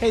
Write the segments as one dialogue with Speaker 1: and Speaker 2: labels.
Speaker 1: Hey,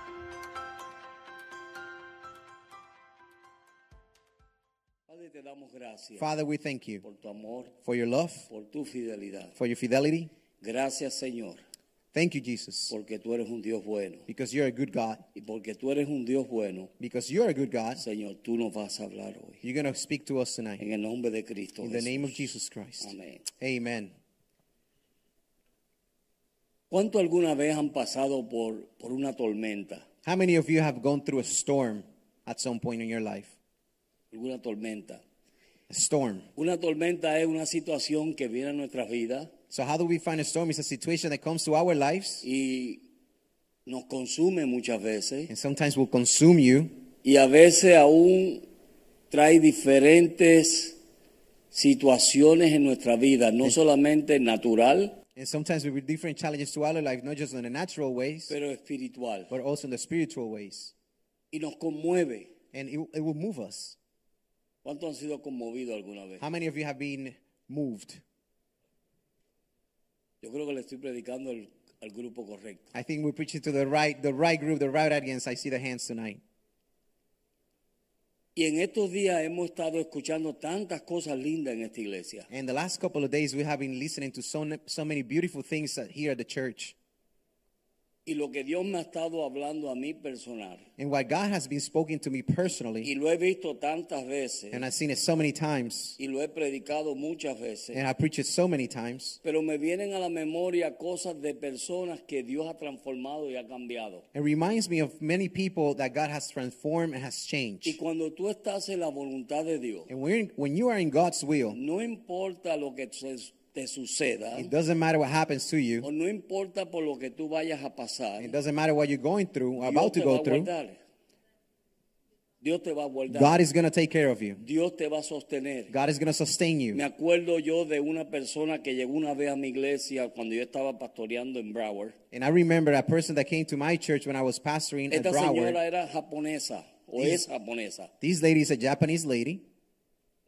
Speaker 2: Padre, te damos gracias
Speaker 3: Father, we thank you
Speaker 2: por tu amor,
Speaker 3: for your love,
Speaker 2: por tu fidelidad.
Speaker 3: for your fidelity.
Speaker 2: Gracias, Señor,
Speaker 3: Thank you, Jesus,
Speaker 2: porque tú eres un Dios bueno.
Speaker 3: because you're a good God.
Speaker 2: Y porque tú eres un Dios bueno,
Speaker 3: Because you're a good God,
Speaker 2: Señor, tú nos vas a hablar hoy.
Speaker 3: you're going to speak to us tonight.
Speaker 2: En el nombre de Cristo.
Speaker 3: In the
Speaker 2: Jesús.
Speaker 3: name of Jesus Christ.
Speaker 2: Amén.
Speaker 3: Amen.
Speaker 2: ¿Cuánto alguna vez han pasado por, por una tormenta?
Speaker 3: How many of you have gone through a storm at some point in your life?
Speaker 2: Alguna tormenta.
Speaker 3: A storm.
Speaker 2: Una tormenta es una situación que viene a nuestras vidas
Speaker 3: So, how do we find a storm? It's a situation that comes to our lives
Speaker 2: y nos consume muchas veces
Speaker 3: and sometimes will consume you
Speaker 2: y a veces aún trae diferentes situaciones en nuestra vida, no solamente natural,
Speaker 3: and sometimes with different challenges to our life, not just in the natural ways,
Speaker 2: pero espiritual
Speaker 3: but also in the spiritual ways.
Speaker 2: y nos conmueve.
Speaker 3: And it, it will move us.
Speaker 2: ¿Cuántos han sido conmovidos alguna vez?
Speaker 3: How many of you have been moved?
Speaker 2: Yo creo que le estoy predicando al, al grupo correcto.
Speaker 3: I think we're preaching to the right, the right group, the right audience. I see the hands tonight.
Speaker 2: Y en estos días hemos estado escuchando tantas cosas lindas en esta iglesia.
Speaker 3: And the last couple of days, we have been listening to so, so many beautiful things that- here at the church.
Speaker 2: Y lo que Dios me ha estado hablando a mí personal.
Speaker 3: And what God has been speaking to me
Speaker 2: Y
Speaker 3: personally,
Speaker 2: lo he visto tantas veces.
Speaker 3: and I've seen it so many times,
Speaker 2: Y lo he predicado muchas veces.
Speaker 3: and I preach it so many times.
Speaker 2: Pero me vienen a la memoria cosas de personas que Dios ha transformado y ha cambiado.
Speaker 3: It reminds me of many people that God has transformed and has
Speaker 2: Y
Speaker 3: changed.
Speaker 2: cuando tú estás en la voluntad de Dios,
Speaker 3: And when, when you are in God's will,
Speaker 2: no importa lo que te, te suceda,
Speaker 3: it doesn't matter what happens to
Speaker 2: o
Speaker 3: you,
Speaker 2: no importa por lo que tú vayas a pasar,
Speaker 3: it doesn't matter what you're going through or
Speaker 2: Dios
Speaker 3: about
Speaker 2: te
Speaker 3: to
Speaker 2: va
Speaker 3: go
Speaker 2: a
Speaker 3: through,
Speaker 2: guardar. Dios te va a guardar.
Speaker 3: God is going to take care of you.
Speaker 2: Dios te va a sostener.
Speaker 3: God is going to sustain
Speaker 2: Me
Speaker 3: you.
Speaker 2: acuerdo yo de una persona que llegó una vez a mi iglesia cuando yo estaba pastoreando en Broward.
Speaker 3: And I remember a person that came to my church when I was pastoring at
Speaker 2: Esta
Speaker 3: Broward.
Speaker 2: señora era japonesa, o
Speaker 3: Sí.
Speaker 2: es japonesa,
Speaker 3: This lady is a Japanese lady,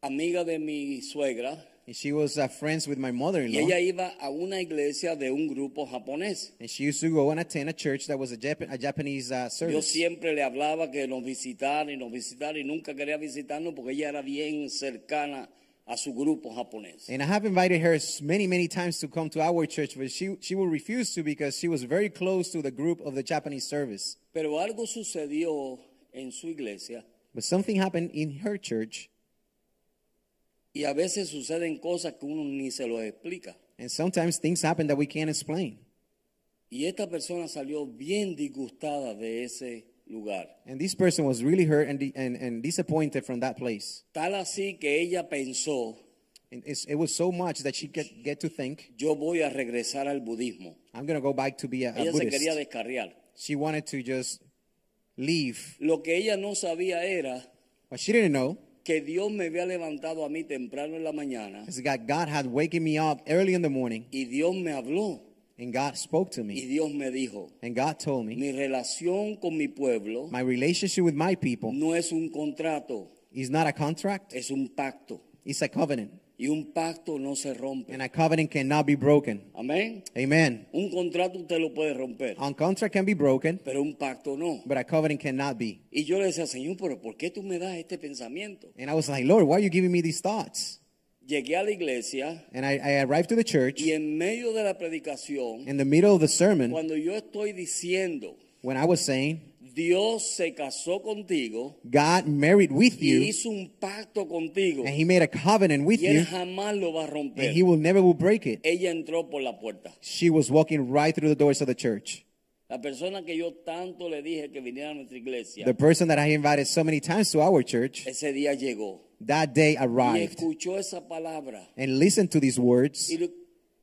Speaker 2: amiga de mi suegra,
Speaker 3: and she was uh, friends with my
Speaker 2: y
Speaker 3: mother-in-law,
Speaker 2: ella iba a una iglesia de un grupo japonés.
Speaker 3: and she used to go and attend a church that was a, Jap- a Japanese
Speaker 2: Yo
Speaker 3: uh, service.
Speaker 2: siempre le hablaba que nos visitara y nos visitara y nunca quería visitarnos porque ella era bien cercana a su grupo japonés.
Speaker 3: And I have invited her s- many, many times to come to our church, but she she will refuse to because she was very close to the group of the Japanese service.
Speaker 2: Pero algo sucedió en su iglesia
Speaker 3: But something happened in her church,
Speaker 2: y a veces suceden cosas que uno ni se los explica.
Speaker 3: and sometimes things happen that we can't explain.
Speaker 2: Y esta persona salió bien disgustada de ese lugar.
Speaker 3: And this person was really hurt and di- and, and disappointed from that place.
Speaker 2: Tal así que ella pensó,
Speaker 3: And it's, it was so much that she get get to think,
Speaker 2: yo voy a regresar al budismo.
Speaker 3: I'm gonna go back to be a, a
Speaker 2: Ella se quería
Speaker 3: Buddhist.
Speaker 2: descarriar.
Speaker 3: She wanted to just leave.
Speaker 2: Lo que ella no sabía era
Speaker 3: What she didn't know
Speaker 2: que Dios me había levantado a mí temprano en la mañana
Speaker 3: is that God had waken me up early in the morning
Speaker 2: y Dios me habló
Speaker 3: and God spoke to
Speaker 2: y
Speaker 3: me
Speaker 2: Dios me dijo,
Speaker 3: and God told me
Speaker 2: mi relación con mi pueblo
Speaker 3: my relationship with my people
Speaker 2: no es un contrato,
Speaker 3: is not a contract,
Speaker 2: es un pacto.
Speaker 3: it's a covenant.
Speaker 2: Y un pacto no se rompe.
Speaker 3: And a covenant cannot be broken.
Speaker 2: Amén.
Speaker 3: Amen.
Speaker 2: Un contrato usted lo puede romper,
Speaker 3: A contract can be broken,
Speaker 2: pero un pacto no.
Speaker 3: but a covenant cannot be.
Speaker 2: Y yo le decía, Señor, pero ¿por qué tú me das este pensamiento?
Speaker 3: And I was like, Lord, why are you giving me these thoughts?
Speaker 2: Llegué a la iglesia
Speaker 3: And I, I arrived to the church
Speaker 2: y en medio de la predicación,
Speaker 3: in the middle of the sermon
Speaker 2: cuando yo estoy diciendo,
Speaker 3: when I was saying,
Speaker 2: Dios se casó contigo
Speaker 3: God married with
Speaker 2: y
Speaker 3: you
Speaker 2: hizo un pacto contigo
Speaker 3: and he made a covenant with
Speaker 2: y él
Speaker 3: you
Speaker 2: jamás lo va a
Speaker 3: and
Speaker 2: romper.
Speaker 3: he will never will break it.
Speaker 2: Ella entró por la puerta.
Speaker 3: She was walking right through the doors of the church.
Speaker 2: La persona que yo tanto le dije que viniera a nuestra iglesia,
Speaker 3: The person that I invited so many times to our church
Speaker 2: ese día llegó
Speaker 3: that day
Speaker 2: y
Speaker 3: arrived
Speaker 2: escuchó esa palabra.
Speaker 3: and listened to these words.
Speaker 2: Y le-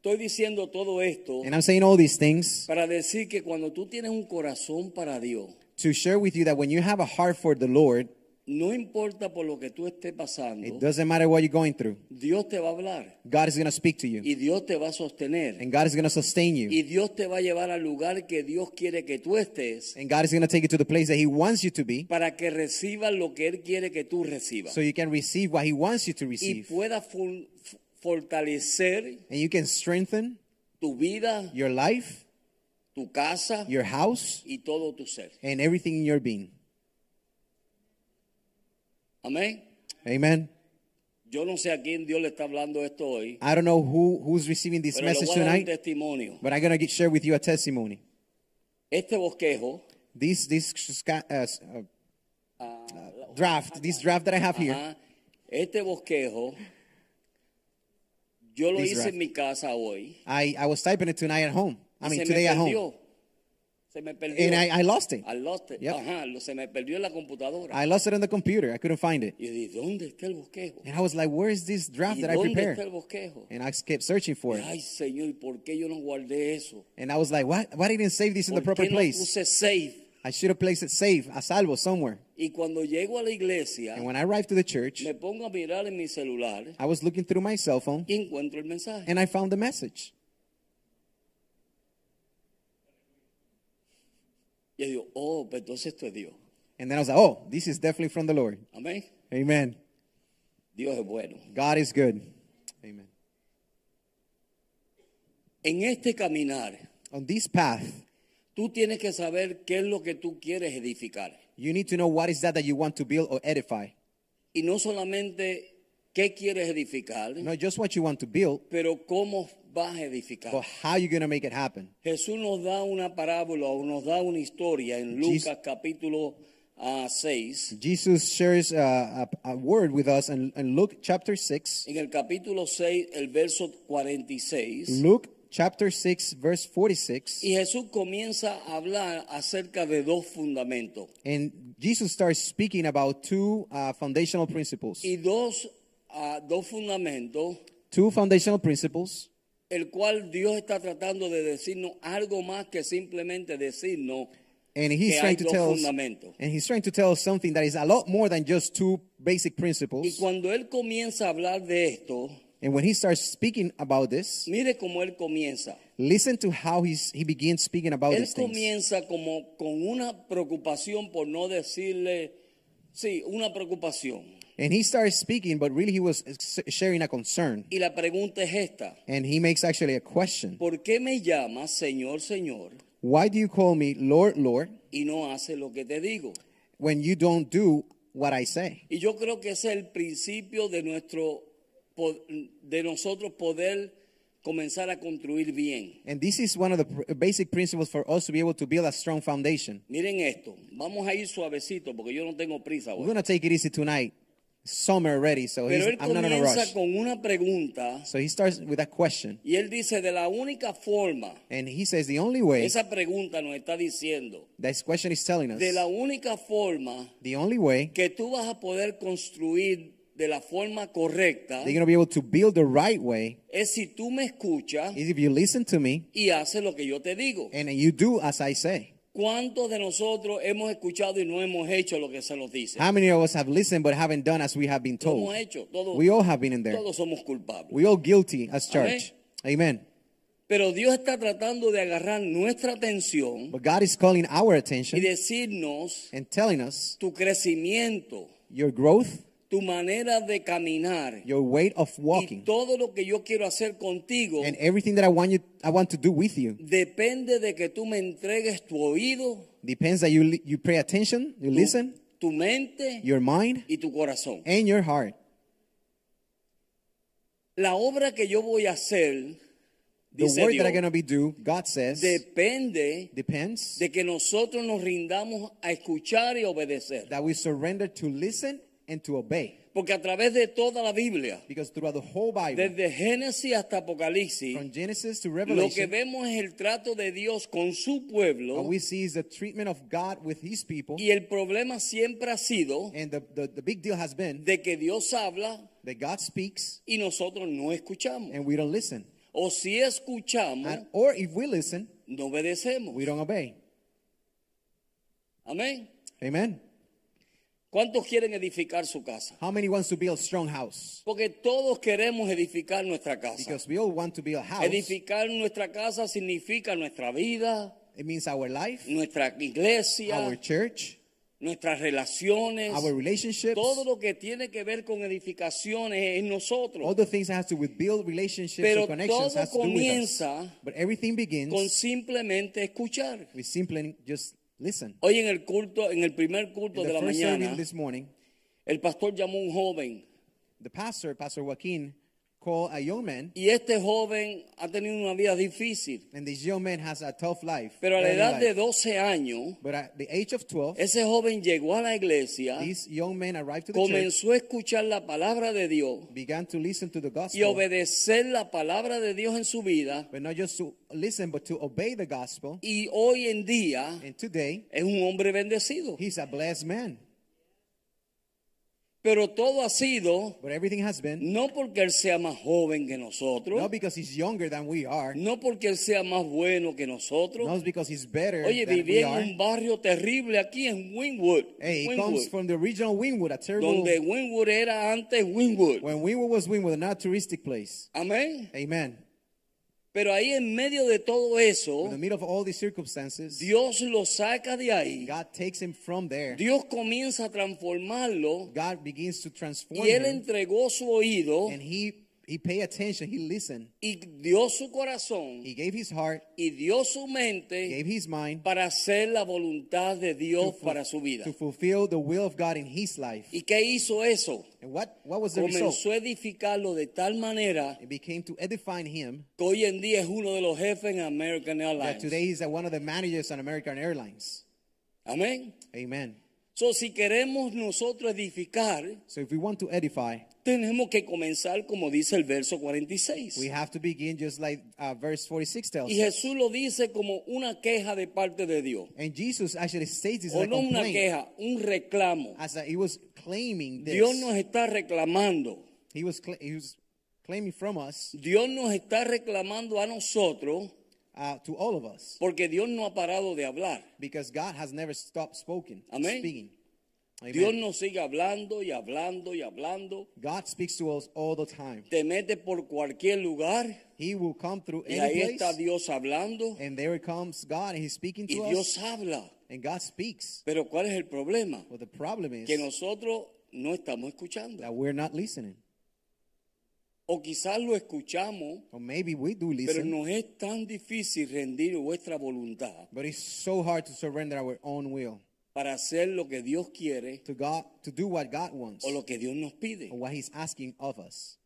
Speaker 2: estoy diciendo todo esto
Speaker 3: And I'm saying all these things
Speaker 2: para decir que cuando tú tienes un corazón para Dios,
Speaker 3: to share with you that when you have a heart for the Lord,
Speaker 2: No importa por lo que tú estés pasando,
Speaker 3: It doesn't matter what you're going through.
Speaker 2: Dios te va a hablar
Speaker 3: God is going to speak to you.
Speaker 2: y Dios te va a sostener
Speaker 3: And God is going to sustain you.
Speaker 2: y Dios te va a llevar al lugar que Dios quiere que tú estés
Speaker 3: And God is going to take you to the place that He wants you to be
Speaker 2: para que recibas lo que Él quiere que tú recibas
Speaker 3: so you can receive what He wants you to
Speaker 2: y
Speaker 3: receive.
Speaker 2: puedas fun- f- fortalecer
Speaker 3: And you can strengthen
Speaker 2: tu vida,
Speaker 3: your life,
Speaker 2: tu casa
Speaker 3: your house,
Speaker 2: y todo tu ser.
Speaker 3: and everything in your being.
Speaker 2: Amén.
Speaker 3: Amen.
Speaker 2: Yo no sé a quién Dios le está hablando esto hoy,
Speaker 3: I don't know who, who's receiving this
Speaker 2: pero le
Speaker 3: message
Speaker 2: voy a dar un
Speaker 3: tonight,
Speaker 2: testimonio.
Speaker 3: but I'm going to get, share with you a testimony.
Speaker 2: Este bosquejo,
Speaker 3: This, this sca- uh, s- uh, uh, draft, this draft that I have here,
Speaker 2: Ah, ajá, este bosquejo, yo lo
Speaker 3: This
Speaker 2: hice
Speaker 3: draft.
Speaker 2: en mi casa hoy.
Speaker 3: I, I was typing it tonight at home. I
Speaker 2: y
Speaker 3: mean,
Speaker 2: se
Speaker 3: today
Speaker 2: me
Speaker 3: at
Speaker 2: perdió.
Speaker 3: home.
Speaker 2: Se me perdió.
Speaker 3: And I, I lost it.
Speaker 2: I lost it.
Speaker 3: Yep.
Speaker 2: Ajá, lo- se me perdió en la computadora.
Speaker 3: I lost it on the computer. I couldn't find it.
Speaker 2: y yo dije, ¿dónde está el bosquejo?
Speaker 3: And I was like, where is this draft
Speaker 2: ¿Y
Speaker 3: that I
Speaker 2: dónde está el
Speaker 3: prepared?
Speaker 2: bosquejo?
Speaker 3: And I kept searching for it.
Speaker 2: Ay, Señor, ¿y por qué yo no guardé eso?
Speaker 3: And I was like, what? Why didn't I save this in the
Speaker 2: ¿Por
Speaker 3: proper
Speaker 2: qué no
Speaker 3: place?
Speaker 2: puse safe?
Speaker 3: I should have placed it safe, a salvo, somewhere.
Speaker 2: Y cuando llego a la iglesia,
Speaker 3: And when I arrived to the church,
Speaker 2: me pongo a mirar en mi celular
Speaker 3: I was looking through my cell phone
Speaker 2: y encuentro el mensaje.
Speaker 3: and I found the message.
Speaker 2: Y yo digo, oh, pues entonces esto es Dios.
Speaker 3: And then I was like, oh, this is definitely from the Lord.
Speaker 2: Amén.
Speaker 3: Amen.
Speaker 2: Dios es bueno.
Speaker 3: God is good. Amen.
Speaker 2: En este caminar,
Speaker 3: On this path,
Speaker 2: tú tienes que saber qué es lo que tú quieres edificar.
Speaker 3: you need to know what is that that you want to build or edify.
Speaker 2: Y no solamente qué quieres edificar,
Speaker 3: Not just what you want to build,
Speaker 2: pero cómo vas a edificar.
Speaker 3: but how you're going to make it happen.
Speaker 2: Jesús nos da una parábola o nos da una historia en Lucas
Speaker 3: Jesus-
Speaker 2: capítulo ah, 6.
Speaker 3: Jesus shares uh, a, a word with us in, in Luke chapter 6.
Speaker 2: En el capítulo 6, el verso 46.
Speaker 3: Luke chapter 6, verse 46.
Speaker 2: Y Jesús comienza a hablar acerca de dos fundamentos
Speaker 3: And Jesus starts speaking about two uh, foundational principles.
Speaker 2: y dos, ah, dos fundamentos,
Speaker 3: Two foundational principles
Speaker 2: el cual Dios está tratando de decirnos algo más que simplemente decirnos
Speaker 3: And
Speaker 2: que
Speaker 3: he's
Speaker 2: hay
Speaker 3: trying to
Speaker 2: dos
Speaker 3: tell us,
Speaker 2: fundamentos.
Speaker 3: and he's trying to tell us something that is a lot more than just two basic
Speaker 2: Y
Speaker 3: principles.
Speaker 2: cuando Él comienza a hablar de esto,
Speaker 3: And when he starts speaking about this,
Speaker 2: mire cómo Él comienza.
Speaker 3: listen to how he's, he begins speaking about
Speaker 2: Él
Speaker 3: these things.
Speaker 2: comienza como con una preocupación por no decirle, sí, una preocupación.
Speaker 3: And he starts speaking, but really he was s- sharing a concern.
Speaker 2: Y la pregunta es esta.
Speaker 3: And he makes actually a question.
Speaker 2: ¿Por qué me llamas Señor, Señor
Speaker 3: Why do you call me Lord, Lord,
Speaker 2: y no haces lo que te digo?
Speaker 3: when you don't do what I say?
Speaker 2: Y yo creo que ese es el principio de nuestro po- de nosotros poder comenzar a construir bien.
Speaker 3: And this is one of the pr- basic principles for us to be able to build a strong foundation.
Speaker 2: Miren esto, vamos a ir suavecito porque yo no tengo prisa
Speaker 3: We're
Speaker 2: hoy.
Speaker 3: going to take it easy tonight. It's summer already, so
Speaker 2: Pero
Speaker 3: he's,
Speaker 2: él
Speaker 3: I'm not in a rush.
Speaker 2: comienza con una pregunta
Speaker 3: So he starts with a question.
Speaker 2: y él dice de la única forma,
Speaker 3: And he says the only way
Speaker 2: esa pregunta nos está diciendo,
Speaker 3: this question is telling us
Speaker 2: de la única forma
Speaker 3: the only way
Speaker 2: que tú vas a poder construir de la forma correcta
Speaker 3: they're going to be able to build the right way
Speaker 2: es si tú me escuchas
Speaker 3: is if you listen to me
Speaker 2: y haces lo que yo te digo.
Speaker 3: and you do as I say.
Speaker 2: ¿Cuántos de nosotros hemos escuchado y no hemos hecho lo que se nos dice?
Speaker 3: How many of us have listened but haven't done as we have been
Speaker 2: Lo hemos
Speaker 3: told?
Speaker 2: hecho. Todos,
Speaker 3: We all have been in there.
Speaker 2: todos somos culpables.
Speaker 3: We all guilty as church. Amen.
Speaker 2: Pero Dios está tratando de agarrar nuestra atención
Speaker 3: But God is calling our
Speaker 2: y
Speaker 3: attention
Speaker 2: decirnos
Speaker 3: and telling us
Speaker 2: tu crecimiento,
Speaker 3: your growth,
Speaker 2: tu manera de caminar
Speaker 3: your weight of
Speaker 2: y
Speaker 3: walking,
Speaker 2: todo lo que yo quiero hacer contigo
Speaker 3: and everything that I want you I want to do with you
Speaker 2: depende de que tú me entregues tu oído,
Speaker 3: depends that you li- you pay attention, you
Speaker 2: tu,
Speaker 3: listen,
Speaker 2: tu mente
Speaker 3: your mind
Speaker 2: y tu corazón.
Speaker 3: and your heart.
Speaker 2: La obra que yo voy a hacer,
Speaker 3: The
Speaker 2: dice
Speaker 3: work
Speaker 2: Dios,
Speaker 3: that I'm going to be do, God says,
Speaker 2: depende
Speaker 3: depends
Speaker 2: de que nosotros nos rindamos a escuchar y obedecer.
Speaker 3: that we surrender to listen and to obey.
Speaker 2: Porque a través de toda la Biblia,
Speaker 3: Because throughout the whole Bible,
Speaker 2: desde Génesis hasta Apocalipsis,
Speaker 3: from Genesis to
Speaker 2: lo que
Speaker 3: Revelation,
Speaker 2: vemos es el trato de Dios con su
Speaker 3: what
Speaker 2: pueblo
Speaker 3: we see is the treatment of God with his people.
Speaker 2: y el problema siempre ha sido
Speaker 3: And the, the, the big deal has been
Speaker 2: de que Dios habla
Speaker 3: that God speaks
Speaker 2: y nosotros no escuchamos.
Speaker 3: and we don't listen.
Speaker 2: O si escuchamos,
Speaker 3: And, or if we listen,
Speaker 2: no obedecemos.
Speaker 3: we don't obey.
Speaker 2: Amén.
Speaker 3: Amen.
Speaker 2: ¿Cuántos quieren edificar su casa?
Speaker 3: How many wants to build strong house?
Speaker 2: Porque todos queremos edificar nuestra casa.
Speaker 3: Because we all want to build a house.
Speaker 2: Edificar nuestra casa significa nuestra vida,
Speaker 3: It means our life,
Speaker 2: nuestra iglesia,
Speaker 3: our church,
Speaker 2: nuestras relaciones,
Speaker 3: our relationships,
Speaker 2: todo lo que tiene que ver con edificaciones en
Speaker 3: all
Speaker 2: nosotros.
Speaker 3: the things that has to with build relationships
Speaker 2: Pero
Speaker 3: and connections
Speaker 2: todo
Speaker 3: has to do with us.
Speaker 2: comienza
Speaker 3: But everything begins
Speaker 2: Con simplemente escuchar.
Speaker 3: with simply just listen.
Speaker 2: Hoy en el culto, en el primer culto
Speaker 3: In
Speaker 2: de la
Speaker 3: the first
Speaker 2: mañana,
Speaker 3: sermon this morning,
Speaker 2: el pastor llamó a un joven
Speaker 3: the pastor, Pastor Joaquin, called a young man,
Speaker 2: y este joven ha tenido una vida difícil.
Speaker 3: and this young man has a tough life.
Speaker 2: Pero a la
Speaker 3: early
Speaker 2: edad de
Speaker 3: life.
Speaker 2: 12 años,
Speaker 3: But at the age of 12,
Speaker 2: ese joven llegó a la iglesia,
Speaker 3: these young men arrived to the church,
Speaker 2: comenzó a escuchar la palabra de Dios
Speaker 3: began to listen to the
Speaker 2: y
Speaker 3: gospel,
Speaker 2: obedecer la palabra de Dios en su vida.
Speaker 3: but not just to listen, but to obey the gospel.
Speaker 2: Y hoy en día
Speaker 3: And today,
Speaker 2: es un hombre bendecido.
Speaker 3: he's a blessed man.
Speaker 2: Pero todo ha sido
Speaker 3: But everything has been,
Speaker 2: no porque él sea más joven que nosotros,
Speaker 3: not because he's younger than we are,
Speaker 2: no porque él sea más bueno que nosotros.
Speaker 3: not because he's better
Speaker 2: Oye,
Speaker 3: than we
Speaker 2: vivía en
Speaker 3: are.
Speaker 2: un barrio terrible aquí en Wynwood.
Speaker 3: Hey, he
Speaker 2: Wynwood,
Speaker 3: comes from the regional Wynwood, a terrible,
Speaker 2: donde Wynwood era antes Wynwood.
Speaker 3: when Wynwood was Wynwood, not a touristic place.
Speaker 2: Amén.
Speaker 3: Amen.
Speaker 2: Pero ahí en medio de todo
Speaker 3: In
Speaker 2: eso,
Speaker 3: the middle of all these circumstances,
Speaker 2: Oh. Dios lo saca de ahí.
Speaker 3: God takes him from there.
Speaker 2: Dios comienza a transformarlo
Speaker 3: God begins to transform
Speaker 2: y él
Speaker 3: him,
Speaker 2: entregó su oído
Speaker 3: and he he pay attention. He listened.
Speaker 2: y dio su corazón
Speaker 3: He gave his heart,
Speaker 2: y dio su
Speaker 3: gave
Speaker 2: mente
Speaker 3: his mind
Speaker 2: para hacer la voluntad de Dios
Speaker 3: fu-
Speaker 2: para su vida.
Speaker 3: to fulfill the will of God in his life.
Speaker 2: ¿Y qué hizo eso?
Speaker 3: And what what was the result?
Speaker 2: Comenzó a edificarlo de tal manera
Speaker 3: It became to edify him
Speaker 2: que hoy en día es uno de los jefes en American
Speaker 3: that
Speaker 2: Airlines.
Speaker 3: today he's one of the managers on American Airlines.
Speaker 2: Amén.
Speaker 3: Amen.
Speaker 2: So, si queremos nosotros edificar,
Speaker 3: So if we want to edify,
Speaker 2: tenemos que comenzar como dice el verso
Speaker 3: we
Speaker 2: 46.
Speaker 3: have to begin just like uh, verse 46 tells
Speaker 2: Y
Speaker 3: us.
Speaker 2: Jesús lo dice como una queja de parte de Dios.
Speaker 3: And Jesus actually states this as
Speaker 2: O
Speaker 3: a
Speaker 2: no una
Speaker 3: complaint,
Speaker 2: queja, un reclamo.
Speaker 3: as that he was claiming this.
Speaker 2: Dios nos está reclamando.
Speaker 3: He was cla- he was claiming from us
Speaker 2: Dios nos está reclamando a nosotros
Speaker 3: uh, to all of us.
Speaker 2: porque Dios no ha parado de hablar.
Speaker 3: Because God has never stopped spoken,
Speaker 2: Amén.
Speaker 3: speaking. Amen.
Speaker 2: Dios nos sigue hablando y hablando y hablando.
Speaker 3: God speaks to us all the time.
Speaker 2: Te mete por cualquier lugar
Speaker 3: He will come through
Speaker 2: y ahí
Speaker 3: any
Speaker 2: está
Speaker 3: place,
Speaker 2: Dios hablando
Speaker 3: and there comes God, and He's speaking
Speaker 2: y
Speaker 3: to
Speaker 2: Dios
Speaker 3: us,
Speaker 2: habla.
Speaker 3: and God speaks.
Speaker 2: Pero ¿cuál es el problema?
Speaker 3: But the problem is
Speaker 2: Que nosotros no estamos escuchando.
Speaker 3: that we're not listening,
Speaker 2: O quizás lo escuchamos,
Speaker 3: or maybe we do
Speaker 2: pero
Speaker 3: listen,
Speaker 2: nos es tan difícil rendir vuestra voluntad
Speaker 3: but it's so hard to surrender our own will
Speaker 2: para hacer lo que Dios quiere
Speaker 3: to God to do what God wants
Speaker 2: o lo que Dios nos pide.
Speaker 3: or what He's asking of us.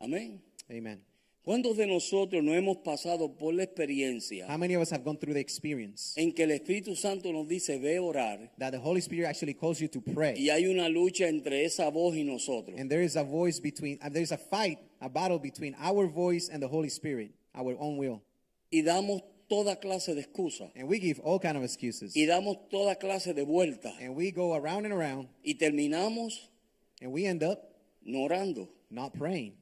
Speaker 2: Amén.
Speaker 3: Amen.
Speaker 2: ¿Cuántos de nosotros no hemos pasado por la experiencia
Speaker 3: How many of us have gone through the experience
Speaker 2: en que el Espíritu Santo nos dice ve a orar
Speaker 3: that the Holy Spirit actually calls you to
Speaker 2: y
Speaker 3: pray,
Speaker 2: hay una lucha entre esa voz y nosotros?
Speaker 3: and there is a voice between, and there is a fight, a battle between our voice and the Holy Spirit, our own will,
Speaker 2: Y damos toda clase de excusas
Speaker 3: and we give all kind of excuses,
Speaker 2: y damos toda clase de vueltas
Speaker 3: and we go around and around,
Speaker 2: y terminamos
Speaker 3: and we end up
Speaker 2: no orando.
Speaker 3: not praying.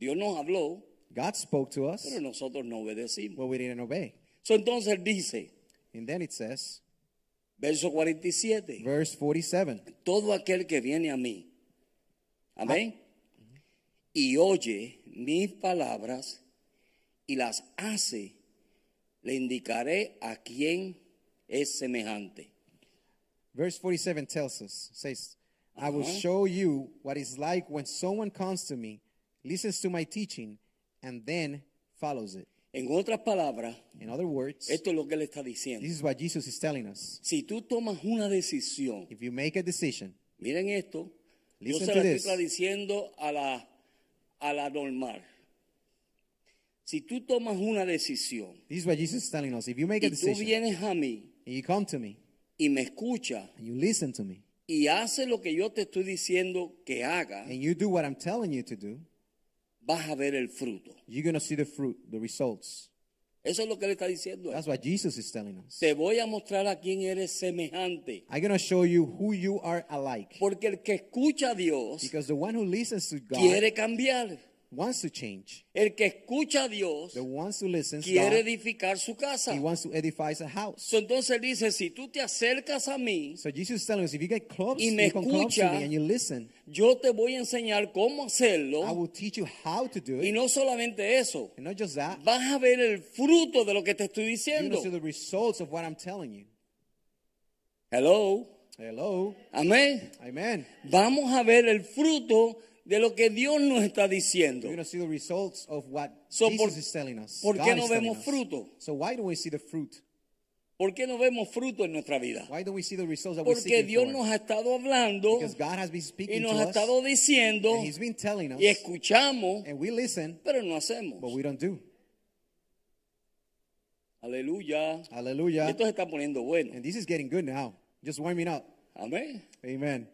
Speaker 2: Dios nos habló,
Speaker 3: God spoke to us,
Speaker 2: pero nosotros no obedecimos.
Speaker 3: but we didn't obey.
Speaker 2: So, entonces dice,
Speaker 3: And then it says,
Speaker 2: verso 47,
Speaker 3: verse 47,
Speaker 2: todo aquel que viene a mí, amén, y oye mis palabras y las hace, le indicaré a quién es semejante.
Speaker 3: verse 47 tells us, says, I will
Speaker 2: Uh-huh.
Speaker 3: show you what it's like when someone comes to me, listens to my teaching, and then follows it.
Speaker 2: En otras palabras,
Speaker 3: In other words,
Speaker 2: esto es lo que él está
Speaker 3: this
Speaker 2: diciendo.
Speaker 3: is what Jesus is telling us.
Speaker 2: Si tú tomas una decisión,
Speaker 3: If you make a decision,
Speaker 2: miren esto, yo
Speaker 3: Listen
Speaker 2: se
Speaker 3: to
Speaker 2: la estoy
Speaker 3: this.
Speaker 2: traduciendo a la, a la normal. Si tú tomas una decisión
Speaker 3: this is what Jesus is telling us. If you make
Speaker 2: y
Speaker 3: a
Speaker 2: tú
Speaker 3: decision,
Speaker 2: vienes a mí
Speaker 3: and you come to me,
Speaker 2: y me escuchas
Speaker 3: and you listen to me,
Speaker 2: y haces lo que yo te estoy diciendo que haga,
Speaker 3: and you do what I'm telling you to do,
Speaker 2: vas a ver el fruto.
Speaker 3: you're going to see the fruit, the results.
Speaker 2: Eso es lo que le está diciendo. a él.
Speaker 3: That's what Jesus is telling us.
Speaker 2: Te voy a mostrar a quién eres semejante.
Speaker 3: I'm going to show you who you are alike.
Speaker 2: Porque el que escucha a Dios
Speaker 3: Because the one who listens to God
Speaker 2: quiere cambiar.
Speaker 3: wants to change.
Speaker 2: El que escucha a Dios
Speaker 3: The ones who listens,
Speaker 2: quiere
Speaker 3: God,
Speaker 2: edificar su casa.
Speaker 3: he wants to edify a house.
Speaker 2: So, entonces dice, si tú te acercas a mí,
Speaker 3: So Jesus is telling us, if you get close,
Speaker 2: Y
Speaker 3: you
Speaker 2: me
Speaker 3: come close to
Speaker 2: escucha.
Speaker 3: me and you listen,
Speaker 2: yo te voy a enseñar cómo
Speaker 3: I
Speaker 2: hacerlo.
Speaker 3: will teach you how to do
Speaker 2: Y
Speaker 3: it.
Speaker 2: no solamente eso,
Speaker 3: And not just that,
Speaker 2: vas a ver el fruto de lo que te estoy
Speaker 3: you will
Speaker 2: diciendo.
Speaker 3: see the results of what I'm telling you.
Speaker 2: Hello.
Speaker 3: Hello,
Speaker 2: Amén.
Speaker 3: amen.
Speaker 2: Vamos a ver el fruto de lo que Dios nos está diciendo.
Speaker 3: We're going to see the results of what
Speaker 2: So,
Speaker 3: Jesus
Speaker 2: por-
Speaker 3: is telling us.
Speaker 2: ¿por
Speaker 3: God
Speaker 2: qué
Speaker 3: is
Speaker 2: no
Speaker 3: telling
Speaker 2: vemos
Speaker 3: us.
Speaker 2: fruto?
Speaker 3: So why do we see the fruit?
Speaker 2: ¿Por qué no vemos fruto en nuestra vida?
Speaker 3: Why don't we see the results that we're
Speaker 2: Porque
Speaker 3: seeking
Speaker 2: Dios
Speaker 3: for?
Speaker 2: nos ha estado hablando
Speaker 3: Because God has been
Speaker 2: y
Speaker 3: speaking
Speaker 2: nos
Speaker 3: to
Speaker 2: ha
Speaker 3: us,
Speaker 2: estado diciendo
Speaker 3: and He's been telling us,
Speaker 2: y escuchamos,
Speaker 3: and we listen,
Speaker 2: pero no hacemos.
Speaker 3: but we don't do.
Speaker 2: Aleluya.
Speaker 3: Hallelujah.
Speaker 2: Esto se está poniendo bueno.
Speaker 3: And this is getting good now. Just warming up.
Speaker 2: Amén.
Speaker 3: Amen.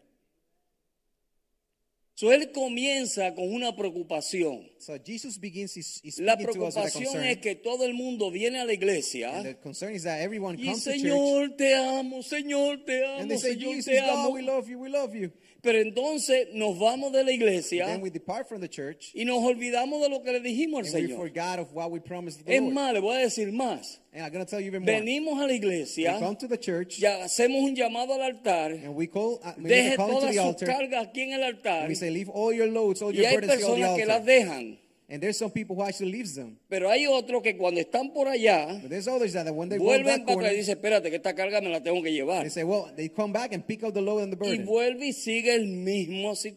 Speaker 2: So, él comienza con una preocupación.
Speaker 3: So Jesus begins his, his
Speaker 2: La
Speaker 3: speaking to us with a
Speaker 2: preocupación
Speaker 3: concern.
Speaker 2: es que todo el mundo viene a la
Speaker 3: and the
Speaker 2: iglesia
Speaker 3: concern is that everyone
Speaker 2: y
Speaker 3: comes to church
Speaker 2: Señor, te amo, Señor, te
Speaker 3: and they
Speaker 2: amo,
Speaker 3: say,
Speaker 2: Señor,
Speaker 3: Jesus,
Speaker 2: te
Speaker 3: God,
Speaker 2: amo.
Speaker 3: we love you, we love you.
Speaker 2: Pero entonces nos vamos de la iglesia
Speaker 3: Then we depart from the church
Speaker 2: y nos olvidamos de lo que le dijimos al
Speaker 3: and we
Speaker 2: Señor.
Speaker 3: forgot of what we promised the
Speaker 2: Es
Speaker 3: Lord.
Speaker 2: más, le voy a decir más.
Speaker 3: And I'm going to tell you even more.
Speaker 2: Venimos a la
Speaker 3: We
Speaker 2: iglesia
Speaker 3: come to the church
Speaker 2: y hacemos un llamado al altar.
Speaker 3: and we call, uh, we make
Speaker 2: Deje
Speaker 3: a calling to
Speaker 2: todas
Speaker 3: the
Speaker 2: sus
Speaker 3: altar.
Speaker 2: cargas aquí en el
Speaker 3: and
Speaker 2: altar.
Speaker 3: we say, leave all your loads, all
Speaker 2: Y
Speaker 3: your
Speaker 2: hay
Speaker 3: burdens here on the
Speaker 2: personas que las
Speaker 3: altar.
Speaker 2: dejan.
Speaker 3: And there's some people who actually leaves them.
Speaker 2: Pero hay otros que cuando están por allá,
Speaker 3: But there's others that when they go
Speaker 2: vuelven
Speaker 3: back
Speaker 2: para
Speaker 3: corner,
Speaker 2: atrás y dicen, espérate, que esta carga me la tengo que llevar.
Speaker 3: they say, well, they come back and pick up the load and the
Speaker 2: Y
Speaker 3: burden.
Speaker 2: vuelve y sigue el mismo
Speaker 3: And they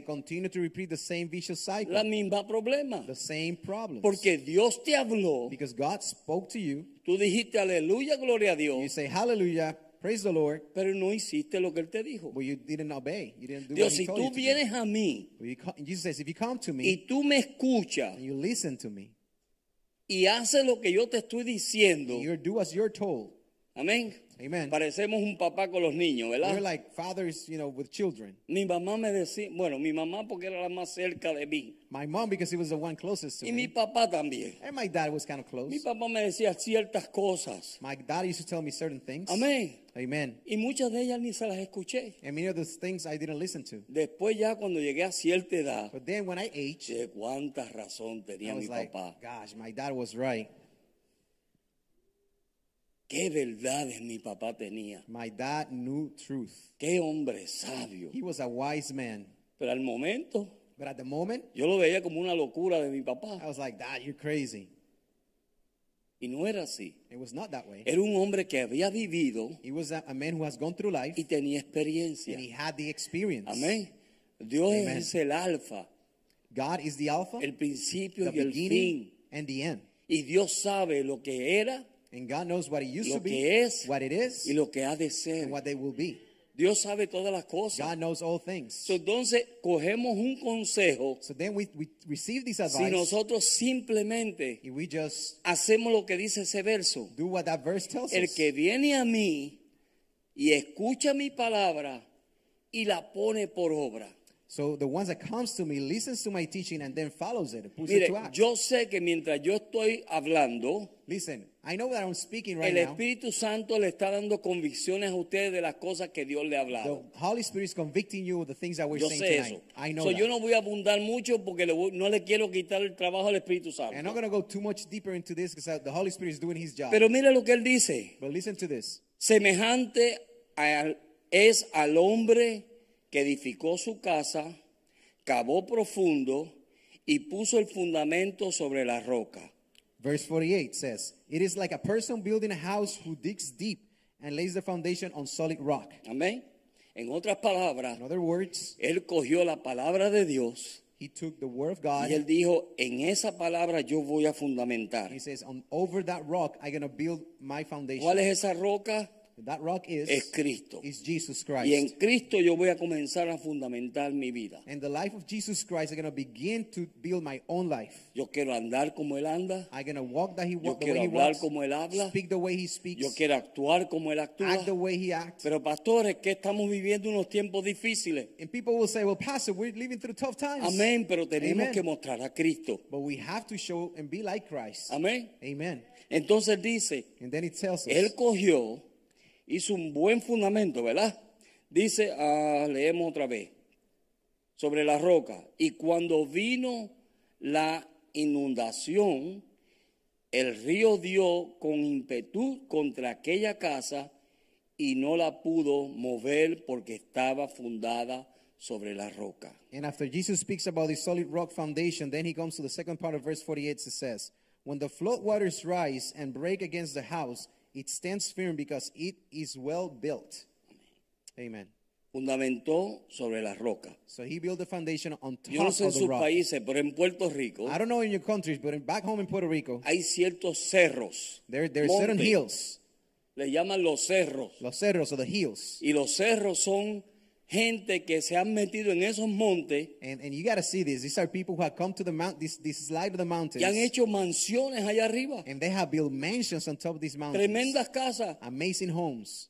Speaker 2: situación,
Speaker 3: continue to repeat the same vicious cycle,
Speaker 2: la misma problema.
Speaker 3: the same problems.
Speaker 2: Porque Dios te habló,
Speaker 3: because God spoke to you,
Speaker 2: tú dijiste aleluya, gloria a
Speaker 3: you
Speaker 2: Dios,
Speaker 3: say, hallelujah, praise the Lord,
Speaker 2: pero no hiciste lo que Él te dijo.
Speaker 3: but you didn't obey. You didn't do what
Speaker 2: Dios,
Speaker 3: he
Speaker 2: si
Speaker 3: told you
Speaker 2: tú
Speaker 3: to do.
Speaker 2: vienes a mí
Speaker 3: But you co- Jesus says, if you come to me
Speaker 2: y tú me escuchas
Speaker 3: and you listen to me,
Speaker 2: y haces lo que yo te estoy diciendo,
Speaker 3: you do as you're told.
Speaker 2: amén.
Speaker 3: Amen.
Speaker 2: Parecemos un papá con los niños,
Speaker 3: We're
Speaker 2: ¿verdad?
Speaker 3: like fathers, you know, with children.
Speaker 2: Mi mamá me decía, bueno, mi mamá porque era la más cerca de mí
Speaker 3: My mom, because he was the one closest to
Speaker 2: y mi
Speaker 3: me,
Speaker 2: papá también.
Speaker 3: and my dad was kind of close.
Speaker 2: Mi papá me decía ciertas cosas,
Speaker 3: My dad used to tell me certain things.
Speaker 2: amén.
Speaker 3: Amen.
Speaker 2: Y muchas de ellas ni se las escuché.
Speaker 3: And many of those things I didn't listen to.
Speaker 2: Después ya cuando llegué a cierta edad,
Speaker 3: But then when I aged,
Speaker 2: che, cuánta razón
Speaker 3: I
Speaker 2: tenía mi
Speaker 3: was like,
Speaker 2: papá.
Speaker 3: gosh, my dad was right.
Speaker 2: Qué verdades mi papá tenía.
Speaker 3: My dad knew truth.
Speaker 2: Qué hombre sabio.
Speaker 3: He was a wise man.
Speaker 2: Pero al momento
Speaker 3: But at the moment,
Speaker 2: yo lo veía como una locura de mi
Speaker 3: I
Speaker 2: papá.
Speaker 3: was like, Dad, you're crazy.
Speaker 2: Y no era así.
Speaker 3: It was not that way.
Speaker 2: Era un hombre que había vivido
Speaker 3: He was a, a man who has gone through life
Speaker 2: y tenía experiencia.
Speaker 3: and he had the experience.
Speaker 2: Amén. Dios
Speaker 3: Amen.
Speaker 2: es el alfa,
Speaker 3: God is the Alpha,
Speaker 2: el principio
Speaker 3: the
Speaker 2: y el
Speaker 3: beginning,
Speaker 2: fin.
Speaker 3: and the end.
Speaker 2: Y Dios sabe lo que era
Speaker 3: And God knows what it used
Speaker 2: Lo
Speaker 3: to be,
Speaker 2: que es
Speaker 3: what it is,
Speaker 2: y lo que ha de ser.
Speaker 3: and what they will be.
Speaker 2: Dios sabe todas las cosas.
Speaker 3: God knows all things.
Speaker 2: So, Entonces cogemos un consejo
Speaker 3: So then we, we receive this
Speaker 2: si
Speaker 3: advice.
Speaker 2: nosotros simplemente
Speaker 3: if we just
Speaker 2: hacemos lo que dice ese verso.
Speaker 3: do what that verse tells
Speaker 2: El
Speaker 3: us.
Speaker 2: que viene a mí y escucha mi palabra y la pone por obra.
Speaker 3: So the ones that comes to me, listens to my teaching, and then follows it, puts it
Speaker 2: Mire,
Speaker 3: to act.
Speaker 2: yo sé que mientras yo estoy hablando,
Speaker 3: Listen, I know that I'm speaking right
Speaker 2: el
Speaker 3: now.
Speaker 2: Espíritu Santo le está dando convicciones a ustedes de las cosas que Dios le ha
Speaker 3: The
Speaker 2: hablado.
Speaker 3: Holy Spirit is convicting you of the things that we're
Speaker 2: Yo
Speaker 3: saying
Speaker 2: sé
Speaker 3: tonight.
Speaker 2: eso.
Speaker 3: I know
Speaker 2: So,
Speaker 3: that.
Speaker 2: yo no voy a abundar mucho porque le voy- no le quiero quitar el trabajo al Espíritu
Speaker 3: And I'm not
Speaker 2: Santo.
Speaker 3: going to go too much deeper into this because the Holy Spirit is doing His job.
Speaker 2: Pero mira lo que él dice.
Speaker 3: but listen to this.
Speaker 2: Semejante al- es al hombre que edificó su casa, cavó profundo y puso el fundamento sobre la roca.
Speaker 3: Verse 48 says, It is like a person building a house who digs deep and lays the foundation on solid rock.
Speaker 2: Amén. En otras palabras,
Speaker 3: In other words,
Speaker 2: él cogió la palabra de Dios
Speaker 3: he took the word of God.
Speaker 2: y él dijo, en esa palabra yo voy a fundamentar.
Speaker 3: He says, on, Over that rock, I'm going to build my foundation.
Speaker 2: ¿Cuál es esa roca?
Speaker 3: that rock is,
Speaker 2: Es Cristo.
Speaker 3: is Jesus Christ.
Speaker 2: Y en Cristo yo voy a comenzar a fundamentar mi vida.
Speaker 3: And the life of Jesus Christ, I'm going to begin to build my own life.
Speaker 2: Yo quiero andar como él anda,
Speaker 3: I'm going to walk that he walk, the
Speaker 2: quiero
Speaker 3: way he
Speaker 2: hablar
Speaker 3: walks,
Speaker 2: como él habla.
Speaker 3: speak the way he speaks,
Speaker 2: yo quiero actuar como él actúa.
Speaker 3: act the way he acts.
Speaker 2: Pero pastores, que estamos viviendo unos tiempos difíciles.
Speaker 3: And people will say, well, Pastor, we're living through tough times.
Speaker 2: Amén, pero tenemos
Speaker 3: Amen.
Speaker 2: que mostrar a Cristo.
Speaker 3: But we have to show and be like Christ.
Speaker 2: Amén.
Speaker 3: Amen.
Speaker 2: Entonces dice,
Speaker 3: And then it tells us,
Speaker 2: él cogió, hizo un buen fundamento, ¿verdad? Dice, ah, leemos otra vez, sobre la roca. Y cuando vino la inundación, el río dio con impetu contra aquella casa y no la pudo mover porque estaba fundada sobre la roca.
Speaker 3: And after Jesus speaks about the solid rock foundation, then he comes to the second part of verse 48. It says, When the floodwaters rise and break against the house, it stands firm because it is well built. Amen.
Speaker 2: Fundamentó sobre la roca.
Speaker 3: So he built the foundation on top
Speaker 2: Yo no sé en
Speaker 3: of the
Speaker 2: sus
Speaker 3: rock.
Speaker 2: países, pero en Puerto Rico
Speaker 3: I don't know in your countries, but in, back home in Puerto Rico,
Speaker 2: hay ciertos cerros.
Speaker 3: there, there are certain
Speaker 2: montes.
Speaker 3: hills,
Speaker 2: Le llaman los cerros.
Speaker 3: los cerros or the hills.
Speaker 2: Y los cerros son gente que se han metido en esos montes
Speaker 3: And, and you got to see this. These are people who have come to the mount, this, this slide of the mountains,
Speaker 2: y han hecho mansiones allá arriba.
Speaker 3: and they have built mansions on top of these mountains.
Speaker 2: Tremendas casas,
Speaker 3: Amazing homes.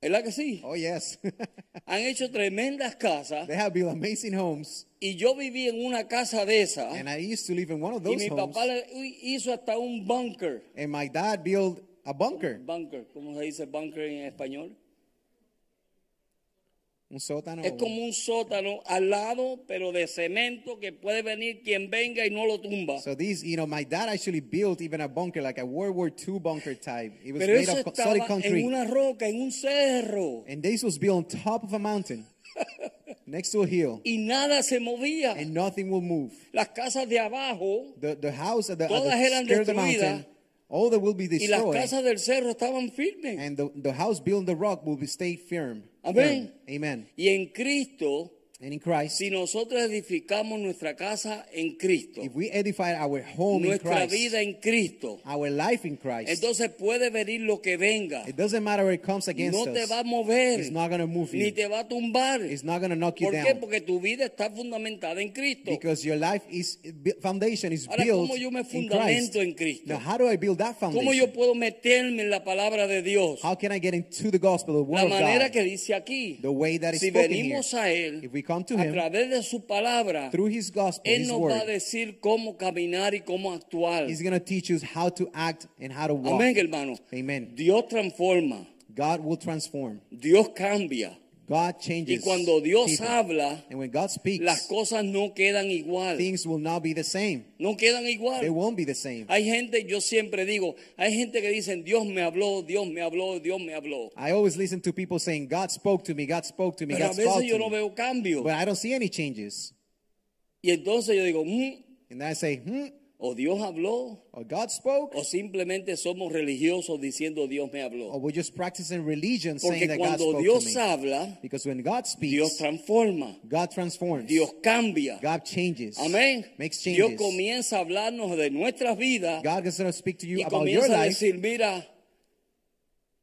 Speaker 2: ¿verdad que sí?
Speaker 3: Oh, yes.
Speaker 2: Han hecho tremendas casas
Speaker 3: they have built amazing homes.
Speaker 2: y yo viví en una casa de esas
Speaker 3: And I used to live in one of
Speaker 2: Ah. y
Speaker 3: those
Speaker 2: mi
Speaker 3: homes.
Speaker 2: papá le uy, hizo hasta un bunker.
Speaker 3: And my dad built a bunker,
Speaker 2: Bunker, ¿cómo se dice bunker en español?
Speaker 3: un sótano.
Speaker 2: Es como un sótano al lado, pero de cemento que puede venir quien venga y no lo tumba.
Speaker 3: So these, you know, my dad actually built even a bunker, like a World War II bunker type. It was
Speaker 2: Pero
Speaker 3: made
Speaker 2: eso
Speaker 3: of co- solid
Speaker 2: estaba en
Speaker 3: concrete.
Speaker 2: una roca, en un cerro
Speaker 3: And this was built on top of a mountain, next to a hill,
Speaker 2: y nada se movía.
Speaker 3: and nothing will move.
Speaker 2: Las casas de abajo
Speaker 3: The, the house at the, at
Speaker 2: Todas
Speaker 3: the
Speaker 2: eran
Speaker 3: skirt of the
Speaker 2: destruidas.
Speaker 3: mountain, all that will be
Speaker 2: y las
Speaker 3: destroyed,
Speaker 2: casas del cerro estaban firmes.
Speaker 3: and the, the house built on the rock will be stay firm.
Speaker 2: Amén.
Speaker 3: firm. Amen.
Speaker 2: Y en Cristo,
Speaker 3: And in Christ,
Speaker 2: si nosotros edificamos nuestra casa en Cristo,
Speaker 3: if we edify our home in
Speaker 2: nuestra
Speaker 3: Christ,
Speaker 2: vida en Cristo,
Speaker 3: our life in Christ,
Speaker 2: entonces puede venir lo que venga.
Speaker 3: it doesn't matter where it comes against
Speaker 2: No te
Speaker 3: us.
Speaker 2: va a mover,
Speaker 3: It's not gonna move
Speaker 2: ni
Speaker 3: you.
Speaker 2: te va a tumbar.
Speaker 3: It's not going to knock you
Speaker 2: ¿Por qué?
Speaker 3: down.
Speaker 2: Porque tu vida está fundamentada en Cristo.
Speaker 3: Because your life is foundation is
Speaker 2: Ahora,
Speaker 3: built
Speaker 2: ¿cómo yo me
Speaker 3: in Christ.
Speaker 2: fundamento en Cristo?
Speaker 3: Now, how do I build that
Speaker 2: ¿Cómo
Speaker 3: foundation?
Speaker 2: yo puedo meterme en la palabra de Dios?
Speaker 3: How can I get into the gospel, the word
Speaker 2: La
Speaker 3: of
Speaker 2: manera
Speaker 3: God?
Speaker 2: que dice aquí,
Speaker 3: the way that is
Speaker 2: si
Speaker 3: spoken here.
Speaker 2: venimos a Él,
Speaker 3: If we come to
Speaker 2: a
Speaker 3: him,
Speaker 2: través de su palabra,
Speaker 3: Through his gospel,
Speaker 2: Él
Speaker 3: his
Speaker 2: nos va a
Speaker 3: word,
Speaker 2: decir cómo caminar y cómo actuar.
Speaker 3: he's going to teach us how to act and how to walk.
Speaker 2: Amén, hermano.
Speaker 3: Amen.
Speaker 2: Dios transforma,
Speaker 3: God will transform.
Speaker 2: Dios cambia.
Speaker 3: God changes.
Speaker 2: Y cuando Dios
Speaker 3: people.
Speaker 2: habla,
Speaker 3: and when God speaks,
Speaker 2: las cosas no quedan igual.
Speaker 3: things will not be the same.
Speaker 2: No quedan
Speaker 3: They
Speaker 2: igual.
Speaker 3: won't be the same.
Speaker 2: Hay gente, yo siempre digo, hay gente que dicen, Dios me habló, Dios me habló, Dios me habló.
Speaker 3: I always listen to people saying, God spoke to me, God spoke to me,
Speaker 2: Pero a
Speaker 3: God spoke
Speaker 2: veces yo
Speaker 3: to
Speaker 2: no
Speaker 3: me.
Speaker 2: veo cambio.
Speaker 3: But I don't see any changes.
Speaker 2: Y entonces yo digo, "Mm,
Speaker 3: And I say, hmm,
Speaker 2: o Dios habló,
Speaker 3: or God spoke,
Speaker 2: o simplemente somos religiosos diciendo Dios me
Speaker 3: or
Speaker 2: habló.
Speaker 3: we're just practicing religion Oh,
Speaker 2: Porque
Speaker 3: saying that God
Speaker 2: cuando
Speaker 3: spoke
Speaker 2: Dios
Speaker 3: to me.
Speaker 2: habla,
Speaker 3: Because when God speaks,
Speaker 2: Dios transforma,
Speaker 3: God transforms.
Speaker 2: Dios cambia.
Speaker 3: God changes.
Speaker 2: Amén.
Speaker 3: Makes
Speaker 2: Dios
Speaker 3: changes.
Speaker 2: comienza a hablarnos de nuestras vidas
Speaker 3: God is going to speak to you
Speaker 2: y
Speaker 3: about your
Speaker 2: comienza a
Speaker 3: life,
Speaker 2: decir, mira,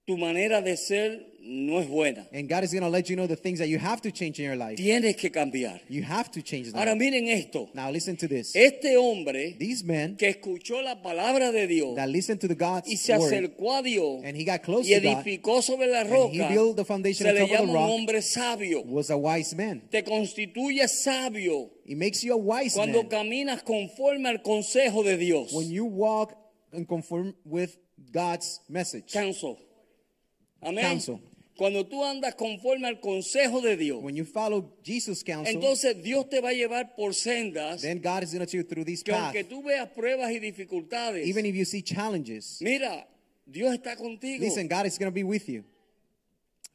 Speaker 2: tu manera de ser no es buena.
Speaker 3: and God is going to let you know the things that you have to change in your life.
Speaker 2: Tienes que cambiar.
Speaker 3: You have to change them.
Speaker 2: Ahora miren esto.
Speaker 3: now listen to this.
Speaker 2: Este hombre
Speaker 3: These men
Speaker 2: que escuchó la palabra de Dios
Speaker 3: that listened to the God's
Speaker 2: y se
Speaker 3: word,
Speaker 2: acercó a Dios
Speaker 3: and he got close
Speaker 2: y
Speaker 3: to God,
Speaker 2: edificó sobre la
Speaker 3: and he
Speaker 2: roca,
Speaker 3: built the foundation
Speaker 2: se
Speaker 3: on
Speaker 2: le
Speaker 3: top of the
Speaker 2: llama un
Speaker 3: rock,
Speaker 2: hombre sabio.
Speaker 3: was a wise man.
Speaker 2: Te constituye sabio
Speaker 3: It makes you a wise
Speaker 2: cuando
Speaker 3: man
Speaker 2: caminas conforme al consejo de Dios.
Speaker 3: when you walk and conform with God's message.
Speaker 2: Counsel. Amén.
Speaker 3: Counsel.
Speaker 2: Cuando tú andas conforme al consejo de Dios,
Speaker 3: When you follow Jesus' counsel,
Speaker 2: entonces Dios te va a llevar por sendas
Speaker 3: then God is going to take you through these
Speaker 2: que
Speaker 3: paths.
Speaker 2: aunque tú veas pruebas y dificultades,
Speaker 3: Even if you see challenges,
Speaker 2: mira, Dios está contigo.
Speaker 3: listen, God is going to be with you.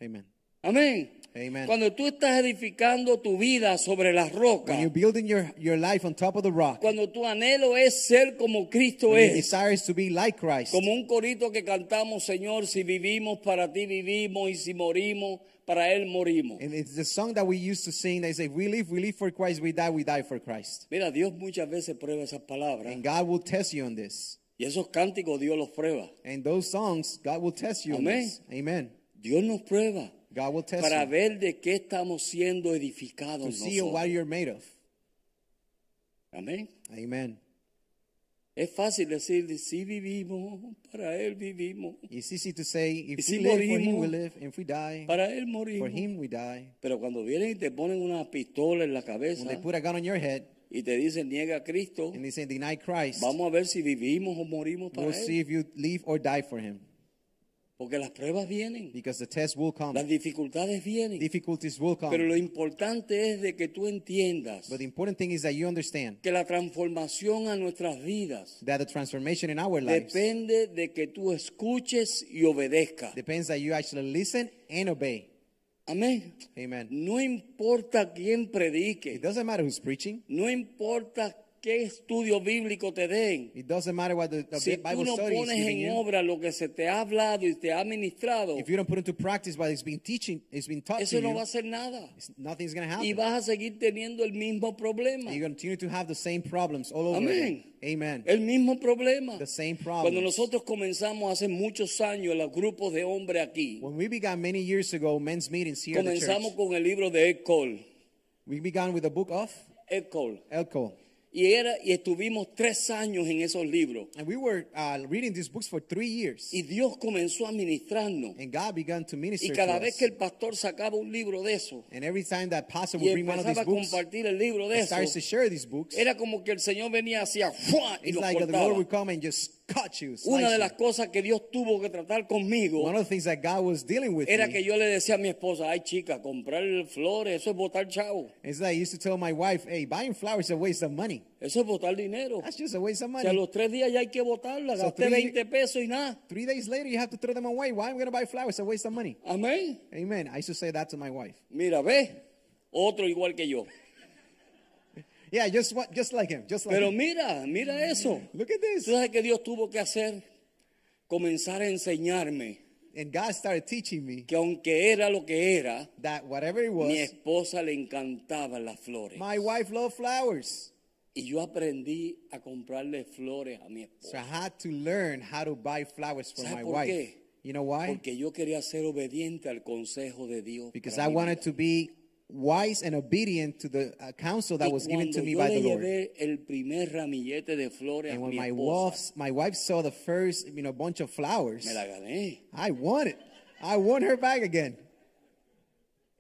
Speaker 3: Amen.
Speaker 2: Amén.
Speaker 3: Amen.
Speaker 2: Cuando tú estás edificando tu vida sobre las
Speaker 3: When
Speaker 2: rocas,
Speaker 3: you're building your, your life on top of the rock,
Speaker 2: cuando tu anhelo es ser como Cristo
Speaker 3: when your
Speaker 2: es,
Speaker 3: desire is to be like Christ,
Speaker 2: como un corito que cantamos, Señor, si vivimos para ti vivimos y si morimos para Él morimos.
Speaker 3: and it's the song that we used to sing. They say, "We live, we live for Christ. We die, we die for Christ."
Speaker 2: Mira, Dios muchas veces prueba esas palabras
Speaker 3: And God will test you on this.
Speaker 2: y esos cánticos Dios los prueba.
Speaker 3: And those songs, God will test you on
Speaker 2: Amén.
Speaker 3: this. Amen.
Speaker 2: Dios nos prueba
Speaker 3: God will test
Speaker 2: para
Speaker 3: you
Speaker 2: ver de qué estamos siendo edificados
Speaker 3: to see
Speaker 2: nosotros.
Speaker 3: what you're made of.
Speaker 2: Amén.
Speaker 3: Amen.
Speaker 2: Es fácil decir, si vivimos, para Él vivimos,
Speaker 3: It's easy to say, if
Speaker 2: si
Speaker 3: we live, for Him
Speaker 2: morimos,
Speaker 3: we live. If we die,
Speaker 2: para Él
Speaker 3: for
Speaker 2: morimos.
Speaker 3: Him we die.
Speaker 2: Pero cuando vienen y te ponen una pistola en la cabeza
Speaker 3: When they put a gun on your head
Speaker 2: y te dicen, niega a Cristo,
Speaker 3: and they say, "Deny Christ,"
Speaker 2: vamos a ver si vivimos o morimos para
Speaker 3: we'll
Speaker 2: Él.
Speaker 3: see if you live or die for Him.
Speaker 2: Porque las pruebas vienen,
Speaker 3: because the test will come.
Speaker 2: las dificultades vienen.
Speaker 3: Difficulties will come.
Speaker 2: Pero lo importante es de que tú entiendas
Speaker 3: but the important thing is that you understand
Speaker 2: que la transformación a nuestras vidas
Speaker 3: that the transformation in our lives
Speaker 2: depende de que tú escuches y obedezcas.
Speaker 3: depends that you actually listen and obey.
Speaker 2: Amén.
Speaker 3: Amen.
Speaker 2: No importa quién predique,
Speaker 3: It doesn't matter who's preaching.
Speaker 2: no importa qué estudio bíblico te den,
Speaker 3: It doesn't matter what the, the
Speaker 2: si tú
Speaker 3: Bible
Speaker 2: no
Speaker 3: study is
Speaker 2: pones
Speaker 3: giving
Speaker 2: en
Speaker 3: you.
Speaker 2: obra lo que se te ha hablado y te ha ministrado,
Speaker 3: If you don't put into practice what is being teaching, is being taught to
Speaker 2: eso no
Speaker 3: you,
Speaker 2: va a ser nada.
Speaker 3: it's- nothing's going to
Speaker 2: Y
Speaker 3: happen.
Speaker 2: vas a seguir teniendo el mismo problema.
Speaker 3: You continue to have the same problems all over again.
Speaker 2: Amén.
Speaker 3: Amen.
Speaker 2: El mismo problema.
Speaker 3: The same
Speaker 2: Cuando
Speaker 3: problems.
Speaker 2: nosotros comenzamos hace muchos años los grupos de hombres aquí,
Speaker 3: When we began many years ago men's meetings here at the church,
Speaker 2: comenzamos con el libro de Ed Cole.
Speaker 3: we began with the book of
Speaker 2: Ed Cole.
Speaker 3: Elko.
Speaker 2: Y, era, y estuvimos tres años en esos libros.
Speaker 3: And we were uh, reading these books for three years.
Speaker 2: Y Dios comenzó a ministrarnos.
Speaker 3: And God began to minister
Speaker 2: Y cada
Speaker 3: to
Speaker 2: vez
Speaker 3: us.
Speaker 2: que el pastor sacaba un libro de eso
Speaker 3: and every time that pastor
Speaker 2: y
Speaker 3: would bring one of
Speaker 2: empezaba
Speaker 3: these
Speaker 2: a
Speaker 3: books,
Speaker 2: compartir el libro de
Speaker 3: and
Speaker 2: eso,
Speaker 3: starts to share these books,
Speaker 2: era como que el Señor venía hacia ¡fua! y
Speaker 3: it's
Speaker 2: nos
Speaker 3: like the
Speaker 2: cortaba.
Speaker 3: Lord would come and just cut you. slice
Speaker 2: Una de
Speaker 3: you.
Speaker 2: las cosas que Dios tuvo que tratar conmigo
Speaker 3: One of the things that God was dealing with
Speaker 2: era
Speaker 3: me
Speaker 2: que yo le decía a mi esposa, ay chica, comprar flores, eso es botar chavo,
Speaker 3: is that I used to tell my wife, hey, buying flowers is a waste of money.
Speaker 2: eso es botar dinero.
Speaker 3: That's just a waste of
Speaker 2: O
Speaker 3: money.
Speaker 2: sea, los tres días ya hay que botarla,
Speaker 3: So
Speaker 2: gasté
Speaker 3: three-
Speaker 2: 20 pesos y nada.
Speaker 3: Three days later, you have to throw them away. Why am I going to buy flowers? It's a waste of money.
Speaker 2: Amén.
Speaker 3: Amen. I used to say that to my wife.
Speaker 2: Mira, ve, otro igual que yo.
Speaker 3: Yeah, just what, just like him. Just like
Speaker 2: Pero
Speaker 3: him.
Speaker 2: mira, mira eso.
Speaker 3: Look at this.
Speaker 2: ¿Tú sabes que Dios tuvo que hacer? Comenzar a enseñarme
Speaker 3: And God started teaching me
Speaker 2: que aunque era lo que era,
Speaker 3: that whatever it was,
Speaker 2: mi esposa le encantaban las flores.
Speaker 3: my wife loved flowers.
Speaker 2: Y yo aprendí a comprarle flores a mi
Speaker 3: So
Speaker 2: esposa.
Speaker 3: I had to learn how to buy flowers for
Speaker 2: ¿Sabe
Speaker 3: my
Speaker 2: por
Speaker 3: wife.
Speaker 2: qué?
Speaker 3: You know why?
Speaker 2: Porque yo quería ser obediente al consejo de Dios.
Speaker 3: because
Speaker 2: para
Speaker 3: I
Speaker 2: mi
Speaker 3: wanted
Speaker 2: vida.
Speaker 3: to be wise and obedient to the uh, counsel that
Speaker 2: Y
Speaker 3: was given to
Speaker 2: cuando
Speaker 3: me
Speaker 2: yo
Speaker 3: by
Speaker 2: le
Speaker 3: the Lord.
Speaker 2: llevé el primer ramillete de flores
Speaker 3: And
Speaker 2: a
Speaker 3: when
Speaker 2: mi
Speaker 3: my
Speaker 2: esposa,
Speaker 3: wife, my wife saw the first, you know, bunch of flowers,
Speaker 2: me la gané.
Speaker 3: I won it. I won her back again.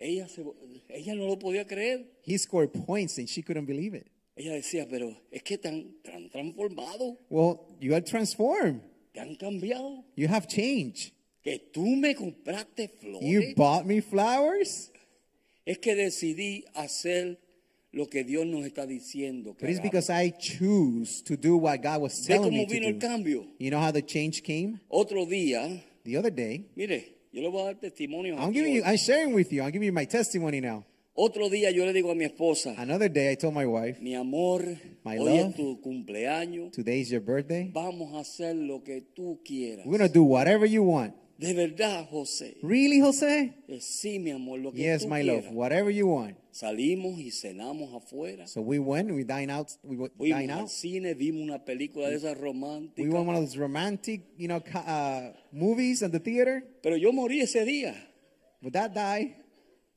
Speaker 2: Ella, se- ella no lo podía creer.
Speaker 3: He scored points, and she couldn't believe it.
Speaker 2: Ella decía, pero es que tan, tan transformado,
Speaker 3: Well, you are transformed.
Speaker 2: te han cambiado.
Speaker 3: You have changed.
Speaker 2: Que tú me compraste flores.
Speaker 3: You bought me flowers,
Speaker 2: es que decidí hacer lo que Dios nos está diciendo. Que
Speaker 3: but it's
Speaker 2: hagamos.
Speaker 3: because I choose to do what God was
Speaker 2: Ve
Speaker 3: telling me
Speaker 2: cómo vino
Speaker 3: to
Speaker 2: el
Speaker 3: do.
Speaker 2: cambio.
Speaker 3: You know how the change came
Speaker 2: Otro día,
Speaker 3: the other day.
Speaker 2: mire, yo le voy a dar testimonio.
Speaker 3: I'm
Speaker 2: aquí
Speaker 3: giving you.
Speaker 2: hoy.
Speaker 3: I'm sharing with you. I'm giving you my testimony now.
Speaker 2: Otro día yo le digo a mi esposa,
Speaker 3: Another day, I told my wife,
Speaker 2: mi amor,
Speaker 3: My
Speaker 2: hoy
Speaker 3: love.
Speaker 2: es tu cumpleaños,
Speaker 3: "Today's your birthday.
Speaker 2: vamos a hacer lo que tú quieras.
Speaker 3: We're gonna do whatever you want."
Speaker 2: De verdad, José.
Speaker 3: Really, Jose?
Speaker 2: Eh, Sí, mi amor, lo que
Speaker 3: Yes,
Speaker 2: tú
Speaker 3: my love.
Speaker 2: quieras.
Speaker 3: Whatever you want.
Speaker 2: Salimos y cenamos afuera.
Speaker 3: So we went. We dine out. We w-
Speaker 2: Fuimos
Speaker 3: dine
Speaker 2: al
Speaker 3: out.
Speaker 2: cine, vimos una película de esas
Speaker 3: We
Speaker 2: románticas.
Speaker 3: went one of those romantic, you know, ca- uh, movies at the theater.
Speaker 2: Pero yo morí ese día
Speaker 3: But that day,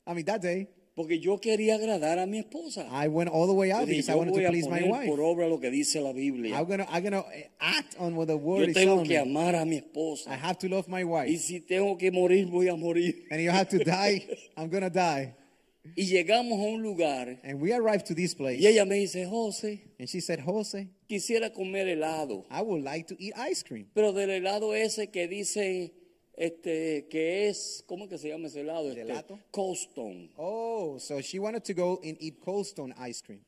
Speaker 3: I mean that day,
Speaker 2: porque yo quería agradar a mi esposa.
Speaker 3: I went all the way
Speaker 2: Yo
Speaker 3: out
Speaker 2: dije,
Speaker 3: because I
Speaker 2: yo
Speaker 3: wanted
Speaker 2: voy
Speaker 3: to
Speaker 2: a
Speaker 3: please my
Speaker 2: poner
Speaker 3: wife.
Speaker 2: por obra lo que dice la Biblia.
Speaker 3: I'm gonna, I'm gonna eh, act on what the word
Speaker 2: Yo
Speaker 3: is
Speaker 2: tengo
Speaker 3: telling
Speaker 2: que
Speaker 3: me.
Speaker 2: amar a mi
Speaker 3: I
Speaker 2: esposa.
Speaker 3: have to love my
Speaker 2: Y
Speaker 3: wife,
Speaker 2: si tengo que morir, voy a morir.
Speaker 3: and you have to die. I'm gonna die.
Speaker 2: Y llegamos a un lugar
Speaker 3: And we arrived to this place,
Speaker 2: y ella me dice, José,
Speaker 3: and she said, "Jose,
Speaker 2: quisiera comer helado.
Speaker 3: I would like to eat ice cream."
Speaker 2: Pero del helado ese que dice este, que es, ¿cómo que se llama ese helado? Este,
Speaker 3: ¿Gelato?
Speaker 2: Costón.
Speaker 3: Oh, so she wanted to go and eat Cold Stone ice cream.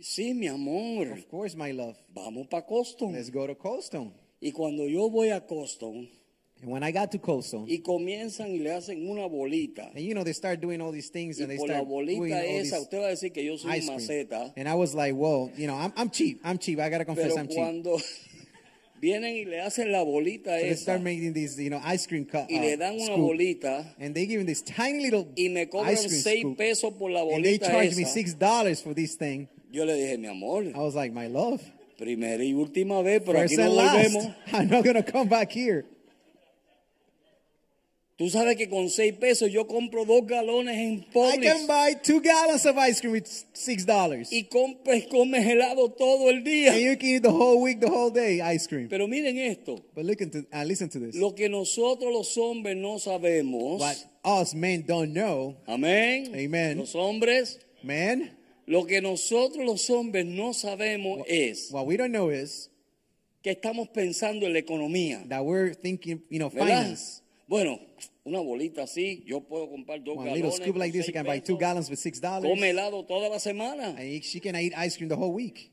Speaker 2: Sí, mi amor,
Speaker 3: Of course, my love.
Speaker 2: vamos para Costón.
Speaker 3: Let's go to Cold Stone.
Speaker 2: Y cuando yo voy a Costón
Speaker 3: And when I got to Cold Stone,
Speaker 2: y comienzan y le hacen una bolita,
Speaker 3: and you know they start doing all these things,
Speaker 2: y
Speaker 3: and they
Speaker 2: por la
Speaker 3: start doing
Speaker 2: bolita
Speaker 3: all
Speaker 2: esa,
Speaker 3: these
Speaker 2: usted va a decir que yo soy
Speaker 3: ice
Speaker 2: un
Speaker 3: cream. Eh,
Speaker 2: maceta,
Speaker 3: And I was like, "Whoa, you know, I'm, I'm cheap. I'm cheap. I gotta confess,
Speaker 2: pero
Speaker 3: I'm cheap."
Speaker 2: cuando vienen y le hacen la bolita
Speaker 3: So they
Speaker 2: esa,
Speaker 3: start making these, you know, ice cream cup. uh,
Speaker 2: y le dan una bolita,
Speaker 3: And they give me this tiny little
Speaker 2: y me cobran
Speaker 3: ice cream
Speaker 2: seis
Speaker 3: scoop.
Speaker 2: pesos por la
Speaker 3: and they
Speaker 2: bolita
Speaker 3: charge me
Speaker 2: esa,
Speaker 3: six dollars for this thing.
Speaker 2: yo le dije, mi amor,
Speaker 3: I was like, my love,
Speaker 2: primera y última vez, pero aquí
Speaker 3: first
Speaker 2: no
Speaker 3: and last.
Speaker 2: volvemos.
Speaker 3: I'm not gonna come back here.
Speaker 2: Tú sabes que con seis pesos yo compro dos galones en
Speaker 3: I can
Speaker 2: Publix
Speaker 3: buy two gallons of ice cream with s- six dollars,
Speaker 2: y compres, comes helado todo el día.
Speaker 3: and you can eat the whole week, the whole day ice cream.
Speaker 2: Pero miren esto,
Speaker 3: But look into uh, listen to this.
Speaker 2: lo que nosotros los hombres no sabemos,
Speaker 3: What us men don't know,
Speaker 2: amén,
Speaker 3: Amen.
Speaker 2: los hombres,
Speaker 3: man.
Speaker 2: lo que nosotros los hombres no sabemos es
Speaker 3: What we don't know is
Speaker 2: que estamos pensando en la economía,
Speaker 3: that we're thinking, you know,
Speaker 2: ¿verdad?
Speaker 3: finance.
Speaker 2: Bueno, una bolita así, yo puedo comprar dos
Speaker 3: One
Speaker 2: galones.
Speaker 3: little scoop
Speaker 2: por
Speaker 3: like this, you
Speaker 2: seis
Speaker 3: can buy two
Speaker 2: pesos.
Speaker 3: gallons with six dollars.
Speaker 2: Come helado toda la semana.
Speaker 3: And you- she can eat ice cream the whole week.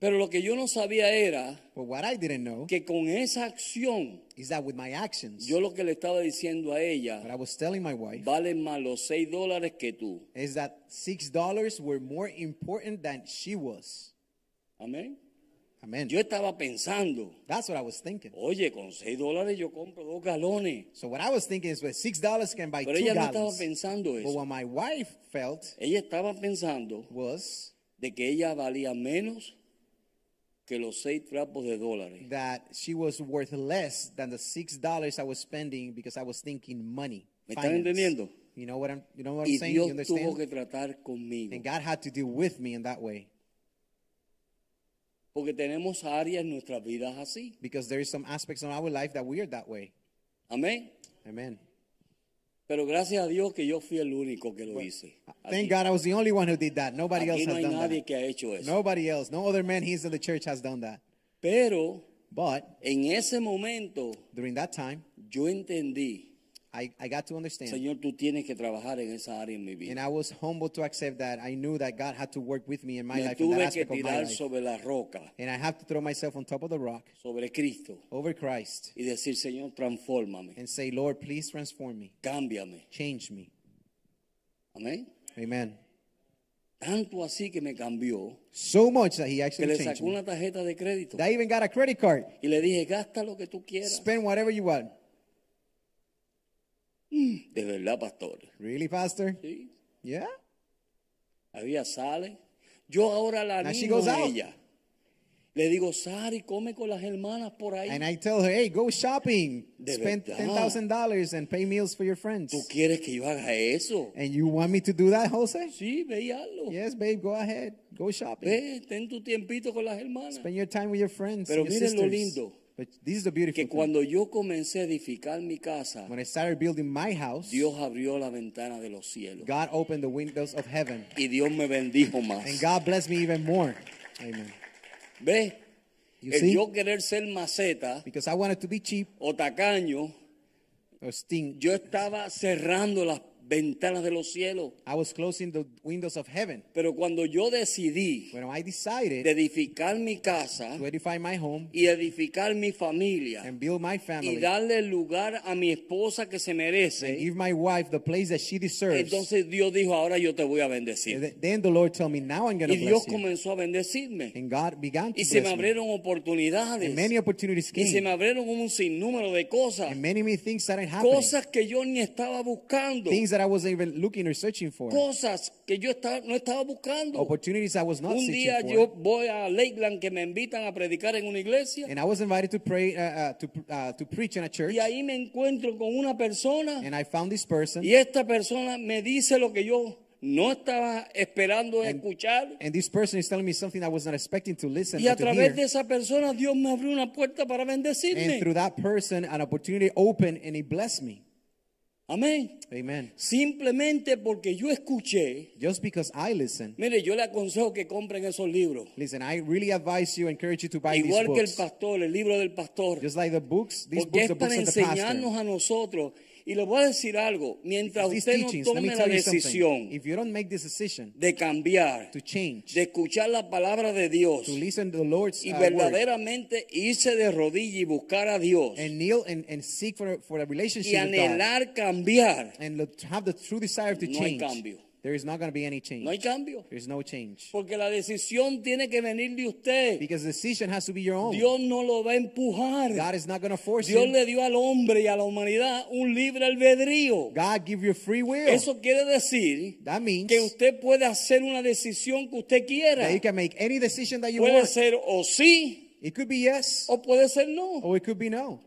Speaker 2: Pero lo que yo no sabía era
Speaker 3: But what I didn't know
Speaker 2: que con esa acción,
Speaker 3: is that with my actions,
Speaker 2: yo lo que le estaba diciendo a
Speaker 3: what
Speaker 2: ella,
Speaker 3: I was telling my wife
Speaker 2: valen más los seis dólares que tú.
Speaker 3: is that six dollars were more important than she was.
Speaker 2: Amén.
Speaker 3: Amen.
Speaker 2: Yo estaba pensando,
Speaker 3: That's what I was thinking.
Speaker 2: oye, con seis dólares yo compro dos galones.
Speaker 3: So what I was thinking is, with six dollars can buy
Speaker 2: Pero
Speaker 3: two
Speaker 2: ella no estaba
Speaker 3: gallons.
Speaker 2: pensando
Speaker 3: but
Speaker 2: eso.
Speaker 3: what my wife felt
Speaker 2: Ella estaba pensando
Speaker 3: was
Speaker 2: de que ella valía menos que los seis trapos de dólares.
Speaker 3: that she was worth less than the six dollars I was spending because I was thinking money.
Speaker 2: ¿Me están
Speaker 3: finance.
Speaker 2: entendiendo?
Speaker 3: You know what I'm you know what I'm
Speaker 2: Y
Speaker 3: saying? You
Speaker 2: Dios tuvo
Speaker 3: understand?
Speaker 2: que tratar conmigo.
Speaker 3: And God had to deal with me in that way.
Speaker 2: Porque tenemos áreas en nuestras vidas así.
Speaker 3: Because there is some aspects in our life that we are that way.
Speaker 2: Amén.
Speaker 3: Amen.
Speaker 2: Pero gracias a Dios que yo fui el único que lo hice.
Speaker 3: Thank
Speaker 2: Aquí,
Speaker 3: God I was the only one who did that. Nobody else
Speaker 2: aquí no
Speaker 3: has
Speaker 2: hay
Speaker 3: done
Speaker 2: nadie
Speaker 3: that.
Speaker 2: que ha hecho eso.
Speaker 3: Nobody else. No other man here in the church has done that.
Speaker 2: Pero
Speaker 3: But
Speaker 2: en ese momento
Speaker 3: during that time,
Speaker 2: yo entendí,
Speaker 3: I, I got to understand.
Speaker 2: Señor, tú tienes que trabajar en esa área en mi
Speaker 3: And
Speaker 2: vida.
Speaker 3: I was humbled to accept that I knew that God had to work with me in my
Speaker 2: Me
Speaker 3: life, in that
Speaker 2: tuve que
Speaker 3: aspect of my
Speaker 2: tirar
Speaker 3: life.
Speaker 2: sobre la roca,
Speaker 3: And I have to throw myself on top of the rock
Speaker 2: sobre Cristo,
Speaker 3: over Christ
Speaker 2: y decir, Señor, transfórmame,
Speaker 3: and say, Lord, please transform me,
Speaker 2: cámbiame.
Speaker 3: change me.
Speaker 2: Amén.
Speaker 3: Amen.
Speaker 2: Tanto así que me cambió,
Speaker 3: So much that he
Speaker 2: que
Speaker 3: actually
Speaker 2: le
Speaker 3: changed
Speaker 2: sacó
Speaker 3: me.
Speaker 2: una tarjeta de crédito
Speaker 3: That I even got a credit card.
Speaker 2: y le dije, gasta lo que tú quieras.
Speaker 3: Spend whatever you want.
Speaker 2: De verdad, pastor.
Speaker 3: Really, Pastor?
Speaker 2: Sí.
Speaker 3: Yeah?
Speaker 2: Había sale. Yo ahora la
Speaker 3: Now she
Speaker 2: animo
Speaker 3: goes
Speaker 2: a
Speaker 3: out.
Speaker 2: ella. Le digo, Sari, come con las hermanas por ahí.
Speaker 3: And I tell her, hey, go shopping.
Speaker 2: De
Speaker 3: Spend
Speaker 2: verdad.
Speaker 3: $10,000 and pay meals for your friends.
Speaker 2: ¿Tú quieres que yo haga eso?
Speaker 3: And you want me to do that, Jose?
Speaker 2: Sí, ve y hazlo.
Speaker 3: Yes, babe, go ahead. Go shopping.
Speaker 2: Ve, ten tu tiempito con las hermanas.
Speaker 3: Spend your time with your friends.
Speaker 2: Pero
Speaker 3: and your
Speaker 2: miren lo
Speaker 3: sisters.
Speaker 2: lindo.
Speaker 3: But this is the beautiful
Speaker 2: Que
Speaker 3: thing.
Speaker 2: cuando yo comencé a edificar mi casa,
Speaker 3: When I started building my house,
Speaker 2: Dios abrió la ventana de los cielos.
Speaker 3: God opened the windows of heaven.
Speaker 2: Y Dios me bendijo más.
Speaker 3: And God bless me even more. Amen.
Speaker 2: ¿Ves?
Speaker 3: You
Speaker 2: El
Speaker 3: see?
Speaker 2: yo querer ser maceta
Speaker 3: Because I wanted to be cheap
Speaker 2: o tacaño,
Speaker 3: or sting.
Speaker 2: yo estaba cerrando las ventanas de los cielos.
Speaker 3: I was closing the windows of heaven.
Speaker 2: Pero cuando yo decidí
Speaker 3: When I
Speaker 2: de
Speaker 3: decided
Speaker 2: edificar mi casa
Speaker 3: to edify my home
Speaker 2: y edificar mi familia
Speaker 3: and build my
Speaker 2: y
Speaker 3: family
Speaker 2: darle el lugar a mi esposa que se
Speaker 3: and
Speaker 2: merece,
Speaker 3: give my wife the place that she deserves,
Speaker 2: entonces Dios dijo, ahora yo te voy a bendecir.
Speaker 3: th- then the Lord told me, now I'm going
Speaker 2: Y
Speaker 3: to
Speaker 2: Dios
Speaker 3: bless you.
Speaker 2: comenzó a bendecirme.
Speaker 3: And God began
Speaker 2: Y
Speaker 3: to
Speaker 2: se me
Speaker 3: bless me.
Speaker 2: abrieron
Speaker 3: And
Speaker 2: oportunidades.
Speaker 3: many opportunities
Speaker 2: Y se me
Speaker 3: came.
Speaker 2: abrieron un sinnúmero de cosas.
Speaker 3: And many, many things started happening.
Speaker 2: Cosas que yo ni estaba buscando.
Speaker 3: Things that I wasn't even looking or searching for.
Speaker 2: Cosas que yo estaba- no estaba buscando.
Speaker 3: Opportunities I was not
Speaker 2: Un
Speaker 3: searching
Speaker 2: día yo
Speaker 3: for.
Speaker 2: voy a Lakeland que me invitan a predicar en una iglesia.
Speaker 3: And I was invited to pray, uh, uh, to, uh, to preach in a church.
Speaker 2: Y ahí me encuentro con una persona
Speaker 3: And I found this person.
Speaker 2: y esta persona me dice lo que yo no estaba esperando
Speaker 3: And-
Speaker 2: escuchar.
Speaker 3: And this person is telling me something I was not expecting to listen
Speaker 2: Y a
Speaker 3: or to hear.
Speaker 2: través de esa persona Dios me abrió una puerta para
Speaker 3: and through
Speaker 2: bendecirme.
Speaker 3: that person, an opportunity opened and he blessed me.
Speaker 2: Amén.
Speaker 3: Amen.
Speaker 2: Simplemente porque yo escuché.
Speaker 3: Just because I listen,
Speaker 2: Mire, yo le aconsejo que compren esos libros.
Speaker 3: listen, I really advise you, encourage you to buy
Speaker 2: Igual que el
Speaker 3: these books.
Speaker 2: pastor, el libro del pastor.
Speaker 3: Just like the books, these
Speaker 2: Porque es
Speaker 3: books, the
Speaker 2: para
Speaker 3: books of the
Speaker 2: enseñarnos
Speaker 3: pastor.
Speaker 2: a nosotros. Y le voy a decir algo. Mientras
Speaker 3: These
Speaker 2: usted no
Speaker 3: teachings, let me
Speaker 2: tome la
Speaker 3: tell you something.
Speaker 2: decisión
Speaker 3: If you don't make this decision
Speaker 2: de cambiar,
Speaker 3: to change,
Speaker 2: de escuchar la palabra de Dios
Speaker 3: to listen to the Lord's
Speaker 2: y
Speaker 3: uh, word,
Speaker 2: verdaderamente irse de rodillas y buscar a Dios
Speaker 3: and kneel and, and seek for, for a
Speaker 2: y
Speaker 3: relationship with God,
Speaker 2: anhelar cambiar,
Speaker 3: and look- have the true desire to
Speaker 2: No hay
Speaker 3: change,
Speaker 2: cambio.
Speaker 3: there is not going to be any change.
Speaker 2: no hay cambio.
Speaker 3: There's no change.
Speaker 2: Porque la decisión tiene que venir de usted.
Speaker 3: Because the decision has to be your own.
Speaker 2: Dios no lo va a empujar.
Speaker 3: God is not going to force
Speaker 2: Dios
Speaker 3: you.
Speaker 2: le dio al hombre y a la humanidad un libre albedrío.
Speaker 3: God give you free will.
Speaker 2: Eso quiere decir
Speaker 3: that means
Speaker 2: que usted puede hacer una decisión que usted quiera.
Speaker 3: that you can make any decision that you
Speaker 2: Puede
Speaker 3: want.
Speaker 2: ser Oh. o sí
Speaker 3: It could be yes
Speaker 2: o puede ser no.
Speaker 3: or it could be no.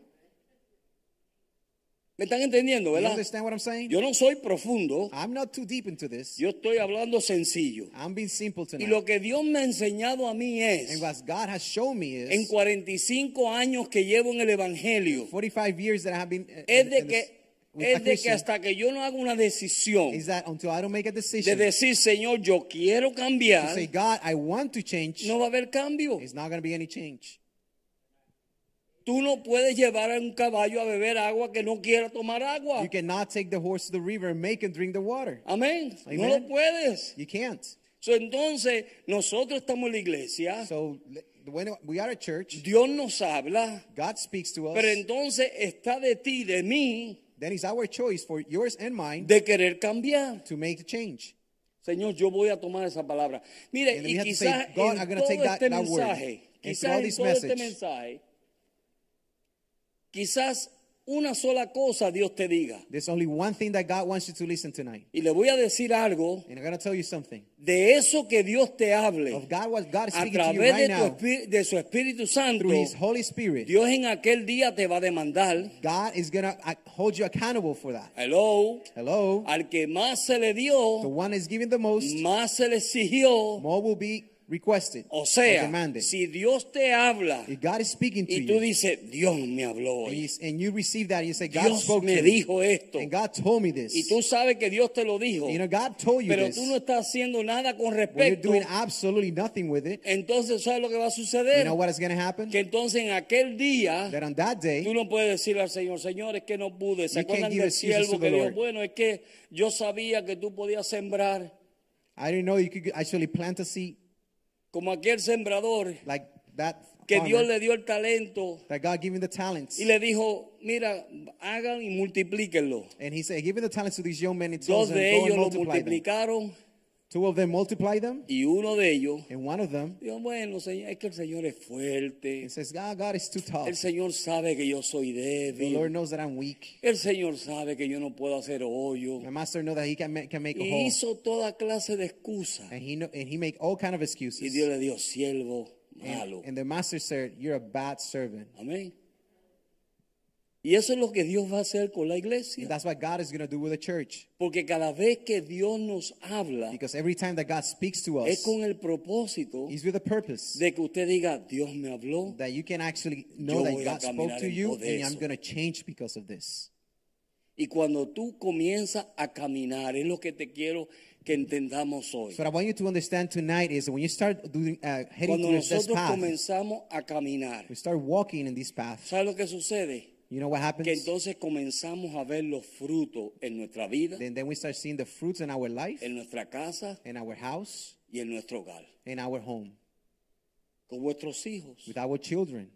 Speaker 2: ¿Me están entendiendo,
Speaker 3: You
Speaker 2: verdad?
Speaker 3: understand what I'm saying?
Speaker 2: Yo no soy profundo.
Speaker 3: I'm not too deep into this.
Speaker 2: Yo estoy hablando sencillo.
Speaker 3: I'm being simple
Speaker 2: Y
Speaker 3: tonight.
Speaker 2: lo que Dios me ha enseñado a mí
Speaker 3: and
Speaker 2: es,
Speaker 3: what God has shown me is
Speaker 2: en 45 años que llevo en el Evangelio,
Speaker 3: 45 years that I have been uh,
Speaker 2: es
Speaker 3: in-
Speaker 2: de
Speaker 3: in this-
Speaker 2: que,
Speaker 3: with a
Speaker 2: es de que
Speaker 3: Christian,
Speaker 2: hasta que yo no haga una decisión
Speaker 3: is that until I don't make a
Speaker 2: de
Speaker 3: decision
Speaker 2: decir, Señor, yo quiero
Speaker 3: to
Speaker 2: cambiar,
Speaker 3: say, God, I want to change,
Speaker 2: no va a haber cambio.
Speaker 3: it's not going to be any change.
Speaker 2: Tú no puedes llevar a un caballo a beber agua que no quiera tomar agua.
Speaker 3: You cannot take the horse to the river and make him drink the water.
Speaker 2: Amén. No
Speaker 3: Amen.
Speaker 2: lo puedes.
Speaker 3: You can't.
Speaker 2: So, entonces, nosotros estamos en la iglesia.
Speaker 3: So le- when we are a church,
Speaker 2: Dios nos habla.
Speaker 3: God speaks to us.
Speaker 2: Pero entonces está de ti, de mí,
Speaker 3: Then it's our choice for yours and mine
Speaker 2: de querer cambiar.
Speaker 3: to make the change.
Speaker 2: Señor, yo voy a tomar esa palabra. Mire,
Speaker 3: And we
Speaker 2: y
Speaker 3: have to
Speaker 2: quizás
Speaker 3: say, God,
Speaker 2: en
Speaker 3: I'm gonna
Speaker 2: todo
Speaker 3: take that-
Speaker 2: este
Speaker 3: that word.
Speaker 2: mensaje,
Speaker 3: And
Speaker 2: quizás
Speaker 3: throughout
Speaker 2: en
Speaker 3: this
Speaker 2: todo este
Speaker 3: message.
Speaker 2: mensaje, quizás una sola cosa Dios te diga.
Speaker 3: There's only one thing that God wants you to listen tonight.
Speaker 2: Y le voy a decir algo
Speaker 3: And I'm going to tell you something.
Speaker 2: de eso que Dios te hable
Speaker 3: Of God, what God is
Speaker 2: a
Speaker 3: speaking to you
Speaker 2: través
Speaker 3: right
Speaker 2: de, tu
Speaker 3: now,
Speaker 2: espi- de su Espíritu Santo.
Speaker 3: through His Holy Spirit,
Speaker 2: Dios en aquel día te va a demandar.
Speaker 3: God is going to hold you accountable for that.
Speaker 2: Hello.
Speaker 3: Hello?
Speaker 2: Al que más se le
Speaker 3: The
Speaker 2: dio,
Speaker 3: one is giving the most,
Speaker 2: más se le exigió.
Speaker 3: more will be requested
Speaker 2: O
Speaker 3: or
Speaker 2: sea,
Speaker 3: demanded.
Speaker 2: si Dios te habla
Speaker 3: If God is speaking to
Speaker 2: y tú
Speaker 3: you,
Speaker 2: dices, Dios me habló
Speaker 3: and
Speaker 2: hoy,
Speaker 3: you, and you receive that, and you say, God
Speaker 2: Dios
Speaker 3: spoke
Speaker 2: me
Speaker 3: to me,
Speaker 2: dijo esto,
Speaker 3: and God told me this.
Speaker 2: y tú sabes que Dios te lo dijo,
Speaker 3: You know, God told you
Speaker 2: pero
Speaker 3: this.
Speaker 2: tú no estás haciendo nada con
Speaker 3: when you're
Speaker 2: respecto,
Speaker 3: doing absolutely nothing with it,
Speaker 2: entonces ¿sabes lo que va a
Speaker 3: you
Speaker 2: suceder?
Speaker 3: know what is going to happen?
Speaker 2: Que entonces en aquel día
Speaker 3: That on that
Speaker 2: tú
Speaker 3: day,
Speaker 2: no puedes decirle al Señor, Señor, es que no pude. ¿Se
Speaker 3: You can't
Speaker 2: acuerdan
Speaker 3: give
Speaker 2: del
Speaker 3: excuses
Speaker 2: siervo
Speaker 3: to
Speaker 2: que
Speaker 3: the
Speaker 2: dijo,
Speaker 3: Lord.
Speaker 2: bueno, es que yo sabía que tú podías sembrar
Speaker 3: I didn't know you could actually plant a seed
Speaker 2: como aquel sembrador
Speaker 3: like that
Speaker 2: que
Speaker 3: farmer,
Speaker 2: Dios le dio el talento
Speaker 3: that God gave him the talents.
Speaker 2: y le dijo, mira, hagan y multiplíquenlo.
Speaker 3: And he said, give the talents to these young men and
Speaker 2: Dos
Speaker 3: tells them,
Speaker 2: de
Speaker 3: go
Speaker 2: ellos
Speaker 3: and
Speaker 2: lo
Speaker 3: multiply them.
Speaker 2: multiplicaron
Speaker 3: Two of them multiply them,
Speaker 2: y uno de ellos
Speaker 3: and one of them
Speaker 2: dijo, bueno, señor, es que el Señor es
Speaker 3: he
Speaker 2: fuerte,
Speaker 3: says, God, God is too
Speaker 2: el
Speaker 3: tough.
Speaker 2: Señor sabe que yo soy
Speaker 3: The Lord
Speaker 2: débil,
Speaker 3: knows that I'm weak.
Speaker 2: el Señor sabe que yo no puedo hacer hoyo.
Speaker 3: My master knows that he can make, can make a
Speaker 2: Y
Speaker 3: hole.
Speaker 2: hizo toda clase de excusas.
Speaker 3: And he, know, and he make all kind of
Speaker 2: Y
Speaker 3: excuses.
Speaker 2: Dios le dio siervo malo.
Speaker 3: And, and the master said, you're a bad servant.
Speaker 2: Amén. Y eso es lo que Dios va a hacer con la
Speaker 3: And
Speaker 2: iglesia.
Speaker 3: that's what God is going to do with the church.
Speaker 2: Porque cada vez que Dios nos habla,
Speaker 3: Because every time that God speaks to
Speaker 2: es
Speaker 3: us,
Speaker 2: con el propósito
Speaker 3: he's with a purpose.
Speaker 2: de que usted diga, Dios me habló.
Speaker 3: that you can actually
Speaker 2: Yo
Speaker 3: know
Speaker 2: voy a
Speaker 3: that God spoke
Speaker 2: caminar
Speaker 3: to
Speaker 2: en
Speaker 3: you
Speaker 2: pos de
Speaker 3: and I'm
Speaker 2: eso.
Speaker 3: going to change because of this.
Speaker 2: Y cuando tú comienzas a caminar, es lo que te quiero que entendamos hoy.
Speaker 3: So what I want you to understand tonight is that when you start doing, uh, heading
Speaker 2: Cuando
Speaker 3: towards this
Speaker 2: nosotros
Speaker 3: path,
Speaker 2: comenzamos a caminar,
Speaker 3: we start walking in this path.
Speaker 2: ¿sabes lo que sucede?
Speaker 3: You know what happens?
Speaker 2: Que entonces comenzamos a ver los frutos en nuestra vida,
Speaker 3: then, then we start seeing the fruits in our life,
Speaker 2: en nuestra casa
Speaker 3: in our house,
Speaker 2: y en nuestro hogar,
Speaker 3: in our home,
Speaker 2: con vuestros hijos.
Speaker 3: with our children.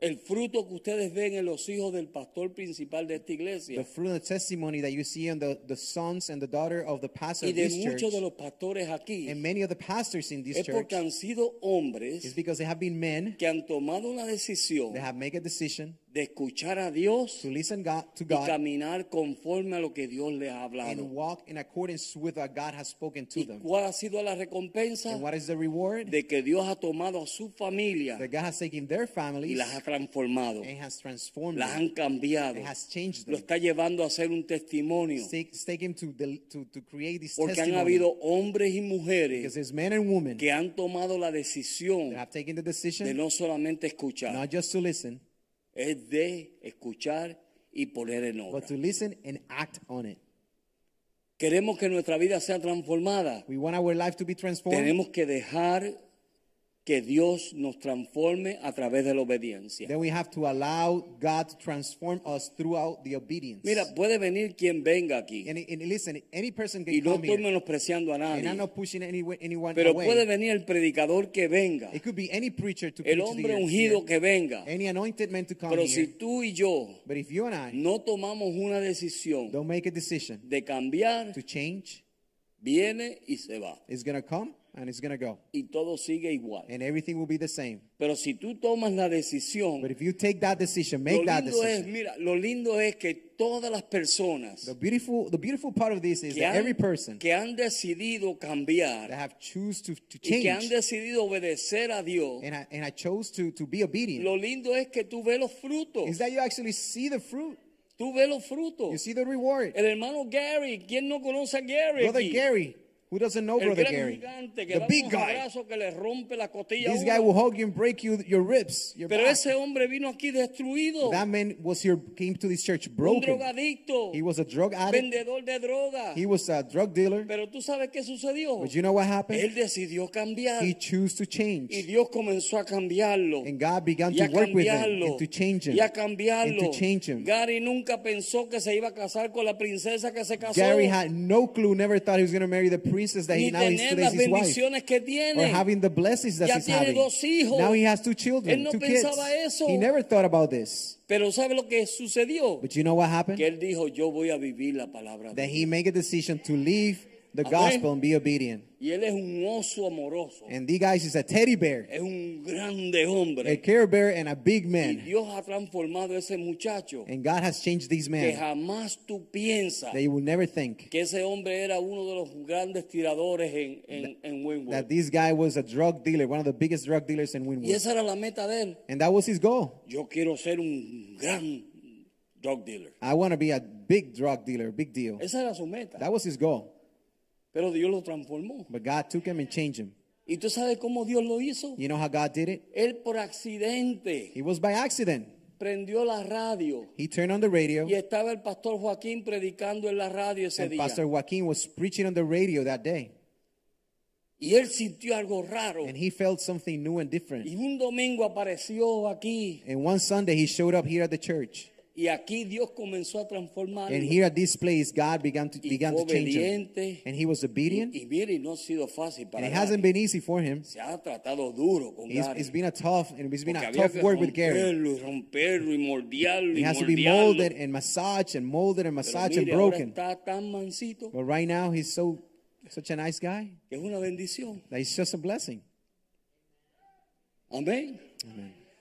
Speaker 2: El fruto que ustedes ven en los hijos del pastor principal de esta
Speaker 3: The
Speaker 2: iglesia
Speaker 3: fruit and the testimony that you see on the, the sons and the daughter of the pastor
Speaker 2: y
Speaker 3: of
Speaker 2: de
Speaker 3: pues, this church
Speaker 2: muchos de los pastores aquí
Speaker 3: and many of the pastors in this
Speaker 2: es
Speaker 3: church
Speaker 2: porque han sido
Speaker 3: is
Speaker 2: hombres
Speaker 3: because they have been men.
Speaker 2: que han tomado una decisión
Speaker 3: They have made a decision
Speaker 2: de escuchar a Dios
Speaker 3: to listen God, to
Speaker 2: y
Speaker 3: God
Speaker 2: caminar conforme a lo que Dios les ha
Speaker 3: and
Speaker 2: hablado.
Speaker 3: walk in accordance with what God has spoken to
Speaker 2: ¿Y
Speaker 3: them.
Speaker 2: cuál ha sido la recompensa?
Speaker 3: And what is the reward?
Speaker 2: De que Dios ha tomado a su familia
Speaker 3: That God has taken their
Speaker 2: y
Speaker 3: families
Speaker 2: las ha transformado,
Speaker 3: and has transformed
Speaker 2: las han
Speaker 3: them,
Speaker 2: cambiado,
Speaker 3: and has changed
Speaker 2: lo
Speaker 3: them.
Speaker 2: está llevando a ser un testimonio,
Speaker 3: It's take- it's taken to, the, to, to create this
Speaker 2: porque han
Speaker 3: testimony.
Speaker 2: habido hombres y
Speaker 3: because
Speaker 2: mujeres
Speaker 3: there's men and women
Speaker 2: que han tomado la decisión
Speaker 3: that have taken the
Speaker 2: de
Speaker 3: decision
Speaker 2: no solamente escuchar,
Speaker 3: not just to listen,
Speaker 2: es de escuchar y poner en
Speaker 3: but
Speaker 2: obra.
Speaker 3: to listen and act on it.
Speaker 2: Queremos que nuestra vida sea transformada.
Speaker 3: We want our life to be transformed.
Speaker 2: Tenemos que dejar que Dios nos transforme a través de la obediencia.
Speaker 3: Then we have to allow God to transform us throughout the obedience.
Speaker 2: Mira, puede venir quien venga aquí.
Speaker 3: and, and listen, any person
Speaker 2: Y
Speaker 3: can
Speaker 2: no
Speaker 3: come
Speaker 2: estoy
Speaker 3: here,
Speaker 2: menospreciando a
Speaker 3: and I'm
Speaker 2: nadie.
Speaker 3: not pushing any, anyone
Speaker 2: Pero
Speaker 3: away.
Speaker 2: puede venir el predicador que venga.
Speaker 3: It could be any preacher to
Speaker 2: El
Speaker 3: preach
Speaker 2: hombre
Speaker 3: the
Speaker 2: ungido que venga.
Speaker 3: any anointed man to come
Speaker 2: Pero
Speaker 3: here.
Speaker 2: si tú y yo
Speaker 3: but if you and I
Speaker 2: no tomamos una decisión
Speaker 3: don't make a decision
Speaker 2: de cambiar,
Speaker 3: to change,
Speaker 2: viene y se va.
Speaker 3: it's gonna come and it's gonna go,
Speaker 2: Y todo sigue igual.
Speaker 3: and everything will be the same.
Speaker 2: Pero si tú tomas la decisión,
Speaker 3: But if you take that decision,
Speaker 2: lo
Speaker 3: make that
Speaker 2: lindo es,
Speaker 3: decision.
Speaker 2: mira, lo lindo es que todas las personas
Speaker 3: The beautiful, the beautiful part of this is
Speaker 2: que
Speaker 3: that every
Speaker 2: han,
Speaker 3: person
Speaker 2: que han decidido
Speaker 3: that
Speaker 2: cambiar
Speaker 3: have choose to, to
Speaker 2: y que han
Speaker 3: change,
Speaker 2: decidido obedecer a Dios,
Speaker 3: and I and I chose to to be obedient,
Speaker 2: lo lindo es que tú ves los frutos.
Speaker 3: is that you actually see the fruit,
Speaker 2: Tú ves los
Speaker 3: you
Speaker 2: frutos.
Speaker 3: see the reward.
Speaker 2: El hermano Gary, ¿quién no conoce a Gary?
Speaker 3: Brother
Speaker 2: aquí?
Speaker 3: Gary, Who doesn't know
Speaker 2: El
Speaker 3: Brother
Speaker 2: gran
Speaker 3: Gary?
Speaker 2: gigante que
Speaker 3: The
Speaker 2: da
Speaker 3: big
Speaker 2: un
Speaker 3: guy.
Speaker 2: abrazo que le rompe la costilla. a
Speaker 3: This
Speaker 2: uno.
Speaker 3: guy will hug you and break you your ribs. Your
Speaker 2: Pero
Speaker 3: back.
Speaker 2: ese hombre vino aquí destruido.
Speaker 3: That man was here, came to this church
Speaker 2: Un
Speaker 3: broken.
Speaker 2: drogadicto.
Speaker 3: He was a drug addict.
Speaker 2: vendedor de droga.
Speaker 3: He was a drug dealer.
Speaker 2: Pero tú sabes qué sucedió.
Speaker 3: But you know what happened?
Speaker 2: Él decidió cambiar.
Speaker 3: He chose to
Speaker 2: Y
Speaker 3: change.
Speaker 2: Dios comenzó a cambiarlo.
Speaker 3: And God began
Speaker 2: y
Speaker 3: to
Speaker 2: a
Speaker 3: work with him
Speaker 2: cambiarlo.
Speaker 3: and to change him
Speaker 2: y a cambiarlo.
Speaker 3: and to change him.
Speaker 2: Gary nunca pensó que se iba a casar con la princesa que se casó.
Speaker 3: Gary had no clue, never thought he was going to marry the princess that he
Speaker 2: ni
Speaker 3: now is
Speaker 2: tener
Speaker 3: today's
Speaker 2: las
Speaker 3: his wife.
Speaker 2: bendiciones que
Speaker 3: Or
Speaker 2: tiene.
Speaker 3: having the blessings that
Speaker 2: Ya
Speaker 3: he's
Speaker 2: tiene
Speaker 3: having.
Speaker 2: dos hijos.
Speaker 3: Now he has two
Speaker 2: Él
Speaker 3: children,
Speaker 2: no
Speaker 3: two kids.
Speaker 2: pensaba eso.
Speaker 3: He never thought about this.
Speaker 2: Pero ¿sabe lo que sucedió?
Speaker 3: But you know what happened?
Speaker 2: Que él dijo, yo voy a vivir la palabra de
Speaker 3: That
Speaker 2: Dios.
Speaker 3: he made a decision to leave the
Speaker 2: Amén.
Speaker 3: gospel and be obedient.
Speaker 2: Y él es un oso amoroso.
Speaker 3: And these guys is a teddy bear,
Speaker 2: Es un grande
Speaker 3: a
Speaker 2: hombre.
Speaker 3: care bear, and a big
Speaker 2: Y
Speaker 3: man.
Speaker 2: Dios ha transformado a ese muchacho
Speaker 3: And God has changed these
Speaker 2: que
Speaker 3: men
Speaker 2: jamás tú piensas
Speaker 3: that you will never think
Speaker 2: que ese hombre era uno de los grandes tiradores en, en, en Wynwood.
Speaker 3: that this guy was a drug dealer, one of the biggest drug dealers in
Speaker 2: Y
Speaker 3: Wynwood.
Speaker 2: esa era la meta de él.
Speaker 3: And that was his goal.
Speaker 2: Yo quiero ser un gran drug dealer.
Speaker 3: I want to be a big drug dealer, big deal.
Speaker 2: Esa era su meta.
Speaker 3: That was his goal.
Speaker 2: Pero Dios lo transformó.
Speaker 3: But God took him and changed him.
Speaker 2: ¿Y tú sabes cómo Dios lo hizo?
Speaker 3: You know how God did it?
Speaker 2: Él por accidente
Speaker 3: It was by accident.
Speaker 2: prendió la radio
Speaker 3: He turned on the radio,
Speaker 2: y estaba el pastor Joaquín predicando en la radio ese
Speaker 3: and
Speaker 2: día.
Speaker 3: Pastor Joaquin was preaching on the radio that day.
Speaker 2: Y él sintió algo raro.
Speaker 3: And he felt something new and
Speaker 2: Y
Speaker 3: different.
Speaker 2: un domingo apareció aquí
Speaker 3: And one Sunday, he showed up here at the church.
Speaker 2: y aquí Dios comenzó a transformarlo.
Speaker 3: And here at this place, God began to,
Speaker 2: Y
Speaker 3: began to change him.
Speaker 2: obediente.
Speaker 3: And he was obedient.
Speaker 2: Y, y mire, y no ha sido fácil
Speaker 3: And
Speaker 2: para
Speaker 3: it
Speaker 2: él.
Speaker 3: hasn't been easy for him.
Speaker 2: Se ha tratado duro con
Speaker 3: It's,
Speaker 2: Gary.
Speaker 3: it's been a tough, and it's been
Speaker 2: Porque
Speaker 3: a
Speaker 2: había
Speaker 3: tough
Speaker 2: que
Speaker 3: work with Gary.
Speaker 2: romperlo y romperlo y moldearlo
Speaker 3: He
Speaker 2: y
Speaker 3: has to be
Speaker 2: moldearlo.
Speaker 3: molded and massaged and molded
Speaker 2: Pero
Speaker 3: and massaged and
Speaker 2: mire, ahora
Speaker 3: broken.
Speaker 2: está tan mansito
Speaker 3: But right now, he's so such a nice guy
Speaker 2: que es una bendición.
Speaker 3: that it's just a blessing.
Speaker 2: Amén.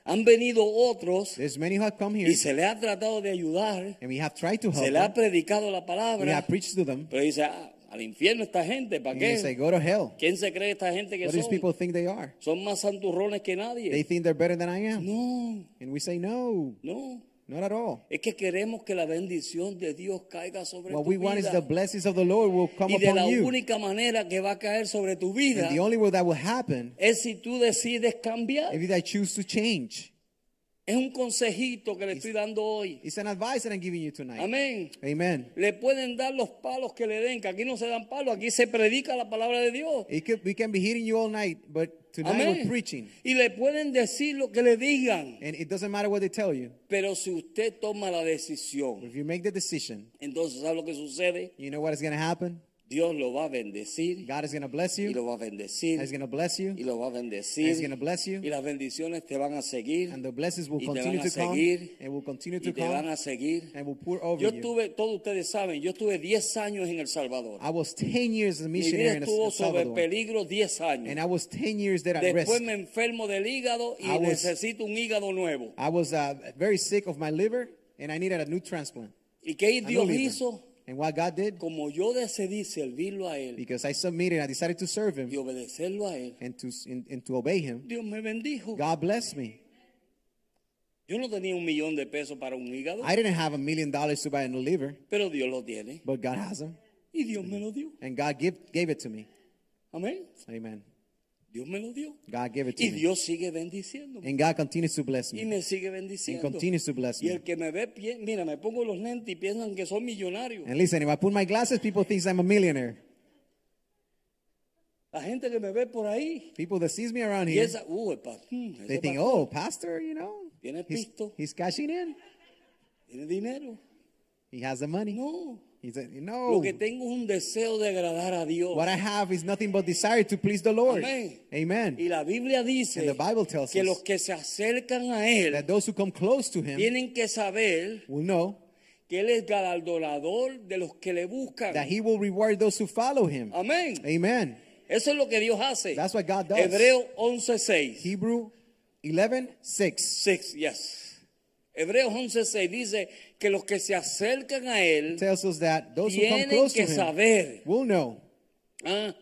Speaker 2: Han venido otros
Speaker 3: There's many who have come here,
Speaker 2: y se le ha tratado de ayudar,
Speaker 3: and we have tried to help
Speaker 2: se le ha
Speaker 3: them.
Speaker 2: predicado la
Speaker 3: We
Speaker 2: palabra,
Speaker 3: have preached to them.
Speaker 2: pero dice, "Ah, al infierno esta gente, ¿para
Speaker 3: And they say,
Speaker 2: qué?
Speaker 3: go to hell.
Speaker 2: ¿Quién se cree esta gente que
Speaker 3: What these people
Speaker 2: son?
Speaker 3: think they are?
Speaker 2: Son más santurrones que
Speaker 3: They
Speaker 2: nadie.
Speaker 3: think they're better than I am.
Speaker 2: No,
Speaker 3: And we say, no,
Speaker 2: no.
Speaker 3: not at all.
Speaker 2: Es que queremos que la bendición de Dios caiga sobre
Speaker 3: What
Speaker 2: tu
Speaker 3: we want is
Speaker 2: vida.
Speaker 3: the blessings of the Lord will come
Speaker 2: y de la
Speaker 3: upon you.
Speaker 2: única manera que va a caer sobre tu vida
Speaker 3: And the only way that will happen
Speaker 2: es si tú decides cambiar.
Speaker 3: if you that choose to change.
Speaker 2: Es un consejito que le estoy dando hoy.
Speaker 3: It's an advice that I'm giving you tonight.
Speaker 2: Amén.
Speaker 3: Amen.
Speaker 2: Le pueden dar los palos que le den, que aquí no se dan palos, aquí se predica la palabra de Dios.
Speaker 3: It could, we can be hitting you all night, but tonight
Speaker 2: Amén.
Speaker 3: we're preaching.
Speaker 2: Y le pueden decir lo que le digan,
Speaker 3: And it doesn't matter what they tell you.
Speaker 2: pero si usted toma la decisión,
Speaker 3: If you make the decision,
Speaker 2: entonces ¿sabe lo que sucede?
Speaker 3: you know what is going to happen?
Speaker 2: Dios lo va a bendecir
Speaker 3: God is going to bless
Speaker 2: y
Speaker 3: you.
Speaker 2: lo va a bendecir
Speaker 3: He's going to bless
Speaker 2: y
Speaker 3: you.
Speaker 2: lo va a
Speaker 3: He's
Speaker 2: bendecir
Speaker 3: going to bless
Speaker 2: y
Speaker 3: you.
Speaker 2: las bendiciones te van a seguir
Speaker 3: And the blessings will
Speaker 2: y te van
Speaker 3: continue
Speaker 2: a
Speaker 3: to come
Speaker 2: seguir
Speaker 3: and will
Speaker 2: y
Speaker 3: continue to
Speaker 2: te van
Speaker 3: come
Speaker 2: a seguir.
Speaker 3: and will pour over
Speaker 2: Yo
Speaker 3: you.
Speaker 2: estuve, todos ustedes saben, yo estuve 10 años en El Salvador.
Speaker 3: I was 10 years as a
Speaker 2: Mi vida
Speaker 3: missionary in
Speaker 2: estuvo
Speaker 3: El
Speaker 2: sobre
Speaker 3: Salvador.
Speaker 2: peligro 10
Speaker 3: And
Speaker 2: años.
Speaker 3: I was 10 years there at
Speaker 2: Después
Speaker 3: risk.
Speaker 2: me enfermo del hígado y
Speaker 3: I was-
Speaker 2: necesito un hígado nuevo.
Speaker 3: I was uh, very sick of my liver and I needed a new transplant.
Speaker 2: ¿Y qué
Speaker 3: a new
Speaker 2: Dios
Speaker 3: liver.
Speaker 2: hizo?
Speaker 3: And what God did,
Speaker 2: Como yo decidí servirlo a Él
Speaker 3: because I submitted, I decided to serve Him
Speaker 2: y obedecerlo a Él,
Speaker 3: and to, and, and to obey Him,
Speaker 2: Dios me bendijo.
Speaker 3: God blessed me.
Speaker 2: Yo no tenía un millón de pesos para un hígado,
Speaker 3: I didn't have a million dollars to buy a new liver,
Speaker 2: pero Dios lo tiene.
Speaker 3: but God has them.
Speaker 2: Y Dios me lo dio.
Speaker 3: And God give, gave it to me.
Speaker 2: Amén.
Speaker 3: Amen.
Speaker 2: Dios me lo dio.
Speaker 3: God gave it to
Speaker 2: Y
Speaker 3: me.
Speaker 2: Dios sigue bendiciendo.
Speaker 3: And God continues to bless
Speaker 2: Y
Speaker 3: me.
Speaker 2: me sigue
Speaker 3: And
Speaker 2: bendiciendo.
Speaker 3: continues to bless
Speaker 2: Y el
Speaker 3: me.
Speaker 2: que me ve, pi- mira, me pongo los lentes y piensan que soy millonario.
Speaker 3: And listen, if I put my glasses, people think I'm a millionaire.
Speaker 2: La gente que me ve por ahí
Speaker 3: People that sees me around here,
Speaker 2: piensa, uh, el pa- mm, ese
Speaker 3: they think,
Speaker 2: pastor
Speaker 3: oh, pastor, you know,
Speaker 2: Tiene
Speaker 3: he's,
Speaker 2: pisto.
Speaker 3: he's cashing in. "Oh".
Speaker 2: tiene dinero.
Speaker 3: He has the money.
Speaker 2: No,
Speaker 3: He said,
Speaker 2: lo
Speaker 3: no,
Speaker 2: que tengo es un deseo de agradar a Dios.
Speaker 3: Oh. what I have is nothing but desire to please the Lord.
Speaker 2: Amén. Y
Speaker 3: Amen.
Speaker 2: la Biblia
Speaker 3: And
Speaker 2: dice
Speaker 3: the Bible tells
Speaker 2: que
Speaker 3: us
Speaker 2: los que se acercan a Él
Speaker 3: That those who come close to him
Speaker 2: tienen que saber
Speaker 3: will know
Speaker 2: que Él es galardonador de los que le buscan.
Speaker 3: that he will reward those who follow him.
Speaker 2: Amén.
Speaker 3: Amen.
Speaker 2: Eso es lo que Dios hace.
Speaker 3: That's what God does.
Speaker 2: Hebreo 11:6.
Speaker 3: Hebrew 11, 6
Speaker 2: Six, yes. Hebreos 11:6 dice que los que se acercan a Él
Speaker 3: tells us that those who come
Speaker 2: Tienen
Speaker 3: close
Speaker 2: que
Speaker 3: to him
Speaker 2: saber.
Speaker 3: will know.
Speaker 2: Ah,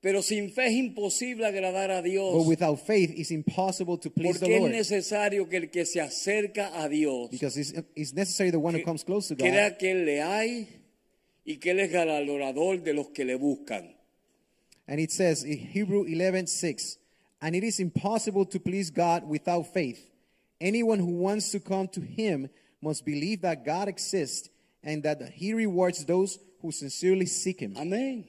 Speaker 2: pero sin fe es imposible agradar a
Speaker 3: But
Speaker 2: Dios.
Speaker 3: without faith, it's impossible to please the
Speaker 2: Porque es
Speaker 3: Lord.
Speaker 2: necesario que el que se acerca a Dios
Speaker 3: Because it's, it's necessary the one who comes close to God
Speaker 2: crea que Él le hay y que Él es galardonador de los que le buscan.
Speaker 3: And it says in Hebrew 11 6, and it is impossible to please God without faith. Anyone who wants to come to Him must believe that God exists and that He rewards those who sincerely seek Him.
Speaker 2: Amén.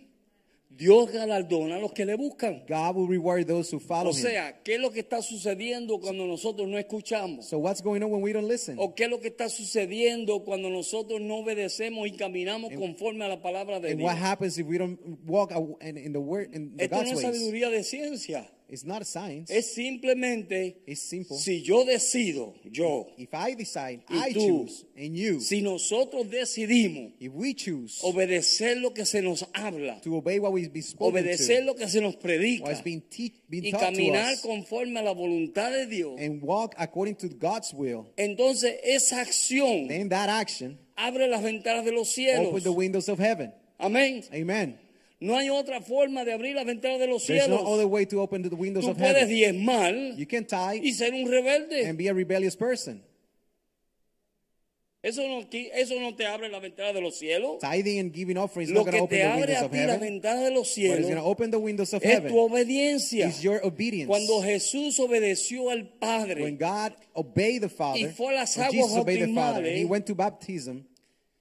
Speaker 2: Dios galardona a los que le buscan.
Speaker 3: God will reward those who follow
Speaker 2: O
Speaker 3: Him.
Speaker 2: sea, ¿qué es lo que está sucediendo cuando nosotros no escuchamos?
Speaker 3: So, what's going on when we don't listen?
Speaker 2: ¿O qué es lo que está sucediendo cuando nosotros no obedecemos y caminamos conforme a la palabra de
Speaker 3: And what
Speaker 2: Dios?
Speaker 3: happens if we don't walk aw- in, in the word in the
Speaker 2: Esto
Speaker 3: God's
Speaker 2: no es
Speaker 3: ways?
Speaker 2: sabiduría de ciencia.
Speaker 3: It's not a science.
Speaker 2: Es simplemente
Speaker 3: It's simple.
Speaker 2: si yo decido, yo,
Speaker 3: If I decide,
Speaker 2: Y
Speaker 3: I
Speaker 2: tú.
Speaker 3: choose, and you,
Speaker 2: si nosotros decidimos
Speaker 3: if we choose
Speaker 2: obedecer lo que se nos habla,
Speaker 3: to obey what we've been spoken
Speaker 2: obedecer
Speaker 3: to,
Speaker 2: lo que se nos
Speaker 3: what's
Speaker 2: predica
Speaker 3: been, te- been
Speaker 2: y
Speaker 3: taught to
Speaker 2: caminar
Speaker 3: us,
Speaker 2: conforme a la voluntad de Dios,
Speaker 3: and walk according to God's will,
Speaker 2: entonces esa acción
Speaker 3: then that action
Speaker 2: abre las ventanas de los
Speaker 3: opens the
Speaker 2: cielos.
Speaker 3: windows of heaven.
Speaker 2: Amén.
Speaker 3: Amen.
Speaker 2: No hay otra forma de abrir las ventanas de los
Speaker 3: There's
Speaker 2: cielos.
Speaker 3: no other way to open the windows
Speaker 2: Tú
Speaker 3: of
Speaker 2: puedes
Speaker 3: heaven. Em-
Speaker 2: diezmar
Speaker 3: You can tithe
Speaker 2: y ser un rebelde.
Speaker 3: and be a rebellious person.
Speaker 2: Eso no, qui- eso no te abre la ventana de los cielos.
Speaker 3: Tithing and giving offerings is
Speaker 2: Lo
Speaker 3: not going
Speaker 2: que
Speaker 3: to open
Speaker 2: te
Speaker 3: the
Speaker 2: abre
Speaker 3: windows
Speaker 2: a
Speaker 3: of
Speaker 2: ti la
Speaker 3: heaven,
Speaker 2: ventana de los
Speaker 3: but it's going to
Speaker 2: cielos
Speaker 3: open the windows of
Speaker 2: es tu
Speaker 3: heaven.
Speaker 2: obediencia.
Speaker 3: Is your obedience.
Speaker 2: Cuando Jesús obedeció al
Speaker 3: When
Speaker 2: Padre,
Speaker 3: God obeyed the Father,
Speaker 2: Y fue a las
Speaker 3: when
Speaker 2: aguas
Speaker 3: Jesus obeyed the Father, and
Speaker 2: bautismales,
Speaker 3: he went to baptism,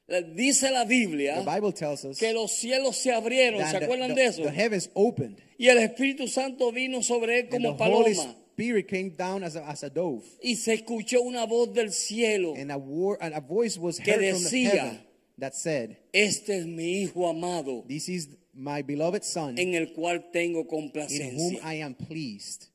Speaker 2: la- dice la
Speaker 3: the
Speaker 2: Biblia
Speaker 3: Bible tells us
Speaker 2: que los cielos se abrieron. ¿Se
Speaker 3: that the,
Speaker 2: acuerdan
Speaker 3: the-
Speaker 2: de eso?
Speaker 3: the heavens opened,
Speaker 2: Y el Espíritu Santo vino sobre él
Speaker 3: and the
Speaker 2: como
Speaker 3: Holy
Speaker 2: paloma.
Speaker 3: Spirit came down as a, as a dove,
Speaker 2: Y se escuchó una voz del cielo.
Speaker 3: and a, war, and a voice was
Speaker 2: Que
Speaker 3: heard from the
Speaker 2: decía,
Speaker 3: heaven that said,
Speaker 2: Este es mi Hijo amado,
Speaker 3: This is my beloved Son,
Speaker 2: en el cual tengo
Speaker 3: in whom
Speaker 2: complacencia.
Speaker 3: I am pleased.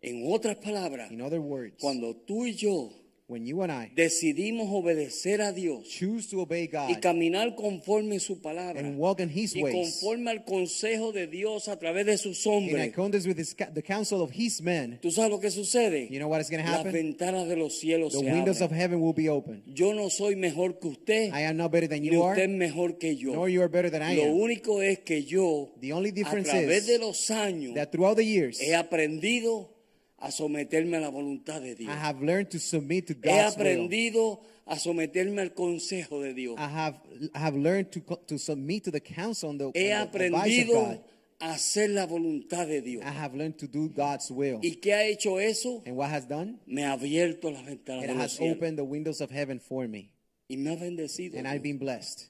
Speaker 2: En otras palabras,
Speaker 3: In other words,
Speaker 2: cuando tú y yo
Speaker 3: when you and I
Speaker 2: decidimos obedecer a Dios
Speaker 3: choose to obey
Speaker 2: y
Speaker 3: God
Speaker 2: caminar conforme a su palabra
Speaker 3: and walk in His
Speaker 2: y
Speaker 3: ways,
Speaker 2: conforme al consejo de Dios a través de sus
Speaker 3: in
Speaker 2: hombres,
Speaker 3: accordance with his, ca- the counsel of His men,
Speaker 2: ¿tú sabes lo que sucede?
Speaker 3: You know what is gonna
Speaker 2: Las
Speaker 3: happen?
Speaker 2: ventanas de los cielos
Speaker 3: the
Speaker 2: se
Speaker 3: windows of
Speaker 2: abren.
Speaker 3: heaven will be open.
Speaker 2: Yo no soy mejor que usted,
Speaker 3: I am not better than
Speaker 2: ni
Speaker 3: you are,
Speaker 2: usted es mejor que yo.
Speaker 3: nor you are better than I
Speaker 2: Lo
Speaker 3: am.
Speaker 2: único es que yo,
Speaker 3: The only
Speaker 2: a
Speaker 3: difference
Speaker 2: través de
Speaker 3: is
Speaker 2: los años,
Speaker 3: that throughout the years,
Speaker 2: He aprendido a someterme a la voluntad de Dios.
Speaker 3: I have learned to submit to
Speaker 2: He
Speaker 3: God's will.
Speaker 2: aprendido a someterme al consejo de Dios.
Speaker 3: I have I have learned to co- to submit to the counsel and the,
Speaker 2: He
Speaker 3: and the advice of God.
Speaker 2: aprendido a hacer la voluntad de Dios.
Speaker 3: I have learned to do God's will.
Speaker 2: ¿Y qué ha hecho eso?
Speaker 3: And what has done?
Speaker 2: Me ha abierto las ventanas
Speaker 3: It
Speaker 2: de los
Speaker 3: has
Speaker 2: cielos
Speaker 3: opened the windows of heaven for me,
Speaker 2: y me ha bendecido.
Speaker 3: and I've been blessed.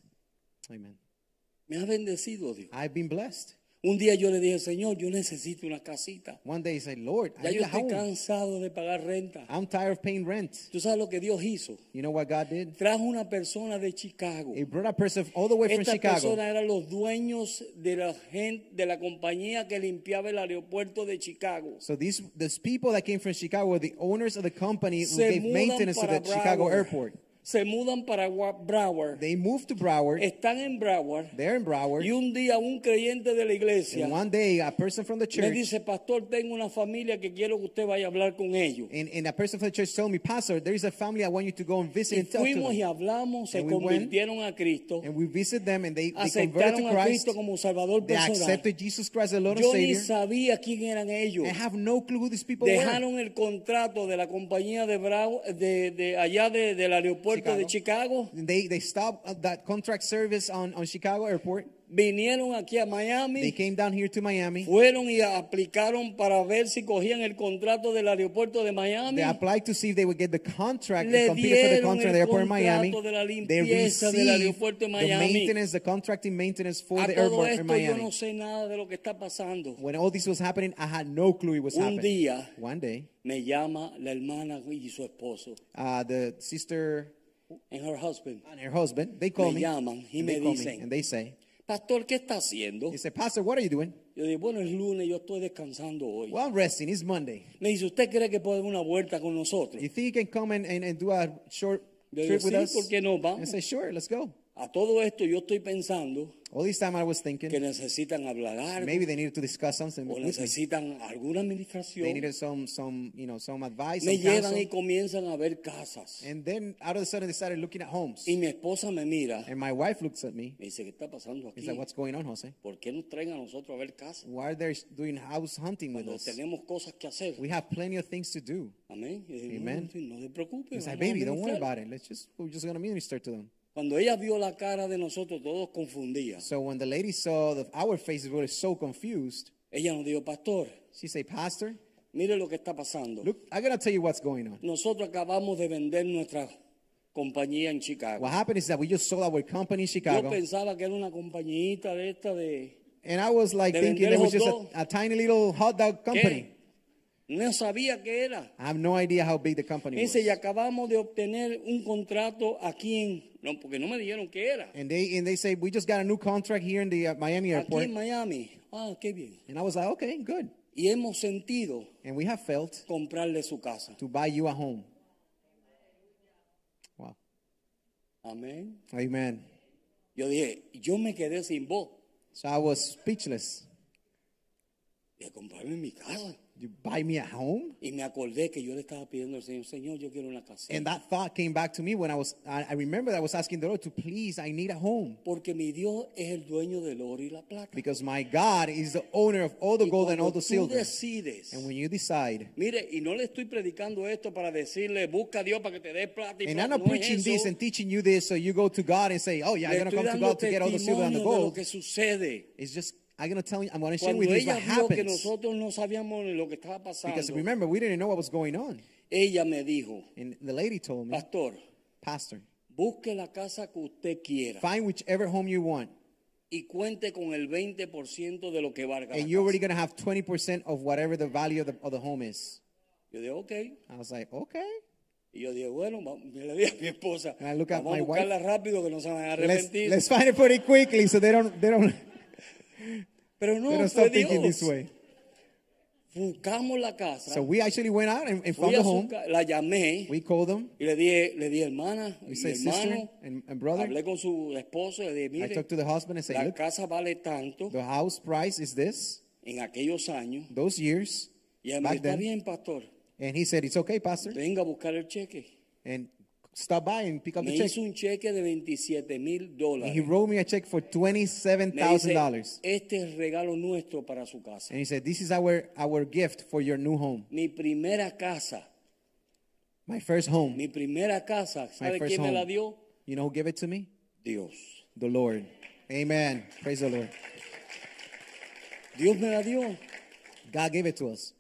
Speaker 3: Amen.
Speaker 2: Me ha bendecido Dios.
Speaker 3: I've been blessed.
Speaker 2: Un día yo le dije, Señor, yo necesito una casita.
Speaker 3: One day, I said, Lord, I
Speaker 2: Ya
Speaker 3: need
Speaker 2: yo
Speaker 3: a
Speaker 2: estoy
Speaker 3: home.
Speaker 2: cansado de pagar renta.
Speaker 3: I'm tired of paying rent.
Speaker 2: ¿Tú sabes lo que Dios hizo?
Speaker 3: You know what God did?
Speaker 2: Trajo una persona de Chicago.
Speaker 3: He brought a person all the way from
Speaker 2: Estas
Speaker 3: Chicago.
Speaker 2: personas eran los dueños de la gente, de la compañía que limpiaba el aeropuerto de Chicago.
Speaker 3: So these these people that came from Chicago were the owners of the company who
Speaker 2: Se
Speaker 3: gave
Speaker 2: mudan
Speaker 3: maintenance to
Speaker 2: para
Speaker 3: the Chicago
Speaker 2: Broward.
Speaker 3: airport.
Speaker 2: Se mudan para Wa- Broward.
Speaker 3: They moved to Broward.
Speaker 2: Están en Broward.
Speaker 3: They're in
Speaker 2: Y
Speaker 3: Broward.
Speaker 2: un día un creyente de la iglesia
Speaker 3: And one day, a person from the
Speaker 2: me
Speaker 3: church
Speaker 2: dice, pastor, tengo una familia que quiero que usted vaya a hablar con ellos.
Speaker 3: and, and a person from the church told me, Pastor, there is a family I want you to go and visit
Speaker 2: Y
Speaker 3: and talk to
Speaker 2: fuimos y
Speaker 3: them.
Speaker 2: hablamos, se
Speaker 3: And we went.
Speaker 2: convirtieron a Cristo,
Speaker 3: And we visit them, and they, they converted
Speaker 2: aceptaron
Speaker 3: to
Speaker 2: a
Speaker 3: Christ.
Speaker 2: Cristo como Salvador
Speaker 3: They
Speaker 2: personal.
Speaker 3: accepted Jesus Christ as Lord and
Speaker 2: Yo ni
Speaker 3: Savior.
Speaker 2: sabía quién eran ellos.
Speaker 3: I have no clue who these people were.
Speaker 2: Dejaron el contrato de la compañía de Brau- de, de allá de- del aeropuerto de Chicago.
Speaker 3: And They they stopped that contract service on, on Chicago airport.
Speaker 2: Vinieron aquí a
Speaker 3: They
Speaker 2: Miami.
Speaker 3: came down here to Miami.
Speaker 2: Fueron y aplicaron para ver si cogían el contrato del aeropuerto de Miami.
Speaker 3: They applied to see if they would get the contract
Speaker 2: Le
Speaker 3: and competed for the
Speaker 2: dieron el
Speaker 3: contract at the airport in Miami.
Speaker 2: contrato de la
Speaker 3: They
Speaker 2: limpieza del
Speaker 3: received
Speaker 2: aeropuerto de
Speaker 3: the
Speaker 2: Miami.
Speaker 3: maintenance, the contracting maintenance for
Speaker 2: A
Speaker 3: the
Speaker 2: todo
Speaker 3: airport
Speaker 2: esto
Speaker 3: in
Speaker 2: yo
Speaker 3: Miami.
Speaker 2: no sé nada de lo que está pasando.
Speaker 3: When all this was happening, I had no clue it was
Speaker 2: Un
Speaker 3: happening.
Speaker 2: día-
Speaker 3: One day,
Speaker 2: Me llama la hermana y su esposo
Speaker 3: uh, the sister
Speaker 2: and her husband.
Speaker 3: and her husband, they call
Speaker 2: Me
Speaker 3: me,
Speaker 2: llaman y
Speaker 3: and they
Speaker 2: me
Speaker 3: call
Speaker 2: dicen-
Speaker 3: me and they say,
Speaker 2: Pastor, ¿qué está haciendo?
Speaker 3: they say, Pastor, what are you doing?
Speaker 2: Yo digo, bueno, es lunes, yo estoy descansando hoy.
Speaker 3: Well, I'm resting. It's Monday.
Speaker 2: Me dice, ¿usted cree que puede dar una vuelta con nosotros?
Speaker 3: You think you can come and, and, and do a short
Speaker 2: Yo digo,
Speaker 3: trip with
Speaker 2: "Sí,
Speaker 3: us?
Speaker 2: ¿por qué no?
Speaker 3: I
Speaker 2: Vamos.
Speaker 3: say, sure, let's go.
Speaker 2: A todo esto yo estoy pensando
Speaker 3: All this time I was
Speaker 2: que
Speaker 3: thinking,
Speaker 2: necesitan hablar algo
Speaker 3: maybe they needed to discuss something
Speaker 2: o
Speaker 3: with me.
Speaker 2: necesitan alguna administración.
Speaker 3: They needed some, some, you know, some advice,
Speaker 2: Me
Speaker 3: some counsel.
Speaker 2: llevan y comienzan a ver casas.
Speaker 3: And then out of a sudden they started looking at homes.
Speaker 2: Y mi esposa me mira.
Speaker 3: And my wife looks at me.
Speaker 2: Me dice, ¿qué está pasando aquí?
Speaker 3: He's like, what's going on, Jose?
Speaker 2: ¿Por qué nos traen a nosotros a ver casas?
Speaker 3: Why are they doing house hunting with
Speaker 2: Cuando
Speaker 3: us?
Speaker 2: tenemos cosas que hacer.
Speaker 3: We have plenty of things to do.
Speaker 2: Amén. Y yo digo,
Speaker 3: Amen.
Speaker 2: No, no te preocupes.
Speaker 3: He's like,
Speaker 2: vamos a
Speaker 3: baby, don't worry
Speaker 2: ministrar".
Speaker 3: about it. Let's just, we're just going to minister to them.
Speaker 2: Cuando ella vio la cara de nosotros, todos confundidos.
Speaker 3: So when the lady saw the, our faces, we were so confused.
Speaker 2: Ella nos dijo, pastor,
Speaker 3: She said, Pastor,
Speaker 2: mire lo que está pasando.
Speaker 3: look, I gotta tell you what's going on.
Speaker 2: Nosotros acabamos de vender nuestra compañía en Chicago.
Speaker 3: What happened is that we just sold our company in
Speaker 2: Yo
Speaker 3: Chicago,
Speaker 2: pensaba que era una compañita de esta de...
Speaker 3: and I was like
Speaker 2: de
Speaker 3: thinking
Speaker 2: vender
Speaker 3: it
Speaker 2: hot
Speaker 3: was just
Speaker 2: dog.
Speaker 3: a, a tiny little hot dog company.
Speaker 2: ¿Qué? No sabía qué era.
Speaker 3: I have no idea how big the company was.
Speaker 2: Dice, y acabamos de obtener un contrato aquí en... No, porque no me dijeron qué era.
Speaker 3: And they and they say we just got a new contract here in the uh, Miami
Speaker 2: Aquí
Speaker 3: airport.
Speaker 2: en Miami. Ah, qué bien.
Speaker 3: And I was like, okay, good.
Speaker 2: Y hemos sentido
Speaker 3: And we have felt
Speaker 2: comprarle su casa.
Speaker 3: to buy you a home. Wow.
Speaker 2: Amén.
Speaker 3: Amen.
Speaker 2: Yo dije, yo me quedé sin voz.
Speaker 3: So I was speechless.
Speaker 2: de comprarme mi casa.
Speaker 3: You buy me a home?
Speaker 2: Y me acordé que yo le estaba pidiendo al Señor, Señor, yo quiero una casa.
Speaker 3: And that thought came back to me when I was I, I remember I was asking the Lord to please I need a home.
Speaker 2: Porque mi Dios es el dueño del oro y la plata.
Speaker 3: Because my God is the owner of all the
Speaker 2: Y
Speaker 3: gold and
Speaker 2: cuando
Speaker 3: all the
Speaker 2: tú
Speaker 3: silver.
Speaker 2: decides,
Speaker 3: And when you decide,
Speaker 2: mire, y no le estoy predicando esto para decirle, busca a Dios para que te dé plata. Y
Speaker 3: and
Speaker 2: plata",
Speaker 3: I'm not
Speaker 2: no es
Speaker 3: preaching
Speaker 2: eso.
Speaker 3: this and teaching you this, so you go to God and say, Oh yeah,
Speaker 2: Le
Speaker 3: I'm gonna
Speaker 2: estoy
Speaker 3: come to
Speaker 2: dando
Speaker 3: God to get all the silver and the
Speaker 2: testimonio de lo
Speaker 3: gold.
Speaker 2: que sucede.
Speaker 3: It's just I'm gonna tell you I'm gonna share
Speaker 2: Cuando
Speaker 3: with you
Speaker 2: ella
Speaker 3: what
Speaker 2: vio que
Speaker 3: happens.
Speaker 2: nosotros no sabíamos lo que estaba pasando,
Speaker 3: Because remember, we didn't know what was going on.
Speaker 2: ella me dijo,
Speaker 3: And the lady told me,
Speaker 2: pastor,
Speaker 3: Pastor,
Speaker 2: busque la casa que usted quiera
Speaker 3: find whichever home you want.
Speaker 2: y cuente con el 20% de lo que valga la
Speaker 3: And you're already
Speaker 2: casa.
Speaker 3: going to have 20% of whatever the value of the, of the home is.
Speaker 2: Yo dije, ok.
Speaker 3: I was like, okay.
Speaker 2: Y yo dije, bueno, va- me le dije a mi esposa,
Speaker 3: And I Ah, look at
Speaker 2: vamos a
Speaker 3: my
Speaker 2: buscarla rápido que no se van a
Speaker 3: Let's,
Speaker 2: arrepentir.
Speaker 3: let's find it pretty quickly so they don't, they don't,
Speaker 2: Pero
Speaker 3: they
Speaker 2: no,
Speaker 3: don't
Speaker 2: fue
Speaker 3: stop thinking
Speaker 2: Dios.
Speaker 3: this way.
Speaker 2: Buscamos la casa.
Speaker 3: So we actually went out and, and
Speaker 2: fui
Speaker 3: found
Speaker 2: a
Speaker 3: a
Speaker 2: su
Speaker 3: home.
Speaker 2: ca- la llamé
Speaker 3: We called them.
Speaker 2: y le dije, le dije hermana,
Speaker 3: We
Speaker 2: y
Speaker 3: said, sister
Speaker 2: hermano,
Speaker 3: and, and brother.
Speaker 2: hablé con su esposo, le dije,
Speaker 3: I
Speaker 2: mire,
Speaker 3: talked to the husband and
Speaker 2: la
Speaker 3: said, look,
Speaker 2: casa vale tanto
Speaker 3: the house price is this,
Speaker 2: en aquellos años.
Speaker 3: those years,
Speaker 2: Y ella me dijo,
Speaker 3: back
Speaker 2: está
Speaker 3: then.
Speaker 2: bien, pastor,
Speaker 3: And he said, it's okay, pastor.
Speaker 2: venga a buscar el cheque.
Speaker 3: And stop by and pick up
Speaker 2: Me
Speaker 3: the check.
Speaker 2: hizo un cheque de 27 mil
Speaker 3: And he
Speaker 2: dólares.
Speaker 3: wrote me a check for twenty-seven
Speaker 2: Me dice,
Speaker 3: thousand dollars,
Speaker 2: este es el regalo nuestro para su casa.
Speaker 3: and he said, "This is our our gift for your new home,
Speaker 2: Mi primera casa.
Speaker 3: my first home.
Speaker 2: Mi primera casa, ¿sabe
Speaker 3: first
Speaker 2: quién me la
Speaker 3: home.
Speaker 2: dio?
Speaker 3: You know who gave it to me?
Speaker 2: Dios.
Speaker 3: The Lord. Amen. Praise the Lord.
Speaker 2: Dios me la dio.
Speaker 3: God gave it to us,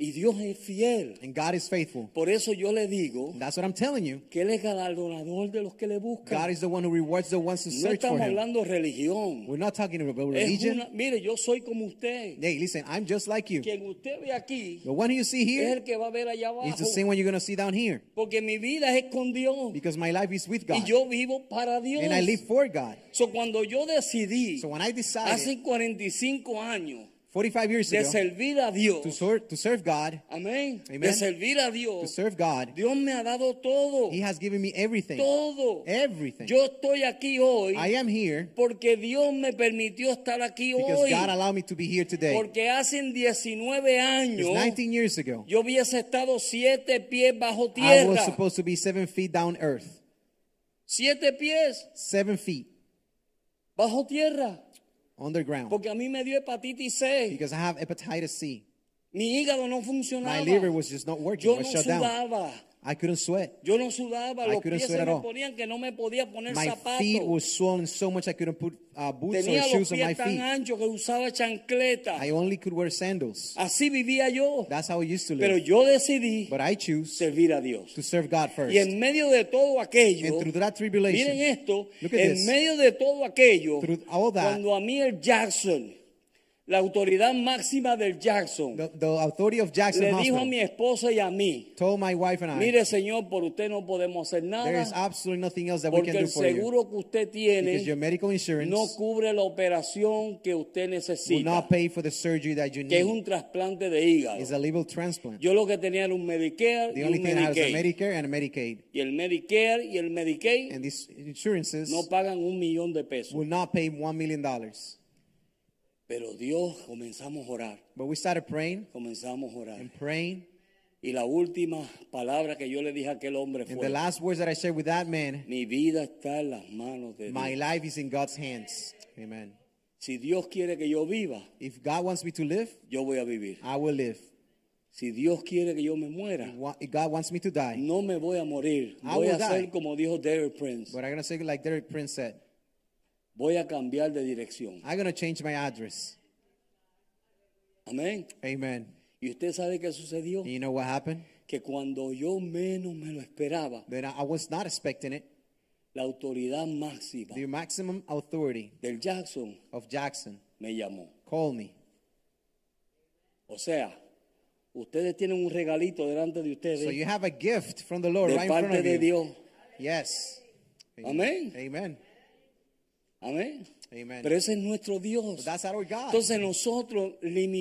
Speaker 2: Y Dios es fiel.
Speaker 3: and God is faithful.
Speaker 2: Por eso yo le digo
Speaker 3: And that's what I'm telling you.
Speaker 2: que Él es galardonador de los que le
Speaker 3: God
Speaker 2: buscan.
Speaker 3: is the one who rewards the ones who
Speaker 2: No
Speaker 3: search for
Speaker 2: estamos
Speaker 3: Him.
Speaker 2: hablando de religión.
Speaker 3: We're not talking about
Speaker 2: Es
Speaker 3: religion.
Speaker 2: una- mire, yo soy como usted.
Speaker 3: Hey, listen, I'm just like you.
Speaker 2: Quien usted ve aquí
Speaker 3: The one who you see
Speaker 2: es
Speaker 3: here
Speaker 2: el que va a ver allá
Speaker 3: is
Speaker 2: abajo.
Speaker 3: the same one you're gonna see down here,
Speaker 2: Porque mi vida es con Dios.
Speaker 3: because my life is with
Speaker 2: Y
Speaker 3: God,
Speaker 2: yo vivo para Dios.
Speaker 3: and I live for God.
Speaker 2: So, cuando yo decidí
Speaker 3: So when I decided
Speaker 2: hace 45 años
Speaker 3: 45 years
Speaker 2: de
Speaker 3: ago
Speaker 2: servir a
Speaker 3: to
Speaker 2: Dios,
Speaker 3: serve to serve God,
Speaker 2: amén, de
Speaker 3: Amen.
Speaker 2: servir a
Speaker 3: to
Speaker 2: Dios,
Speaker 3: serve God.
Speaker 2: Dios me ha dado todo.
Speaker 3: He has given me everything.
Speaker 2: Todo.
Speaker 3: Everything.
Speaker 2: Yo estoy aquí hoy
Speaker 3: I am here
Speaker 2: porque Dios me permitió estar aquí
Speaker 3: because
Speaker 2: hoy.
Speaker 3: God allowed me to be here today.
Speaker 2: Porque hace 19 años
Speaker 3: Because 19 years ago,
Speaker 2: yo hubiese estado siete pies bajo
Speaker 3: I was
Speaker 2: tierra.
Speaker 3: supposed to be seven feet down earth.
Speaker 2: Siete pies
Speaker 3: Seven feet
Speaker 2: bajo tierra.
Speaker 3: underground.
Speaker 2: Porque a mí me dio hepatitis C.
Speaker 3: Because I have hepatitis C.
Speaker 2: Mi hígado no
Speaker 3: My
Speaker 2: funcionaba.
Speaker 3: liver was just not working.
Speaker 2: yo no
Speaker 3: It was shut down.
Speaker 2: sudaba.
Speaker 3: I couldn't sweat.
Speaker 2: Yo no sudaba.
Speaker 3: I
Speaker 2: Los
Speaker 3: couldn't
Speaker 2: pies
Speaker 3: sweat
Speaker 2: se
Speaker 3: at
Speaker 2: me
Speaker 3: all.
Speaker 2: ponían que no me podía poner
Speaker 3: My feet
Speaker 2: zapatos.
Speaker 3: were swollen so much I couldn't put uh, boots or
Speaker 2: Tenía los
Speaker 3: shoes on my
Speaker 2: pies tan
Speaker 3: feet.
Speaker 2: anchos que usaba chancleta.
Speaker 3: I only could wear sandals.
Speaker 2: Así vivía yo.
Speaker 3: That's how I used to
Speaker 2: Pero
Speaker 3: live.
Speaker 2: yo decidí
Speaker 3: But I choose
Speaker 2: servir a Dios.
Speaker 3: to serve God first.
Speaker 2: Y en medio de todo aquello,
Speaker 3: And through that
Speaker 2: miren
Speaker 3: tribulation,
Speaker 2: esto,
Speaker 3: Look at
Speaker 2: en
Speaker 3: this.
Speaker 2: medio de todo aquello,
Speaker 3: Through all that.
Speaker 2: cuando a mí el Jackson, la autoridad máxima del Jackson,
Speaker 3: the, the authority of Jackson
Speaker 2: le dijo a
Speaker 3: Hospital
Speaker 2: mi esposa y a mí,
Speaker 3: told my wife and I,
Speaker 2: mire señor, por usted no podemos hacer
Speaker 3: there is
Speaker 2: nada,
Speaker 3: absolutely nothing else that we
Speaker 2: porque
Speaker 3: can do
Speaker 2: el
Speaker 3: for you.
Speaker 2: seguro que usted
Speaker 3: Because
Speaker 2: tiene
Speaker 3: your medical insurance
Speaker 2: no cubre la operación que usted
Speaker 3: will
Speaker 2: necesita,
Speaker 3: not pay for the surgery that you
Speaker 2: que es
Speaker 3: need.
Speaker 2: un trasplante de hígado.
Speaker 3: It's a liver transplant.
Speaker 2: Yo lo que tenía era un Medicare y
Speaker 3: The
Speaker 2: un
Speaker 3: only thing I have is a
Speaker 2: Medicaid.
Speaker 3: Medicare and a Medicaid.
Speaker 2: Y el Medicare y el Medicaid
Speaker 3: And these insurances
Speaker 2: no pagan un millón de pesos.
Speaker 3: will not pay $1 million. But
Speaker 2: Pero Dios comenzamos a orar,
Speaker 3: we started praying
Speaker 2: comenzamos a orar.
Speaker 3: and praying.
Speaker 2: Y la última palabra que yo le dije a aquel hombre
Speaker 3: And the
Speaker 2: fue,
Speaker 3: last words that I shared with that man,
Speaker 2: mi vida está en las manos de
Speaker 3: my
Speaker 2: Dios.
Speaker 3: life is in God's hands. Amen.
Speaker 2: Si Dios quiere que yo viva,
Speaker 3: If God wants me to live,
Speaker 2: yo voy a vivir.
Speaker 3: I will live.
Speaker 2: Si Dios quiere que yo me muera,
Speaker 3: Wa- If God wants me to die,
Speaker 2: no me voy a morir.
Speaker 3: I
Speaker 2: Voy a
Speaker 3: will die.
Speaker 2: ser como dijo Derek Prince.
Speaker 3: but I'm going to say, like Derek Prince said,
Speaker 2: Voy a cambiar de dirección.
Speaker 3: I'm going to change my address.
Speaker 2: Amén.
Speaker 3: Amen.
Speaker 2: Y usted sabe qué sucedió.
Speaker 3: And you know what happened?
Speaker 2: Que cuando yo menos me lo esperaba,
Speaker 3: That I I was not expecting it.
Speaker 2: la autoridad máxima
Speaker 3: The maximum authority
Speaker 2: del Jackson
Speaker 3: of Jackson
Speaker 2: me llamó.
Speaker 3: called me.
Speaker 2: O sea, ustedes tienen un regalito delante de ustedes
Speaker 3: So you have a gift from the Lord
Speaker 2: de
Speaker 3: right in front
Speaker 2: parte
Speaker 3: of
Speaker 2: de
Speaker 3: you.
Speaker 2: Dios.
Speaker 3: Yes.
Speaker 2: Amén.
Speaker 3: Amen.
Speaker 2: Amén.
Speaker 3: Amen.
Speaker 2: Pero ese es nuestro Dios.
Speaker 3: But that's our God.
Speaker 2: Entonces nosotros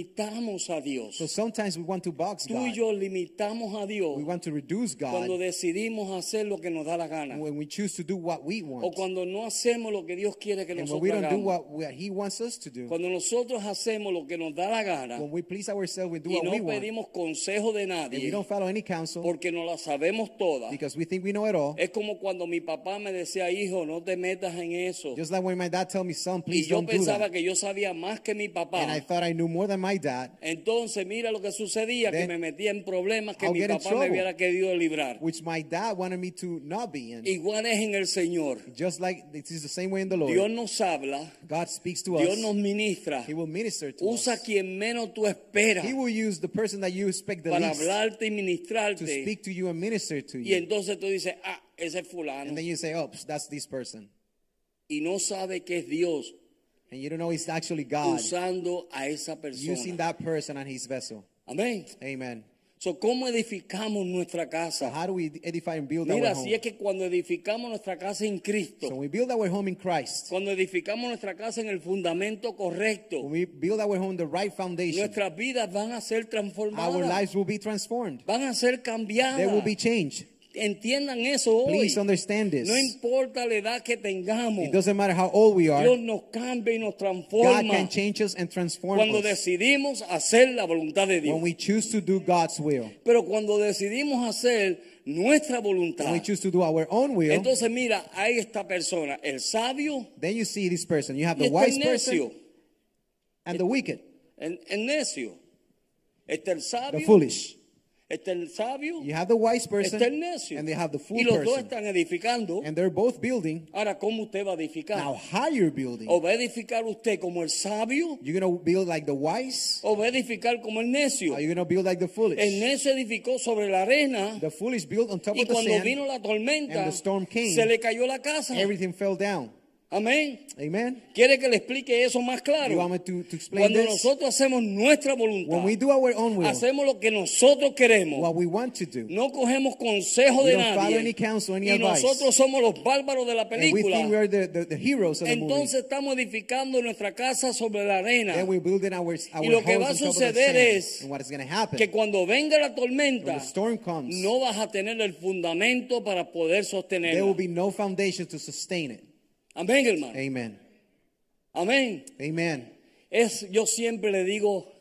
Speaker 2: limitamos a Dios.
Speaker 3: so sometimes we want to box
Speaker 2: Tú y
Speaker 3: Pues God.
Speaker 2: yo limitamos a Dios
Speaker 3: We want to reduce God
Speaker 2: cuando decidimos hacer lo que nos da la gana
Speaker 3: when we choose to do what we want.
Speaker 2: o cuando no hacemos lo que Dios quiere que
Speaker 3: and when we
Speaker 2: nosotros
Speaker 3: don't do
Speaker 2: hagamos.
Speaker 3: what, we, He wants us to do,
Speaker 2: Cuando nosotros hacemos lo que nos da la gana
Speaker 3: when we please ourselves, we do
Speaker 2: y
Speaker 3: what we
Speaker 2: no
Speaker 3: want.
Speaker 2: pedimos consejo de
Speaker 3: and we
Speaker 2: nadie
Speaker 3: don't follow any counsel
Speaker 2: porque no la sabemos todas.
Speaker 3: because we think we know it all.
Speaker 2: Es como cuando mi papá me decía, hijo, no te metas en eso.
Speaker 3: Just like when my dad told me, son,
Speaker 2: Y
Speaker 3: please
Speaker 2: yo
Speaker 3: don't do
Speaker 2: pensaba
Speaker 3: that.
Speaker 2: que yo sabía más que mi
Speaker 3: And I
Speaker 2: papá.
Speaker 3: thought I knew more than my dad,
Speaker 2: Entonces, mira lo que sucedía, que
Speaker 3: Then
Speaker 2: me metía en problemas que
Speaker 3: I'll
Speaker 2: mi
Speaker 3: get in
Speaker 2: papá me
Speaker 3: trouble.
Speaker 2: hubiera querido librar.
Speaker 3: which my dad wanted me to not be in.
Speaker 2: Igual es en el Señor.
Speaker 3: Just like it is the same way in the Lord.
Speaker 2: Dios nos habla,
Speaker 3: God speaks to
Speaker 2: Dios
Speaker 3: us.
Speaker 2: nos ministra.
Speaker 3: He will minister to
Speaker 2: Usa
Speaker 3: us.
Speaker 2: quien menos tú esperas
Speaker 3: He will use the person that you expect the
Speaker 2: para
Speaker 3: least
Speaker 2: hablarte y
Speaker 3: to
Speaker 2: ministrarte.
Speaker 3: speak to you and minister to
Speaker 2: Y
Speaker 3: you.
Speaker 2: entonces tú dices, ah, ese es fulano.
Speaker 3: and then you say, oh, pss, that's this person.
Speaker 2: Y no sabe que es Dios
Speaker 3: And you don't know it's actually God
Speaker 2: usando a esa persona.
Speaker 3: using that person and his vessel.
Speaker 2: Amén.
Speaker 3: Amen.
Speaker 2: So, ¿Cómo edificamos nuestra
Speaker 3: So
Speaker 2: casa?
Speaker 3: how do we edify and build
Speaker 2: Mira,
Speaker 3: our home?
Speaker 2: si es que cuando edificamos nuestra casa en
Speaker 3: so when
Speaker 2: Cristo,
Speaker 3: we build our home in Christ,
Speaker 2: cuando edificamos nuestra casa en el fundamento correcto,
Speaker 3: when we build our home on the right foundation,
Speaker 2: nuestras vidas van a ser
Speaker 3: our
Speaker 2: transformadas,
Speaker 3: lives will be transformed.
Speaker 2: van a ser
Speaker 3: There will
Speaker 2: cambiadas.
Speaker 3: be change.
Speaker 2: Entiendan eso hoy.
Speaker 3: Please understand this.
Speaker 2: No importa la edad que tengamos,
Speaker 3: It doesn't matter how old we are.
Speaker 2: Dios nos cambia y nos
Speaker 3: God
Speaker 2: transforma
Speaker 3: can change us and transform
Speaker 2: cuando
Speaker 3: us
Speaker 2: decidimos hacer la voluntad de Dios.
Speaker 3: when we choose to do God's will.
Speaker 2: Pero cuando decidimos hacer nuestra
Speaker 3: When
Speaker 2: voluntad,
Speaker 3: we choose to do our own will,
Speaker 2: entonces mira, hay esta persona, el sabio
Speaker 3: then you see this person. You have
Speaker 2: y
Speaker 3: the
Speaker 2: está
Speaker 3: wise
Speaker 2: el necio.
Speaker 3: person and the wicked,
Speaker 2: El, el necio. Está el
Speaker 3: the
Speaker 2: sabio.
Speaker 3: foolish.
Speaker 2: Está el sabio.
Speaker 3: You have the wise person
Speaker 2: Está el necio.
Speaker 3: and they have the
Speaker 2: y
Speaker 3: fool
Speaker 2: los dos
Speaker 3: person.
Speaker 2: están edificando.
Speaker 3: And they're both building.
Speaker 2: Ahora, ¿cómo usted va a edificar?
Speaker 3: Now, how you're building,
Speaker 2: ¿O va a edificar usted como el sabio?
Speaker 3: you're going to build like the wise,
Speaker 2: ¿O va a edificar como el necio?
Speaker 3: or you're going to build like the foolish.
Speaker 2: Oh. El necio edificó sobre la arena.
Speaker 3: The foolish built on top
Speaker 2: Y
Speaker 3: of the
Speaker 2: cuando vino
Speaker 3: sand,
Speaker 2: la tormenta,
Speaker 3: and the storm came,
Speaker 2: se le cayó la casa.
Speaker 3: everything fell down.
Speaker 2: Amén.
Speaker 3: Amen.
Speaker 2: ¿Quiere que le explique eso más
Speaker 3: You
Speaker 2: claro?
Speaker 3: want me to, to explain
Speaker 2: Cuando
Speaker 3: this?
Speaker 2: nosotros hacemos nuestra voluntad,
Speaker 3: When we do our own will,
Speaker 2: hacemos lo que nosotros queremos,
Speaker 3: what we want to do,
Speaker 2: No cogemos consejo
Speaker 3: We
Speaker 2: de
Speaker 3: don't follow
Speaker 2: nadie.
Speaker 3: any counsel, any
Speaker 2: y
Speaker 3: advice.
Speaker 2: nosotros somos los bárbaros de la
Speaker 3: and we think we
Speaker 2: película.
Speaker 3: are the, the, the heroes of the
Speaker 2: Entonces estamos
Speaker 3: movie,
Speaker 2: edificando nuestra casa sobre la arena.
Speaker 3: then we're building our, our
Speaker 2: lo que va a
Speaker 3: homes on top of the
Speaker 2: suceder
Speaker 3: sand.
Speaker 2: es
Speaker 3: and what is going to happen
Speaker 2: Que cuando venga la
Speaker 3: when
Speaker 2: tormenta,
Speaker 3: the storm comes,
Speaker 2: no vas a tener el fundamento para poder
Speaker 3: there will
Speaker 2: sostenerla.
Speaker 3: be no foundation to sustain it.
Speaker 2: Amén, hermano.
Speaker 3: Amen.
Speaker 2: Amén.
Speaker 3: Amen.
Speaker 2: Es, yo siempre le digo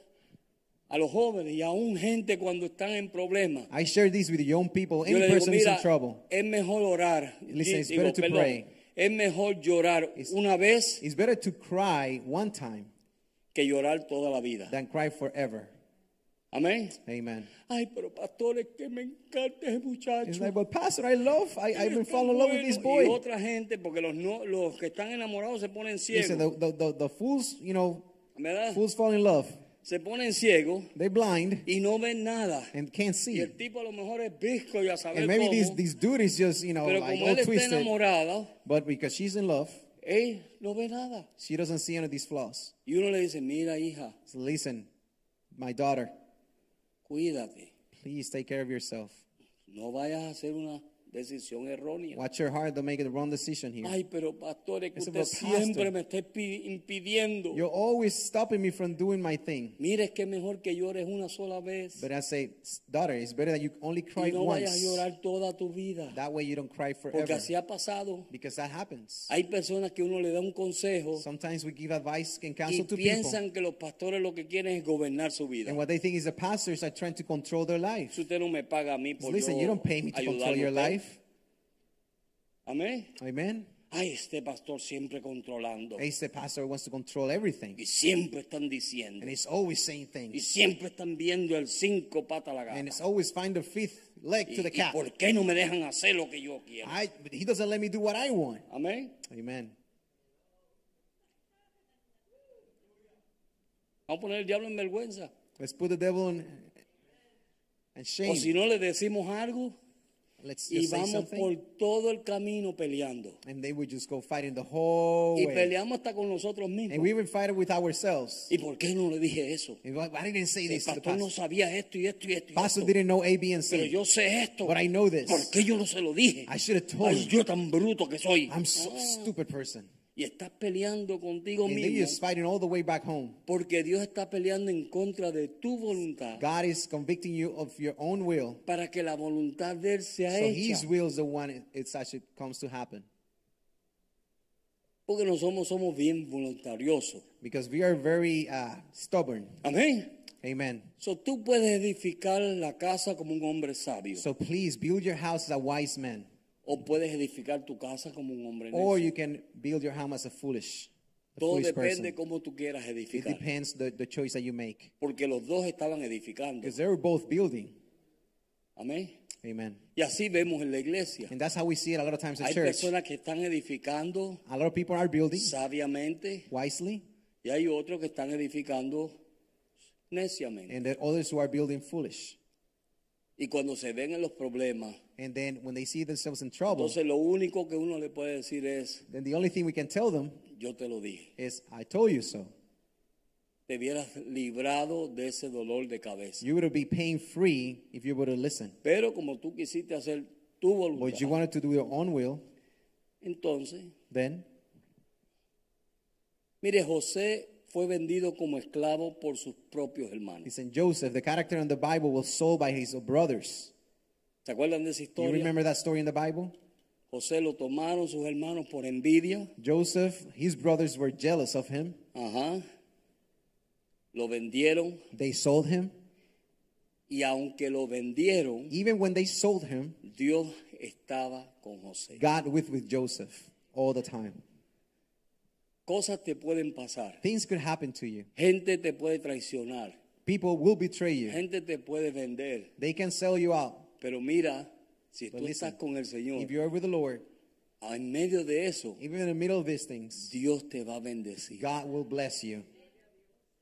Speaker 2: a los jóvenes y aún gente cuando están en problemas.
Speaker 3: I share this with the young people.
Speaker 2: Yo
Speaker 3: Any
Speaker 2: le digo,
Speaker 3: person who's
Speaker 2: mira,
Speaker 3: in trouble,
Speaker 2: es mejor orar.
Speaker 3: Listen, it's
Speaker 2: Digo,
Speaker 3: better to
Speaker 2: perdón,
Speaker 3: pray.
Speaker 2: Es mejor llorar una vez
Speaker 3: it's better to cry one time
Speaker 2: que llorar toda la vida.
Speaker 3: than cry forever.
Speaker 2: Amén.
Speaker 3: Amen.
Speaker 2: Ay, pero pastores, que me encanta ese muchacho.
Speaker 3: It's like, but pastor, I love, I,
Speaker 2: Él
Speaker 3: I've been
Speaker 2: es tan
Speaker 3: falling in love with
Speaker 2: bueno".
Speaker 3: this
Speaker 2: Y
Speaker 3: boy.
Speaker 2: otra gente, porque los, no, los que están enamorados se ponen
Speaker 3: Listen, the,
Speaker 2: ciegos.
Speaker 3: the, the, the fools, you know,
Speaker 2: ¿verdad?
Speaker 3: fools fall in love.
Speaker 2: Se ponen ciegos
Speaker 3: They're blind
Speaker 2: y no ven nada.
Speaker 3: and can't
Speaker 2: Y
Speaker 3: see.
Speaker 2: el tipo a lo mejor es visco y a saber
Speaker 3: And maybe this,
Speaker 2: cómo.
Speaker 3: this dude is just, you know,
Speaker 2: pero
Speaker 3: like
Speaker 2: como
Speaker 3: all
Speaker 2: él está
Speaker 3: twisted.
Speaker 2: enamorado,
Speaker 3: But because she's in love,
Speaker 2: él no ve nada.
Speaker 3: she doesn't see any of these flaws.
Speaker 2: Y uno le dice, mira hija,
Speaker 3: So listen, my daughter,
Speaker 2: cuídate.
Speaker 3: please take care of yourself.
Speaker 2: No vayas a hacer una decisión errónea.
Speaker 3: Watch your heart, don't make the wrong decision here.
Speaker 2: Ay, pero pastores, que
Speaker 3: Listen,
Speaker 2: usted
Speaker 3: but pastor-
Speaker 2: siempre me está impi- impidiendo.
Speaker 3: You're always stopping me from doing my thing.
Speaker 2: Mira, es que es mejor que llores una sola vez
Speaker 3: But I say, daughter, it's better that you only cry
Speaker 2: y no vayas a
Speaker 3: once.
Speaker 2: llorar toda tu vida.
Speaker 3: That way you don't cry
Speaker 2: Porque
Speaker 3: forever.
Speaker 2: así ha pasado.
Speaker 3: Because that happens.
Speaker 2: Hay personas que uno le da un consejo
Speaker 3: Sometimes we give advice and
Speaker 2: y
Speaker 3: counsel to people.
Speaker 2: piensan que los pastores lo que quieren es gobernar su vida.
Speaker 3: And what they think is the pastors are trying to control their life.
Speaker 2: Si usted no me paga a mí por
Speaker 3: listen,
Speaker 2: yo
Speaker 3: you don't pay me to
Speaker 2: ayudarlo
Speaker 3: control
Speaker 2: a
Speaker 3: your
Speaker 2: usted.
Speaker 3: life.
Speaker 2: Amén.
Speaker 3: Amen.
Speaker 2: Ay, este pastor siempre controlando.
Speaker 3: He's the pastor who wants to control everything.
Speaker 2: Y siempre están diciendo.
Speaker 3: And he's always saying
Speaker 2: Y
Speaker 3: things.
Speaker 2: siempre están viendo el cinco patas a la
Speaker 3: And
Speaker 2: gata.
Speaker 3: it's always find the fifth leg
Speaker 2: Y,
Speaker 3: to the
Speaker 2: y
Speaker 3: cat. Ah.
Speaker 2: por qué no me dejan hacer lo que yo quiero?
Speaker 3: I, but he doesn't let me do what I want.
Speaker 2: Amén.
Speaker 3: Amen.
Speaker 2: Vamos a poner el diablo en vergüenza.
Speaker 3: Let's put the devil in and shame.
Speaker 2: O si no le decimos algo
Speaker 3: Let's
Speaker 2: y
Speaker 3: just say
Speaker 2: vamos
Speaker 3: something.
Speaker 2: por todo el camino peleando.
Speaker 3: And they would just go fighting the whole
Speaker 2: Y
Speaker 3: way.
Speaker 2: peleamos hasta con nosotros
Speaker 3: And
Speaker 2: mismos.
Speaker 3: we even fight it with ourselves.
Speaker 2: ¿Y por qué no le dije eso?
Speaker 3: And why- why didn't I say
Speaker 2: El
Speaker 3: this to the
Speaker 2: pastor no
Speaker 3: pastor?
Speaker 2: sabía esto y esto y esto. y
Speaker 3: Pastor
Speaker 2: esto.
Speaker 3: didn't know A, B, and
Speaker 2: Pero
Speaker 3: C.
Speaker 2: yo sé esto.
Speaker 3: But I know this.
Speaker 2: ¿Por qué yo no se lo dije?
Speaker 3: I should have told
Speaker 2: Ay,
Speaker 3: you.
Speaker 2: yo tan bruto que soy.
Speaker 3: I'm so
Speaker 2: Ah,
Speaker 3: stupid person.
Speaker 2: Y estás peleando contigo
Speaker 3: And they
Speaker 2: mismo.
Speaker 3: just fighting all the way back home.
Speaker 2: Porque Dios está peleando en contra de tu voluntad.
Speaker 3: God is convicting you of your own will.
Speaker 2: Para que la voluntad de Él sea
Speaker 3: So
Speaker 2: hecha.
Speaker 3: his will is the one it- it's actually comes to happen.
Speaker 2: Porque nosotros somos bien voluntariosos.
Speaker 3: Because we are very uh, stubborn.
Speaker 2: Amén.
Speaker 3: Amen.
Speaker 2: So, tú puedes edificar la casa como un hombre sabio.
Speaker 3: So please build your house as a wise man.
Speaker 2: o puedes edificar tu casa como un hombre
Speaker 3: Or
Speaker 2: necio.
Speaker 3: you can build your house as a foolish, a
Speaker 2: Todo
Speaker 3: foolish
Speaker 2: depende
Speaker 3: person.
Speaker 2: cómo tú quieras
Speaker 3: It
Speaker 2: edificar.
Speaker 3: depends the, the choice that you make.
Speaker 2: Porque los dos estaban edificando.
Speaker 3: Because they were both building.
Speaker 2: Amén.
Speaker 3: Amen.
Speaker 2: Y así vemos en la iglesia.
Speaker 3: And that's how we see it a lot of times in
Speaker 2: Hay
Speaker 3: church.
Speaker 2: personas que están edificando
Speaker 3: A lot of people are building
Speaker 2: sabiamente
Speaker 3: wisely,
Speaker 2: y hay otros que están edificando neciamente.
Speaker 3: and there are others who are building foolish.
Speaker 2: Y cuando se ven en los problemas,
Speaker 3: And then when they see themselves in trouble,
Speaker 2: entonces lo único que uno le puede decir es,
Speaker 3: then the only thing we can tell them
Speaker 2: yo te lo dije,
Speaker 3: is, I told you so.
Speaker 2: te hubieras librado de ese dolor de cabeza.
Speaker 3: You would be pain free if you were to listen.
Speaker 2: Pero como tú quisiste hacer tu
Speaker 3: But
Speaker 2: voluntad,
Speaker 3: you wanted to do your own will,
Speaker 2: entonces
Speaker 3: then
Speaker 2: Mire, José fue vendido como esclavo por sus propios
Speaker 3: he
Speaker 2: hermanos.
Speaker 3: said, Joseph, the character in the Bible, was sold by his brothers.
Speaker 2: ¿Se acuerdan de esa
Speaker 3: Do you
Speaker 2: historia?
Speaker 3: remember that story in the Bible?
Speaker 2: José lo tomaron sus hermanos por envidia.
Speaker 3: Joseph, his brothers were jealous of him.
Speaker 2: Ajá. Lo vendieron
Speaker 3: They sold him.
Speaker 2: y aunque lo vendieron,
Speaker 3: Even when they sold him,
Speaker 2: Dios estaba con José.
Speaker 3: God with with Joseph all the time.
Speaker 2: Cosas te pueden pasar.
Speaker 3: Things could happen to you.
Speaker 2: Gente te puede traicionar.
Speaker 3: People will betray you.
Speaker 2: Gente te puede vender.
Speaker 3: They can sell you out.
Speaker 2: Pero mira, si
Speaker 3: But
Speaker 2: tú
Speaker 3: listen,
Speaker 2: estás con el Señor,
Speaker 3: If you're with the Lord,
Speaker 2: en medio de eso,
Speaker 3: even in the middle of these things,
Speaker 2: Dios te va a bendecir.
Speaker 3: God will bless you.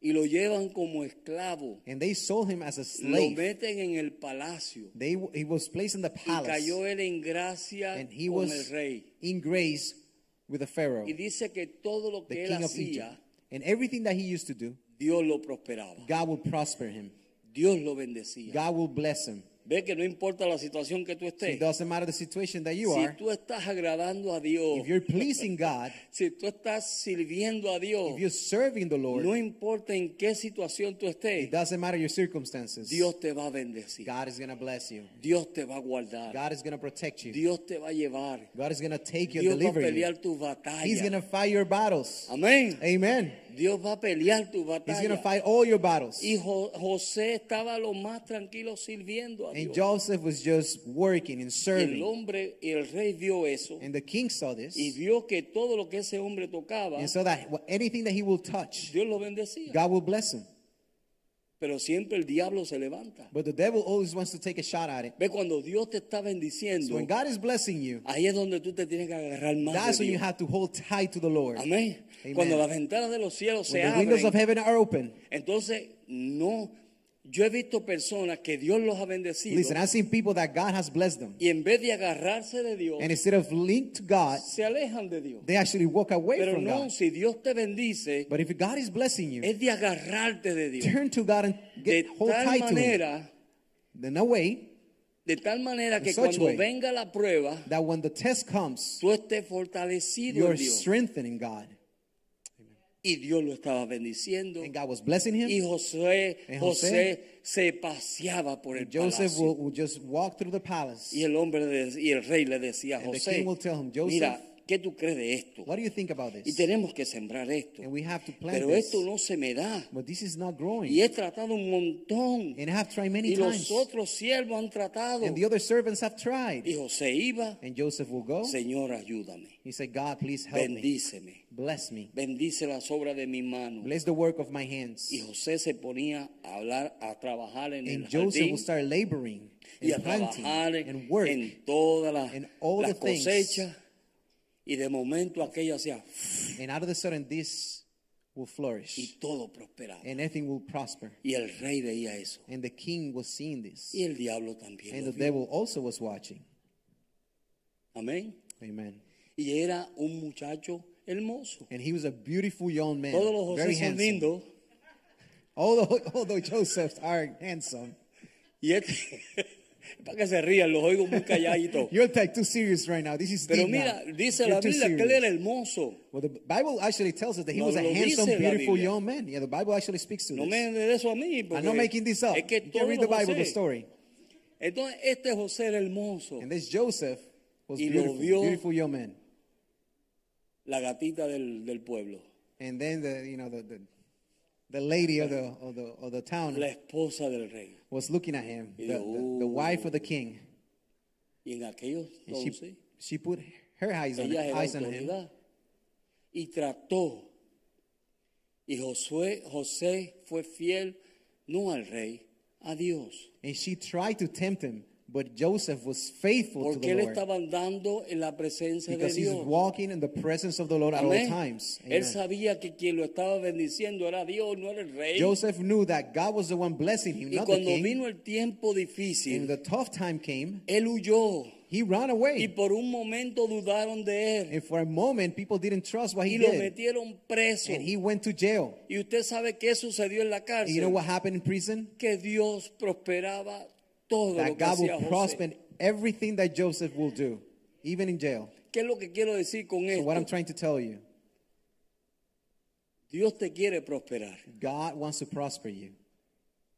Speaker 2: Y lo llevan como esclavo.
Speaker 3: And they sold him as a
Speaker 2: Lo
Speaker 3: slave.
Speaker 2: meten en el palacio.
Speaker 3: They, he was placed in the
Speaker 2: Y
Speaker 3: palace.
Speaker 2: cayó él en gracia
Speaker 3: And he
Speaker 2: con el
Speaker 3: was
Speaker 2: rey.
Speaker 3: in grace with the Pharaoh,
Speaker 2: Y dice que todo lo
Speaker 3: the
Speaker 2: que él
Speaker 3: king of
Speaker 2: hacía,
Speaker 3: Egypt. And everything that he used to do,
Speaker 2: Dios lo prosperaba.
Speaker 3: God will prosper him.
Speaker 2: Dios lo bendecía.
Speaker 3: God will bless him.
Speaker 2: Ve que no importa la situación que tú
Speaker 3: It
Speaker 2: estés.
Speaker 3: doesn't matter the situation that you
Speaker 2: Si
Speaker 3: are.
Speaker 2: tú estás agradando a Dios,
Speaker 3: If you're pleasing God,
Speaker 2: si tú estás sirviendo a
Speaker 3: if you're
Speaker 2: Dios,
Speaker 3: serving the
Speaker 2: no
Speaker 3: Lord,
Speaker 2: importa en qué situación tú
Speaker 3: it
Speaker 2: estés,
Speaker 3: doesn't matter your circumstances.
Speaker 2: Dios te va a bendecir.
Speaker 3: God is going to bless you.
Speaker 2: Dios te va a guardar.
Speaker 3: God is going to protect you.
Speaker 2: Dios te va a llevar.
Speaker 3: God is going to take you and
Speaker 2: Dios va a
Speaker 3: deliver you.
Speaker 2: pelear tus
Speaker 3: He's going to
Speaker 2: batallas.
Speaker 3: fight your battles.
Speaker 2: Amén.
Speaker 3: Amen.
Speaker 2: Dios va a pelear tus
Speaker 3: He's going to
Speaker 2: batallas.
Speaker 3: fight all your battles.
Speaker 2: Y Jo- José estaba lo más tranquilo sirviendo a
Speaker 3: And
Speaker 2: Dios.
Speaker 3: Joseph was just working and
Speaker 2: Y el
Speaker 3: serving.
Speaker 2: hombre, y el rey vio eso
Speaker 3: And the king saw this
Speaker 2: y vio que todo lo que ese hombre tocaba,
Speaker 3: and saw that wh- anything that he will touch,
Speaker 2: Dios lo bendecía.
Speaker 3: God will bless him.
Speaker 2: Pero siempre el diablo se levanta.
Speaker 3: But the devil always wants to take a shot at it.
Speaker 2: Ve cuando Dios te está
Speaker 3: So
Speaker 2: bendiciendo,
Speaker 3: when God is blessing you,
Speaker 2: ahí es donde tú te tienes que agarrar más
Speaker 3: that's
Speaker 2: de
Speaker 3: when you
Speaker 2: Dios.
Speaker 3: have to hold tight to the Lord.
Speaker 2: Amén.
Speaker 3: Amen.
Speaker 2: Cuando las ventanas de los cielos se
Speaker 3: When the windows of
Speaker 2: abren,
Speaker 3: heaven are open,
Speaker 2: entonces no. Yo he visto personas que Dios los ha bendecido
Speaker 3: listen, I've seen people that God has blessed them.
Speaker 2: y en vez de agarrarse de Dios,
Speaker 3: And instead of linked to God,
Speaker 2: se alejan de Dios.
Speaker 3: they actually walk away
Speaker 2: Pero
Speaker 3: from
Speaker 2: no,
Speaker 3: God.
Speaker 2: si Dios te bendice,
Speaker 3: But if God is blessing you,
Speaker 2: es de agarrarte de Dios.
Speaker 3: turn to God and
Speaker 2: De
Speaker 3: get hold
Speaker 2: tal
Speaker 3: tight to Him.
Speaker 2: manera,
Speaker 3: Then a way
Speaker 2: de tal manera que
Speaker 3: In such
Speaker 2: cuando
Speaker 3: way.
Speaker 2: venga la prueba,
Speaker 3: that when the test comes,
Speaker 2: tú estés fortalecido
Speaker 3: you're
Speaker 2: en Dios.
Speaker 3: strengthening God.
Speaker 2: Y Dios lo estaba bendiciendo.
Speaker 3: And God was blessing him.
Speaker 2: Y José,
Speaker 3: And
Speaker 2: José se paseaba por el
Speaker 3: Joseph
Speaker 2: palacio.
Speaker 3: will, will just walk through the palace.
Speaker 2: Y el hombre de- y el rey le decía a
Speaker 3: And the
Speaker 2: José,
Speaker 3: king will tell him, "Joseph,
Speaker 2: mira, ¿qué tú crees de esto?
Speaker 3: What do you think about this?
Speaker 2: Y tenemos que sembrar esto.
Speaker 3: And we have to plant
Speaker 2: Pero
Speaker 3: this.
Speaker 2: esto no se me da.
Speaker 3: But this is not growing.
Speaker 2: Y he tratado un montón.
Speaker 3: And I have tried many
Speaker 2: Y
Speaker 3: times.
Speaker 2: los otros siervos han tratado.
Speaker 3: And the other servants have tried.
Speaker 2: Y José iba,
Speaker 3: And Joseph will go.
Speaker 2: Señor, ayúdame.
Speaker 3: He said, God, please help me.
Speaker 2: Bendíceme.
Speaker 3: Bless me.
Speaker 2: Bendice las obras de mis manos.
Speaker 3: Bless the work of my hands.
Speaker 2: Y José se ponía a hablar, a trabajar en el
Speaker 3: And Joseph
Speaker 2: jardín
Speaker 3: will start laboring
Speaker 2: y a
Speaker 3: and planting
Speaker 2: trabajar en,
Speaker 3: and work.
Speaker 2: en todas las,
Speaker 3: and all
Speaker 2: las
Speaker 3: the things.
Speaker 2: cosechas. Y de momento aquello hacía
Speaker 3: And out of the sudden, this will flourish.
Speaker 2: y todo prosperaba.
Speaker 3: And everything will prosper.
Speaker 2: Y el rey veía eso.
Speaker 3: And the king was seeing this.
Speaker 2: Y el diablo también.
Speaker 3: And
Speaker 2: lo
Speaker 3: the
Speaker 2: vio.
Speaker 3: devil also was watching.
Speaker 2: Amén.
Speaker 3: Amen.
Speaker 2: Y era un muchacho hermoso.
Speaker 3: And he was a beautiful young man.
Speaker 2: Todos los
Speaker 3: very
Speaker 2: José son
Speaker 3: handsome.
Speaker 2: lindos.
Speaker 3: Although, although Josephs are handsome,
Speaker 2: Y este, para que se rían, los oigo muy calladitos.
Speaker 3: you're like too serious right now. This is
Speaker 2: Pero
Speaker 3: deep
Speaker 2: mira,
Speaker 3: now.
Speaker 2: dice
Speaker 3: You're
Speaker 2: la
Speaker 3: too
Speaker 2: Biblia que él
Speaker 3: serious.
Speaker 2: era hermoso.
Speaker 3: Well, the Bible actually tells us that he
Speaker 2: No
Speaker 3: was a
Speaker 2: lo
Speaker 3: handsome,
Speaker 2: dice la
Speaker 3: beautiful
Speaker 2: Biblia.
Speaker 3: young man. Yeah, the Bible actually speaks to
Speaker 2: No
Speaker 3: this.
Speaker 2: me de eso a mí.
Speaker 3: I'm
Speaker 2: porque
Speaker 3: not making this up.
Speaker 2: Es que
Speaker 3: you can read the
Speaker 2: todos los
Speaker 3: Bible, the
Speaker 2: José-
Speaker 3: story.
Speaker 2: Entonces este José era hermoso.
Speaker 3: And this Joseph was
Speaker 2: Y lo
Speaker 3: beautiful,
Speaker 2: vio-
Speaker 3: beautiful young man.
Speaker 2: La gatita del, del pueblo.
Speaker 3: And then the you know the the, the lady of the of the of the town
Speaker 2: La esposa del rey.
Speaker 3: was looking at him, the,
Speaker 2: Y
Speaker 3: the,
Speaker 2: dijo,
Speaker 3: the wife of the king,
Speaker 2: Y en aquellos
Speaker 3: and she
Speaker 2: entonces,
Speaker 3: she put her eyes on
Speaker 2: ella era
Speaker 3: eyes on him,
Speaker 2: autoridad. Y trató. Y Josué, José fue fiel, no al rey, a Dios.
Speaker 3: and she tried to tempt him, but Joseph was faithful to
Speaker 2: Porque
Speaker 3: the
Speaker 2: él
Speaker 3: Lord
Speaker 2: estaba andando en la presencia de
Speaker 3: because he's
Speaker 2: Dios.
Speaker 3: walking in the presence of the Lord at all
Speaker 2: Amén.
Speaker 3: times. Amen.
Speaker 2: Él sabía que quien lo estaba bendiciendo era Dios, no era el rey.
Speaker 3: Joseph knew that God was the one blessing him,
Speaker 2: y
Speaker 3: not the
Speaker 2: cuando
Speaker 3: king.
Speaker 2: vino el tiempo
Speaker 3: And
Speaker 2: difícil,
Speaker 3: the tough time came,
Speaker 2: él huyó.
Speaker 3: he ran
Speaker 2: Y
Speaker 3: away.
Speaker 2: por un momento dudaron de él.
Speaker 3: And for a moment, people didn't trust what
Speaker 2: Y
Speaker 3: he
Speaker 2: lo
Speaker 3: did.
Speaker 2: metieron preso.
Speaker 3: And he went to jail.
Speaker 2: Y usted sabe qué sucedió en la
Speaker 3: And
Speaker 2: cárcel.
Speaker 3: you know what happened in prison?
Speaker 2: que Dios prosperaba todo lo
Speaker 3: That
Speaker 2: que
Speaker 3: God
Speaker 2: hacía
Speaker 3: will prosper
Speaker 2: José.
Speaker 3: in everything that Joseph will do, even in jail.
Speaker 2: ¿Qué es lo que quiero decir con
Speaker 3: So what I'm
Speaker 2: esto?
Speaker 3: trying to tell you,
Speaker 2: Dios te quiere prosperar.
Speaker 3: God wants to prosper you.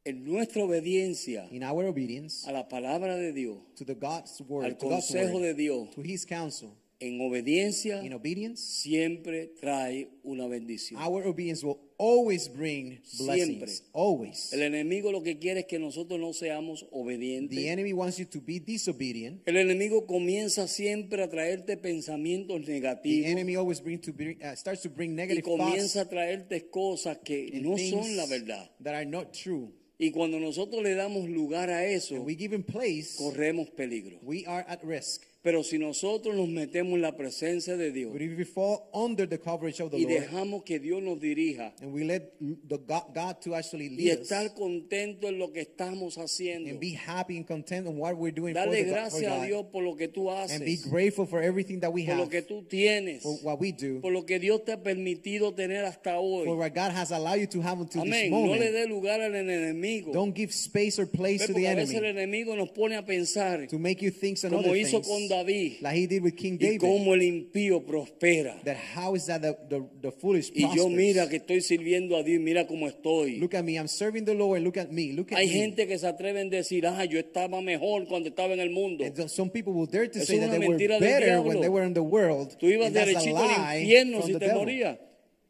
Speaker 2: En nuestra obediencia
Speaker 3: In our obedience
Speaker 2: a la palabra de Dios,
Speaker 3: to the God's
Speaker 2: al
Speaker 3: word, to God's
Speaker 2: consejo de
Speaker 3: word,
Speaker 2: Dios,
Speaker 3: to his counsel,
Speaker 2: en obediencia
Speaker 3: in obedience,
Speaker 2: siempre trae una bendición.
Speaker 3: our obedience will always bring blessings.
Speaker 2: Siempre.
Speaker 3: Always.
Speaker 2: El enemigo lo que quiere es que nosotros no seamos obedientes.
Speaker 3: The enemy wants you to be disobedient.
Speaker 2: El enemigo comienza siempre a traerte pensamientos
Speaker 3: The
Speaker 2: negativos
Speaker 3: enemy always bring to bring, uh, starts to bring
Speaker 2: y
Speaker 3: negative thoughts
Speaker 2: comienza a traerte cosas que
Speaker 3: and
Speaker 2: no
Speaker 3: things
Speaker 2: son la verdad.
Speaker 3: that are not true.
Speaker 2: Y cuando nosotros le damos lugar a eso,
Speaker 3: When we give him place,
Speaker 2: corremos peligro.
Speaker 3: we are at risk.
Speaker 2: Pero si nosotros nos metemos en la presencia de Dios
Speaker 3: But if we fall under the coverage of the
Speaker 2: y
Speaker 3: Lord
Speaker 2: dejamos que Dios nos dirija
Speaker 3: and we let the God, God to actually
Speaker 2: y
Speaker 3: lead us
Speaker 2: estar contento en lo que estamos
Speaker 3: and
Speaker 2: haciendo,
Speaker 3: be happy and content on what we're doing for,
Speaker 2: darle
Speaker 3: the God, for
Speaker 2: gracias a
Speaker 3: God,
Speaker 2: Dios por lo que tú
Speaker 3: and be
Speaker 2: haces,
Speaker 3: grateful for everything that we
Speaker 2: por lo
Speaker 3: have,
Speaker 2: que tú tienes,
Speaker 3: for what we do,
Speaker 2: por lo que Dios te ha permitido tener hasta
Speaker 3: for
Speaker 2: hoy.
Speaker 3: what God has allowed you to have until this
Speaker 2: Amén. No
Speaker 3: moment.
Speaker 2: le dé lugar al enemigo.
Speaker 3: Don't give space or place
Speaker 2: Ve,
Speaker 3: to the
Speaker 2: porque a veces el
Speaker 3: enemy
Speaker 2: enemigo nos pone a pensar
Speaker 3: to make you think some
Speaker 2: como
Speaker 3: other
Speaker 2: hizo
Speaker 3: things,
Speaker 2: con David
Speaker 3: like he did with King
Speaker 2: y
Speaker 3: David.
Speaker 2: cómo el impío prospera.
Speaker 3: that how is that the, the, the foolish
Speaker 2: Y yo
Speaker 3: prospers?
Speaker 2: mira que estoy sirviendo a Dios, y mira cómo estoy.
Speaker 3: Look at me, I'm serving the Lord. Look at me, look at
Speaker 2: Hay
Speaker 3: me.
Speaker 2: gente que se atreve a decir, ah, yo estaba mejor cuando estaba en el mundo.
Speaker 3: And th- some people will dare to
Speaker 2: Eso
Speaker 3: say
Speaker 2: es
Speaker 3: that
Speaker 2: una
Speaker 3: they were
Speaker 2: mentira del
Speaker 3: better when
Speaker 2: diablo.
Speaker 3: they were in the world.
Speaker 2: Tú ibas
Speaker 3: and that's a
Speaker 2: derechito al
Speaker 3: lie
Speaker 2: infierno
Speaker 3: from
Speaker 2: si
Speaker 3: the
Speaker 2: te
Speaker 3: devil.
Speaker 2: morías.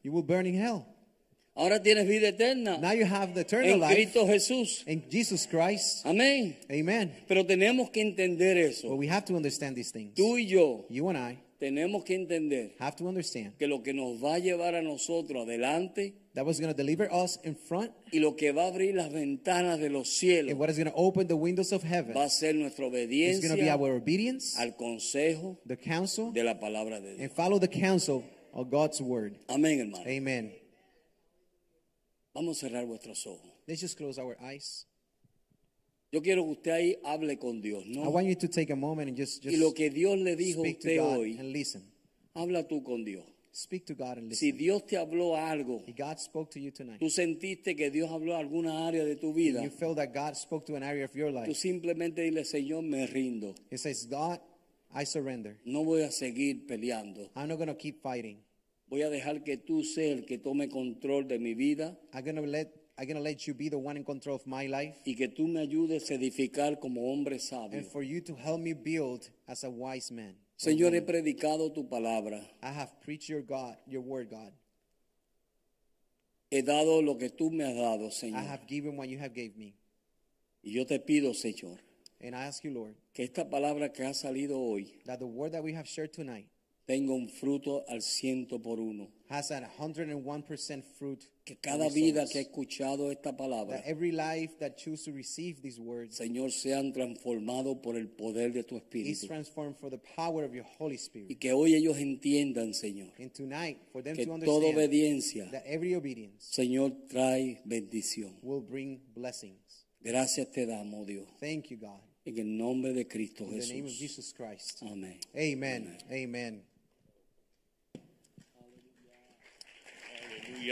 Speaker 3: You will burn in hell.
Speaker 2: Ahora tienes vida eterna
Speaker 3: Now you have the eternal
Speaker 2: en
Speaker 3: life
Speaker 2: Cristo Jesús.
Speaker 3: in Jesus Christ.
Speaker 2: Amén.
Speaker 3: Amen.
Speaker 2: Pero tenemos que entender
Speaker 3: But
Speaker 2: eso.
Speaker 3: we have to understand these things.
Speaker 2: Tú y yo
Speaker 3: You and I
Speaker 2: tenemos que entender
Speaker 3: have to understand
Speaker 2: que lo que nos va a llevar a nosotros adelante
Speaker 3: that what's going to deliver us in front
Speaker 2: y lo que va a abrir las ventanas de los
Speaker 3: and
Speaker 2: cielos
Speaker 3: what is going to open the windows of heaven
Speaker 2: va a ser nuestra
Speaker 3: is going to be
Speaker 2: obediencia
Speaker 3: our obedience,
Speaker 2: al consejo
Speaker 3: the counsel,
Speaker 2: de la palabra de
Speaker 3: and
Speaker 2: Dios.
Speaker 3: follow the counsel of God's word.
Speaker 2: Amén, hermano.
Speaker 3: Amen.
Speaker 2: Vamos a cerrar vuestros ojos.
Speaker 3: Let's just close our eyes.
Speaker 2: Yo quiero que usted ahí hable con Dios,
Speaker 3: I
Speaker 2: ¿no?
Speaker 3: want you to take a moment and just, just
Speaker 2: Y lo que Dios le dijo a
Speaker 3: speak to
Speaker 2: usted
Speaker 3: God
Speaker 2: hoy,
Speaker 3: and listen.
Speaker 2: habla tú con Dios.
Speaker 3: Speak to God and
Speaker 2: Si
Speaker 3: listen.
Speaker 2: Dios te habló algo,
Speaker 3: If God spoke to you tonight,
Speaker 2: tú sentiste que Dios habló a alguna área de tu
Speaker 3: and
Speaker 2: vida,
Speaker 3: you feel that God spoke to an area of your
Speaker 2: tú
Speaker 3: life,
Speaker 2: simplemente dile, Señor, me rindo.
Speaker 3: it says, God, I surrender.
Speaker 2: No voy a seguir peleando.
Speaker 3: I'm not going to keep fighting.
Speaker 2: Voy a dejar que tú seas el que tome control de mi vida
Speaker 3: I'm going to let I'm going to let you be the one in control of my life
Speaker 2: y que tú me ayudes a edificar como hombre sabio.
Speaker 3: and for you to help me build as a wise man.
Speaker 2: Señor, he predicado tu palabra.
Speaker 3: I have preached your God, your word, God.
Speaker 2: He dado lo que tú me has dado,
Speaker 3: I
Speaker 2: Señor.
Speaker 3: have given what you have gave me.
Speaker 2: Y yo te pido, Señor,
Speaker 3: And I ask you, Lord,
Speaker 2: que esta palabra que ha salido hoy
Speaker 3: that the word that we have shared tonight
Speaker 2: tenga un fruto al ciento por uno.
Speaker 3: has an 101% fruit.
Speaker 2: Que
Speaker 3: and
Speaker 2: cada vida
Speaker 3: results.
Speaker 2: que ha escuchado esta palabra,
Speaker 3: that every life that choose to receive these words
Speaker 2: Señor, sean transformados por el poder de tu
Speaker 3: is
Speaker 2: Espíritu.
Speaker 3: transformed for the power of your Holy
Speaker 2: Y
Speaker 3: Spirit.
Speaker 2: que hoy ellos entiendan, Señor,
Speaker 3: And tonight, for them
Speaker 2: que
Speaker 3: to
Speaker 2: toda
Speaker 3: understand
Speaker 2: obediencia,
Speaker 3: that every obedience
Speaker 2: Señor, trae bendición.
Speaker 3: will bring blessings.
Speaker 2: Gracias te damos, Dios.
Speaker 3: Thank you, God.
Speaker 2: En el nombre de Cristo
Speaker 3: In the name of
Speaker 2: Jesús.
Speaker 3: Jesus Christ.
Speaker 2: Amén.
Speaker 3: Amen. Amen.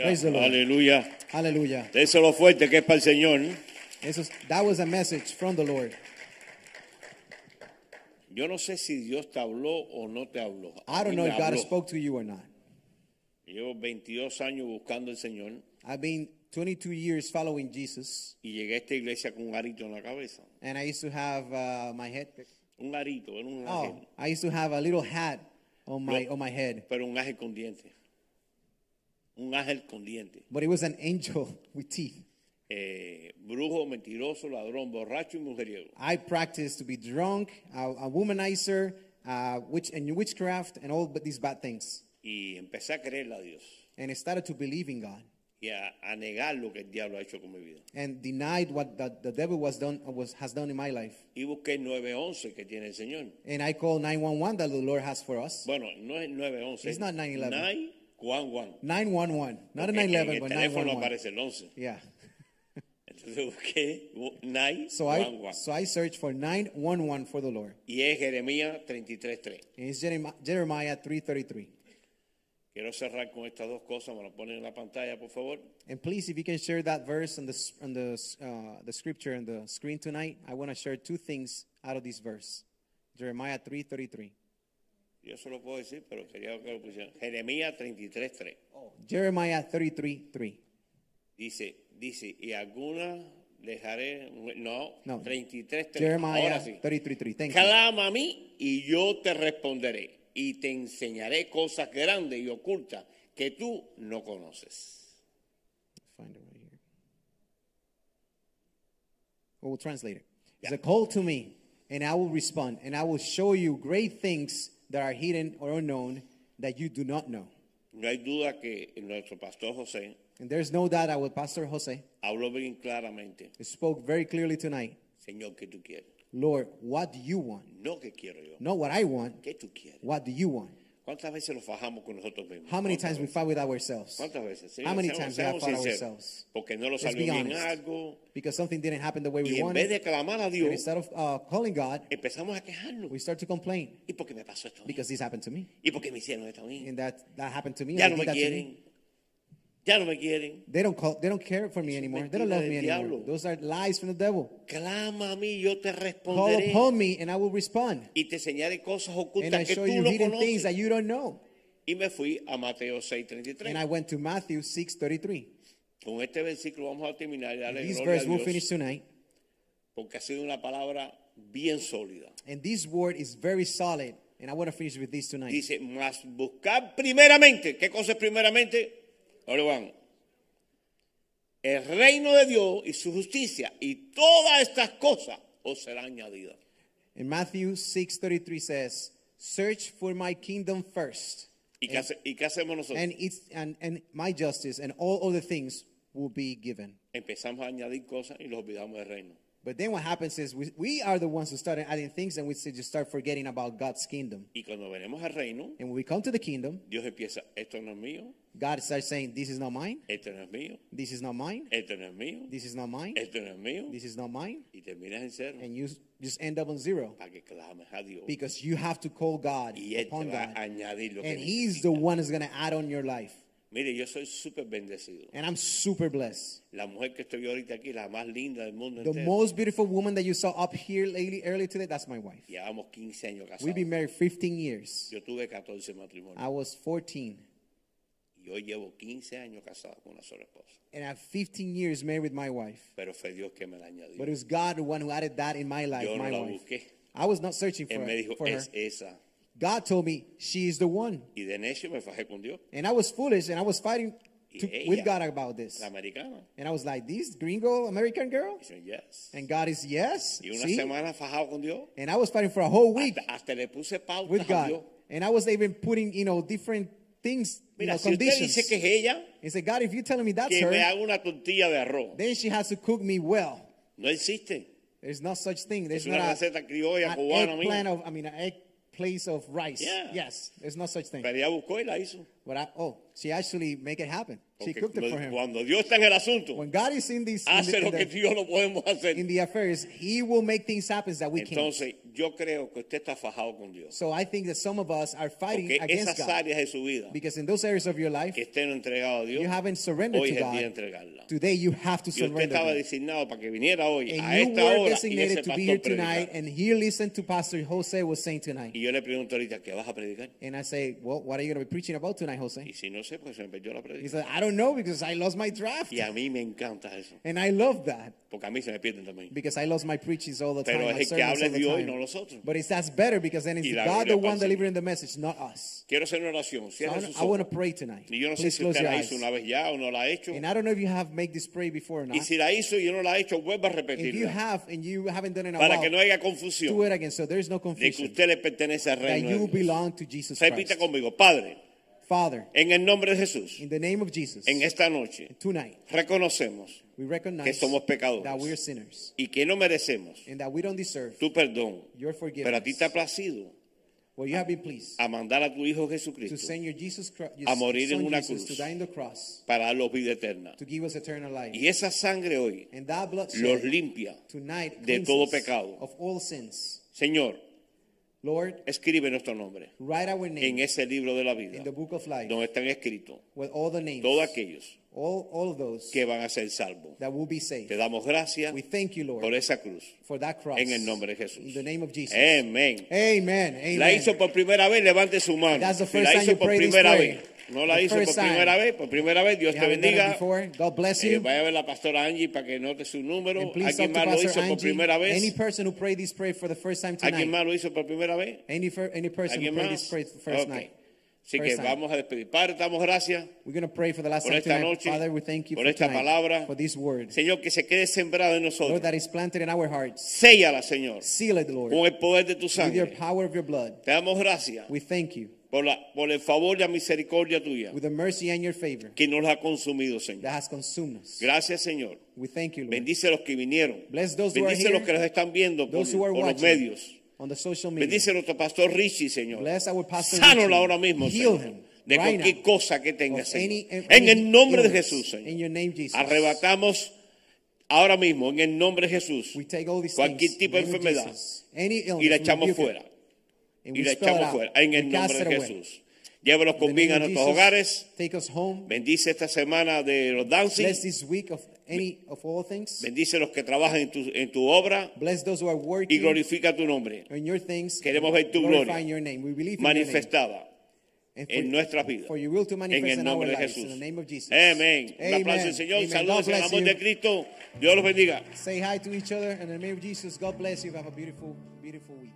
Speaker 3: Praise the Lord.
Speaker 4: Aleluya.
Speaker 3: Hallelujah.
Speaker 4: Déselo fuerte que es para el Señor.
Speaker 3: This is- that was a message from the Lord.
Speaker 4: Yo no sé si Dios te habló o no te habló. A
Speaker 3: I don't
Speaker 4: mí
Speaker 3: know
Speaker 4: me
Speaker 3: if God
Speaker 4: habló.
Speaker 3: spoke to you or not.
Speaker 4: Llevo 22 años buscando al Señor
Speaker 3: I've been 22 years following Jesus,
Speaker 4: y llegué a esta iglesia con un arito en la cabeza.
Speaker 3: and I used to have uh, my head.
Speaker 4: Un arito, era un
Speaker 3: Oh,
Speaker 4: ángel,
Speaker 3: I used to have a little hat on my
Speaker 4: No.
Speaker 3: on my head,
Speaker 4: pero un ángel con dientes. Un ángel con dientes.
Speaker 3: but it was an angel with teeth.
Speaker 4: Eh, brujo, mentiroso, ladrón, borracho y mujeriego.
Speaker 3: I practiced to be drunk, a, a womanizer, uh, witch and witchcraft, and all but these bad things.
Speaker 4: Y empecé a creerle a Dios
Speaker 3: And I started to believe in God
Speaker 4: y a, a negar lo que el diablo ha hecho con mi vida.
Speaker 3: and denied what the, the devil was done was has done in my life.
Speaker 4: Y busqué el 911 que tiene el Señor.
Speaker 3: And I called 911 that the Lord has for us.
Speaker 4: Bueno, no es 911.
Speaker 3: It's not 911.
Speaker 4: 911.
Speaker 3: 911, not a
Speaker 4: En- en
Speaker 3: 911,
Speaker 4: el
Speaker 3: but
Speaker 4: teléfono
Speaker 3: 911.
Speaker 4: aparece el 11.
Speaker 3: Yeah.
Speaker 4: Entonces busqué bu-
Speaker 3: So I
Speaker 4: 911.
Speaker 3: so I searched for 911 for the Lord.
Speaker 4: y es Jeremías 33.3.
Speaker 3: And it's Jeremiah, Jeremiah 3:33.
Speaker 4: Quiero cerrar con estas dos cosas. Me lo ponen en la pantalla, por favor.
Speaker 3: And please, if you can share that verse on the s- on the s- uh, the scripture on the screen tonight, I want to share two things out of this verse, Jeremiah three thirty three.
Speaker 4: Yo se lo puedo decir, pero quería que lo pusieran. Jeremías 33.3.
Speaker 3: Jeremiah thirty three three.
Speaker 4: Dice, dice, y algunas dejaré. No,
Speaker 3: No.
Speaker 4: 33.3.
Speaker 3: Jeremiah
Speaker 4: Ahora sí.
Speaker 3: thirty three three. Thank you.
Speaker 4: Clama a mí y yo te responderé y te enseñaré cosas grandes y ocultas que tú no conoces.
Speaker 3: Find it right here. Well, we'll translate it. It's a call to me, and I will respond, and I will show you great things that are hidden or unknown that you do not know.
Speaker 4: No hay duda que nuestro pastor José
Speaker 3: And there's no doubt our pastor Jose
Speaker 4: habló bien claramente,
Speaker 3: spoke very clearly tonight.
Speaker 4: Señor, ¿qué tú quieres?
Speaker 3: Lord, what do you want?
Speaker 4: No que quiero yo.
Speaker 3: Not what I want.
Speaker 4: ¿Qué tú quieres?
Speaker 3: What do you want?
Speaker 4: ¿Cuántas veces nos fajamos con nosotros mismos?
Speaker 3: How many
Speaker 4: ¿Cuántas
Speaker 3: times we
Speaker 4: veces?
Speaker 3: fight with ourselves?
Speaker 4: ¿Cuántas veces? Sí,
Speaker 3: How many
Speaker 4: seamos-
Speaker 3: times we have
Speaker 4: seamos
Speaker 3: fought
Speaker 4: sinceros.
Speaker 3: ourselves?
Speaker 4: Porque no lo
Speaker 3: Let's be
Speaker 4: salió bien
Speaker 3: honest.
Speaker 4: algo.
Speaker 3: Because something didn't happen the way
Speaker 4: Y
Speaker 3: we
Speaker 4: en vez
Speaker 3: wanted.
Speaker 4: de clamar a
Speaker 3: And
Speaker 4: Dios,
Speaker 3: instead of uh, calling God,
Speaker 4: empezamos a quejarnos.
Speaker 3: we start to complain
Speaker 4: ¿Y por qué me pasó esto? a mí?
Speaker 3: because this happened to me,
Speaker 4: ¿Y por qué me hicieron esto a mí?
Speaker 3: and that that happened to me. and
Speaker 4: Ya
Speaker 3: they
Speaker 4: no me
Speaker 3: did that to me.
Speaker 4: quieren. Ya no me quieren.
Speaker 3: They don't call. They don't care for me
Speaker 4: Eso es
Speaker 3: anymore. They don't
Speaker 4: mentira
Speaker 3: love
Speaker 4: del
Speaker 3: me anymore.
Speaker 4: diablo.
Speaker 3: Those are lies from the devil.
Speaker 4: Clama a mí, yo te
Speaker 3: Call
Speaker 4: responderé.
Speaker 3: upon me, and I will respond,
Speaker 4: Y te enseñaré cosas
Speaker 3: and I
Speaker 4: ocultas que
Speaker 3: show
Speaker 4: tú
Speaker 3: you
Speaker 4: no
Speaker 3: hidden things that
Speaker 4: conoces.
Speaker 3: you don't know.
Speaker 4: Y me fui a Mateo
Speaker 3: And I
Speaker 4: 6:33.
Speaker 3: went to Matthew six thirty three.
Speaker 4: Con este versículo vamos a terminar y darle
Speaker 3: This
Speaker 4: gloria
Speaker 3: verse
Speaker 4: a
Speaker 3: will
Speaker 4: Dios,
Speaker 3: finish tonight,
Speaker 4: porque ha sido una palabra bien sólida.
Speaker 3: and this word is very solid. And I want to finish with this tonight.
Speaker 4: Dice, mas buscar primeramente, ¿qué cosa es primeramente? Ahora van. El reino de Dios y su justicia y todas estas cosas os serán añadidas.
Speaker 3: And Matthew 6:33 says, "Search for my kingdom first,
Speaker 4: ¿Y, qué, hace- y qué hacemos nosotros?
Speaker 3: and it's and, and my justice and all other things will be given."
Speaker 4: Empezamos a añadir cosas y los olvidamos del reino.
Speaker 3: But then what happens is we, we are the ones who start adding things and we say just start forgetting about God's kingdom.
Speaker 4: Y cuando venimos al reino,
Speaker 3: And when we come to the kingdom,
Speaker 4: Dios empieza, esto no es mío,
Speaker 3: God starts saying, "This is not mine.
Speaker 4: esto no es mío,
Speaker 3: This is not mine.
Speaker 4: esto no es mío,
Speaker 3: This is not mine.
Speaker 4: esto no es mío.
Speaker 3: This is not mine."
Speaker 4: Y terminas en cero
Speaker 3: And you just end up on zero
Speaker 4: para que clames a Dios.
Speaker 3: because you have to call God
Speaker 4: Y Él te
Speaker 3: upon
Speaker 4: va a
Speaker 3: God,
Speaker 4: añadir lo que
Speaker 3: and He's
Speaker 4: necesitas.
Speaker 3: the one who's gonna add on your life.
Speaker 4: Mire, yo soy súper bendecido.
Speaker 3: And I'm super blessed.
Speaker 4: La mujer que estoy ahorita aquí, la más linda del mundo
Speaker 3: The
Speaker 4: entero.
Speaker 3: most beautiful woman that you saw up here lately, early today, that's my wife.
Speaker 4: Llevamos 15 años casados.
Speaker 3: We've been married 15 years.
Speaker 4: Yo tuve 14
Speaker 3: I
Speaker 4: matrimonios.
Speaker 3: was 14, Ah.
Speaker 4: Y Yo llevo 15 años casado con una sola esposa.
Speaker 3: and I'm 15 years married with my wife.
Speaker 4: Pero fue Dios que me la añadió.
Speaker 3: But it was God the one who added that in my life,
Speaker 4: Yo no
Speaker 3: my
Speaker 4: la
Speaker 3: wife.
Speaker 4: busqué.
Speaker 3: I was not searching for,
Speaker 4: Él me dijo,
Speaker 3: for her.
Speaker 4: es esa.
Speaker 3: God told me she is the one.
Speaker 4: Y de necio me fajé con Dios,
Speaker 3: And I was foolish and I was fighting to-
Speaker 4: Yeah.
Speaker 3: with God about this.
Speaker 4: la americana.
Speaker 3: And I was like, this gringo American girl?
Speaker 4: Y yo, yes.
Speaker 3: And God is yes.
Speaker 4: Y una
Speaker 3: see?
Speaker 4: semana fajado con Dios.
Speaker 3: And I was fighting for a whole week
Speaker 4: Hasta, hasta le puse pautas
Speaker 3: with
Speaker 4: a
Speaker 3: God.
Speaker 4: Dios.
Speaker 3: And I was even putting, you know, different things, you
Speaker 4: Mira,
Speaker 3: know,
Speaker 4: si usted
Speaker 3: conditions.
Speaker 4: dice que es ella,
Speaker 3: He said, God, if you're telling me that's
Speaker 4: que me
Speaker 3: her,
Speaker 4: haga una tortilla de arroz.
Speaker 3: then she has to cook me well.
Speaker 4: No existe.
Speaker 3: There's no such thing. There's
Speaker 4: Es una
Speaker 3: not a,
Speaker 4: receta criolla,
Speaker 3: an
Speaker 4: cubana,
Speaker 3: eggplant
Speaker 4: mía.
Speaker 3: of, I mean, an egg place of rice.
Speaker 4: Yeah.
Speaker 3: Yes, there's no such thing.
Speaker 4: Pero ella buscó y la hizo.
Speaker 3: But I, oh, she actually make it happen. She
Speaker 4: Porque
Speaker 3: cooked it
Speaker 4: lo-
Speaker 3: for him.
Speaker 4: cuando Dios está en el asunto,
Speaker 3: When God is in these in the,
Speaker 4: hace
Speaker 3: in
Speaker 4: lo
Speaker 3: the,
Speaker 4: que Dios no podemos hacer.
Speaker 3: in the affairs, He will make things happen that we can't.
Speaker 4: Entonces, yo creo que usted está fajado con Dios.
Speaker 3: So I think that some of us are fighting
Speaker 4: Porque
Speaker 3: against
Speaker 4: esas
Speaker 3: God
Speaker 4: áreas de su vida
Speaker 3: because in those areas of your life
Speaker 4: que estén entregados a Dios,
Speaker 3: you haven't surrendered
Speaker 4: hoy
Speaker 3: to
Speaker 4: es el
Speaker 3: God.
Speaker 4: día de entregarla.
Speaker 3: Today you have to
Speaker 4: Y usted
Speaker 3: surrender.
Speaker 4: estaba
Speaker 3: them.
Speaker 4: designado para que viniera hoy
Speaker 3: And
Speaker 4: a
Speaker 3: you
Speaker 4: esta
Speaker 3: were
Speaker 4: hora y ese
Speaker 3: designated to be here
Speaker 4: pastor
Speaker 3: tonight,
Speaker 4: predicar.
Speaker 3: and here listen to Pastor Jose was saying tonight.
Speaker 4: Y yo le pregunto ahorita, ¿qué vas a predicar?
Speaker 3: And I say, well, what are you going to be preaching about tonight,
Speaker 4: Y
Speaker 3: Jose?
Speaker 4: si no sé, pues se me perdió la
Speaker 3: He
Speaker 4: predicación.
Speaker 3: said, I don't know because I lost my draft,
Speaker 4: Y a mí me encanta eso,
Speaker 3: and I love that
Speaker 4: porque a mí se me pierden también.
Speaker 3: because I lost my preaches all the
Speaker 4: Pero
Speaker 3: time.
Speaker 4: es
Speaker 3: my
Speaker 4: el que
Speaker 3: sermons
Speaker 4: habla
Speaker 3: all the
Speaker 4: Dios y
Speaker 3: time.
Speaker 4: no nosotros.
Speaker 3: But it's that's better because then it's
Speaker 4: Y la
Speaker 3: God
Speaker 4: gloria
Speaker 3: the
Speaker 4: para
Speaker 3: one
Speaker 4: el
Speaker 3: delivering the message, not us.
Speaker 4: Quiero hacer una oración.
Speaker 3: So I
Speaker 4: Cierra
Speaker 3: wanna-
Speaker 4: sus
Speaker 3: I want to
Speaker 4: ojos.
Speaker 3: pray tonight.
Speaker 4: Y yo no sé
Speaker 3: Ah, Please
Speaker 4: si
Speaker 3: close
Speaker 4: usted
Speaker 3: your
Speaker 4: la
Speaker 3: eyes.
Speaker 4: hizo una vez ya o no la ha hecho.
Speaker 3: And I don't know if you have made this prayer before or not.
Speaker 4: Y si la hizo y no la ha hecho, vuelva a
Speaker 3: if you
Speaker 4: repetirla.
Speaker 3: have and you haven't done it in a
Speaker 4: Para
Speaker 3: while,
Speaker 4: que no haya
Speaker 3: do
Speaker 4: confusión
Speaker 3: it again so there's no
Speaker 4: de que
Speaker 3: confusion.
Speaker 4: usted le pertenece al
Speaker 3: That
Speaker 4: reino.
Speaker 3: you
Speaker 4: de Dios.
Speaker 3: belong to Jesus
Speaker 4: Repita
Speaker 3: Christ.
Speaker 4: conmigo, Padre,
Speaker 3: Father,
Speaker 4: en el nombre de Jesús,
Speaker 3: in the name of Jesus,
Speaker 4: en esta noche,
Speaker 3: tonight
Speaker 4: reconocemos
Speaker 3: we recognize
Speaker 4: que somos pecadores.
Speaker 3: that we are sinners
Speaker 4: y que no merecemos
Speaker 3: and that we don't deserve
Speaker 4: tu perdón.
Speaker 3: your forgiveness.
Speaker 4: Pero a ti te ha placido
Speaker 3: well, you have been pleased
Speaker 4: a mandar a tu Hijo
Speaker 3: to
Speaker 4: Jesucristo
Speaker 3: send your Jesus Christ,
Speaker 4: Ah, A morir en una
Speaker 3: Jesus,
Speaker 4: cruz.
Speaker 3: to die on the cross
Speaker 4: para darnos vida eterna.
Speaker 3: to give us eternal life.
Speaker 4: Y esa sangre hoy
Speaker 3: and that blood
Speaker 4: los
Speaker 3: shed
Speaker 4: limpia.
Speaker 3: tonight
Speaker 4: de
Speaker 3: cleanses
Speaker 4: todo pecado.
Speaker 3: of all sins.
Speaker 4: Señor,
Speaker 3: Lord,
Speaker 4: escribe nuestro nombre
Speaker 3: write our name
Speaker 4: en ese libro de la vida
Speaker 3: in the book of life
Speaker 4: donde están escritos
Speaker 3: with all the names,
Speaker 4: todos aquellos
Speaker 3: all, all of those
Speaker 4: que van a ser salvos.
Speaker 3: that will be saved.
Speaker 4: Te damos gracias
Speaker 3: We thank you,
Speaker 4: por
Speaker 3: Lord,
Speaker 4: esa cruz.
Speaker 3: for that cross.
Speaker 4: En el nombre de Jesús.
Speaker 3: In the name of Jesus.
Speaker 4: Amén.
Speaker 3: Amen. Amen.
Speaker 4: La hizo por primera vez, levante su mano.
Speaker 3: That's the
Speaker 4: Si
Speaker 3: first
Speaker 4: la
Speaker 3: time
Speaker 4: hizo
Speaker 3: you
Speaker 4: por
Speaker 3: pray this
Speaker 4: primera
Speaker 3: prayer.
Speaker 4: vez, no la
Speaker 3: The
Speaker 4: hizo por
Speaker 3: first time.
Speaker 4: primera vez, por primera vez, Dios
Speaker 3: You
Speaker 4: te
Speaker 3: haven't done it
Speaker 4: bendiga.
Speaker 3: before. God bless
Speaker 4: Eh,
Speaker 3: you.
Speaker 4: vaya a ver la pastora Angie para que note su número.
Speaker 3: and please
Speaker 4: ¿Alguien
Speaker 3: talk
Speaker 4: más
Speaker 3: to
Speaker 4: lo
Speaker 3: Pastor
Speaker 4: hizo por
Speaker 3: Angie.
Speaker 4: primera
Speaker 3: Any
Speaker 4: vez?
Speaker 3: person who prayed this prayer for the first time tonight.
Speaker 4: ¿Alguien más lo hizo por primera vez?
Speaker 3: Any, fir- any person who
Speaker 4: ¿Alguien
Speaker 3: prayed this
Speaker 4: más?
Speaker 3: prayer for the first
Speaker 4: Ok.
Speaker 3: night.
Speaker 4: Así
Speaker 3: First
Speaker 4: que
Speaker 3: time.
Speaker 4: vamos a despedir. Padre, te damos gracias
Speaker 3: We're going to pray for the last
Speaker 4: por
Speaker 3: time
Speaker 4: esta
Speaker 3: tonight.
Speaker 4: noche,
Speaker 3: Father, we thank you
Speaker 4: por
Speaker 3: for,
Speaker 4: esta
Speaker 3: tonight,
Speaker 4: palabra.
Speaker 3: for this word.
Speaker 4: Señor, que se quede sembrado en nosotros.
Speaker 3: Lord, that is planted in our hearts.
Speaker 4: Séllala, Señor,
Speaker 3: Seal it, Lord,
Speaker 4: con el poder de tu
Speaker 3: with your
Speaker 4: sangre.
Speaker 3: power of your blood.
Speaker 4: Te damos gracias
Speaker 3: We thank you
Speaker 4: por, la- por el favor y la misericordia tuya
Speaker 3: with the mercy and your favor
Speaker 4: que nos la ha consumido, Señor.
Speaker 3: that has consumed us.
Speaker 4: Gracias, Señor.
Speaker 3: We thank you, Lord.
Speaker 4: Bendice a los que vinieron.
Speaker 3: Bless those who are
Speaker 4: Bendice a los
Speaker 3: here,
Speaker 4: que los están viendo por,
Speaker 3: Those who are
Speaker 4: por los
Speaker 3: watching
Speaker 4: medios.
Speaker 3: on the social media.
Speaker 4: Bendice a nuestro pastor Richie, Señor.
Speaker 3: Bless our pastor
Speaker 4: Sánalo
Speaker 3: Richie.
Speaker 4: ahora mismo,
Speaker 3: Heal
Speaker 4: Señor,
Speaker 3: him
Speaker 4: de
Speaker 3: right
Speaker 4: cualquier
Speaker 3: now.
Speaker 4: cosa que tenga,
Speaker 3: Of
Speaker 4: Señor.
Speaker 3: any- of
Speaker 4: en
Speaker 3: any
Speaker 4: el nombre de
Speaker 3: illness.
Speaker 4: Jesús, Señor.
Speaker 3: In your name, Jesus.
Speaker 4: Arrebatamos ahora mismo, en el nombre de Jesús,
Speaker 3: We take all these
Speaker 4: cualquier
Speaker 3: things,
Speaker 4: tipo de
Speaker 3: in the name of
Speaker 4: enfermedad
Speaker 3: Jesus. Any illness,
Speaker 4: y la
Speaker 3: we
Speaker 4: echamos
Speaker 3: rebuke it,
Speaker 4: fuera.
Speaker 3: and
Speaker 4: Y
Speaker 3: we
Speaker 4: la
Speaker 3: spell it
Speaker 4: echamos
Speaker 3: out.
Speaker 4: fuera, en
Speaker 3: We
Speaker 4: el
Speaker 3: cast
Speaker 4: nombre
Speaker 3: it
Speaker 4: de
Speaker 3: away.
Speaker 4: Jesús. Llévalos
Speaker 3: In the
Speaker 4: con bien a
Speaker 3: name of
Speaker 4: nuestros
Speaker 3: Jesus,
Speaker 4: hogares.
Speaker 3: Take us home.
Speaker 4: Bendice esta semana de los dancing.
Speaker 3: Bless this week of any of all things.
Speaker 4: Bendice los que trabajan en tu, en tu obra
Speaker 3: Bless those who are
Speaker 4: y
Speaker 3: working
Speaker 4: glorifica tu nombre.
Speaker 3: in your things.
Speaker 4: Queremos ver tu
Speaker 3: glorifying
Speaker 4: gloria
Speaker 3: your name. We believe in your name.
Speaker 4: Manifestada
Speaker 3: And
Speaker 4: en
Speaker 3: for-
Speaker 4: nuestras vidas.
Speaker 3: For your will to manifest
Speaker 4: En el
Speaker 3: in our
Speaker 4: nombre de
Speaker 3: lives.
Speaker 4: Jesús.
Speaker 3: In the name of Jesus.
Speaker 4: Amén. Un aplauso al
Speaker 3: Amen.
Speaker 4: Señor.
Speaker 3: Amen. God
Speaker 4: Saludos en el
Speaker 3: bless
Speaker 4: amor
Speaker 3: you.
Speaker 4: de Cristo. Dios los bendiga.
Speaker 3: Say hi to each other in the name of Jesus. God bless you. Have a beautiful, beautiful week.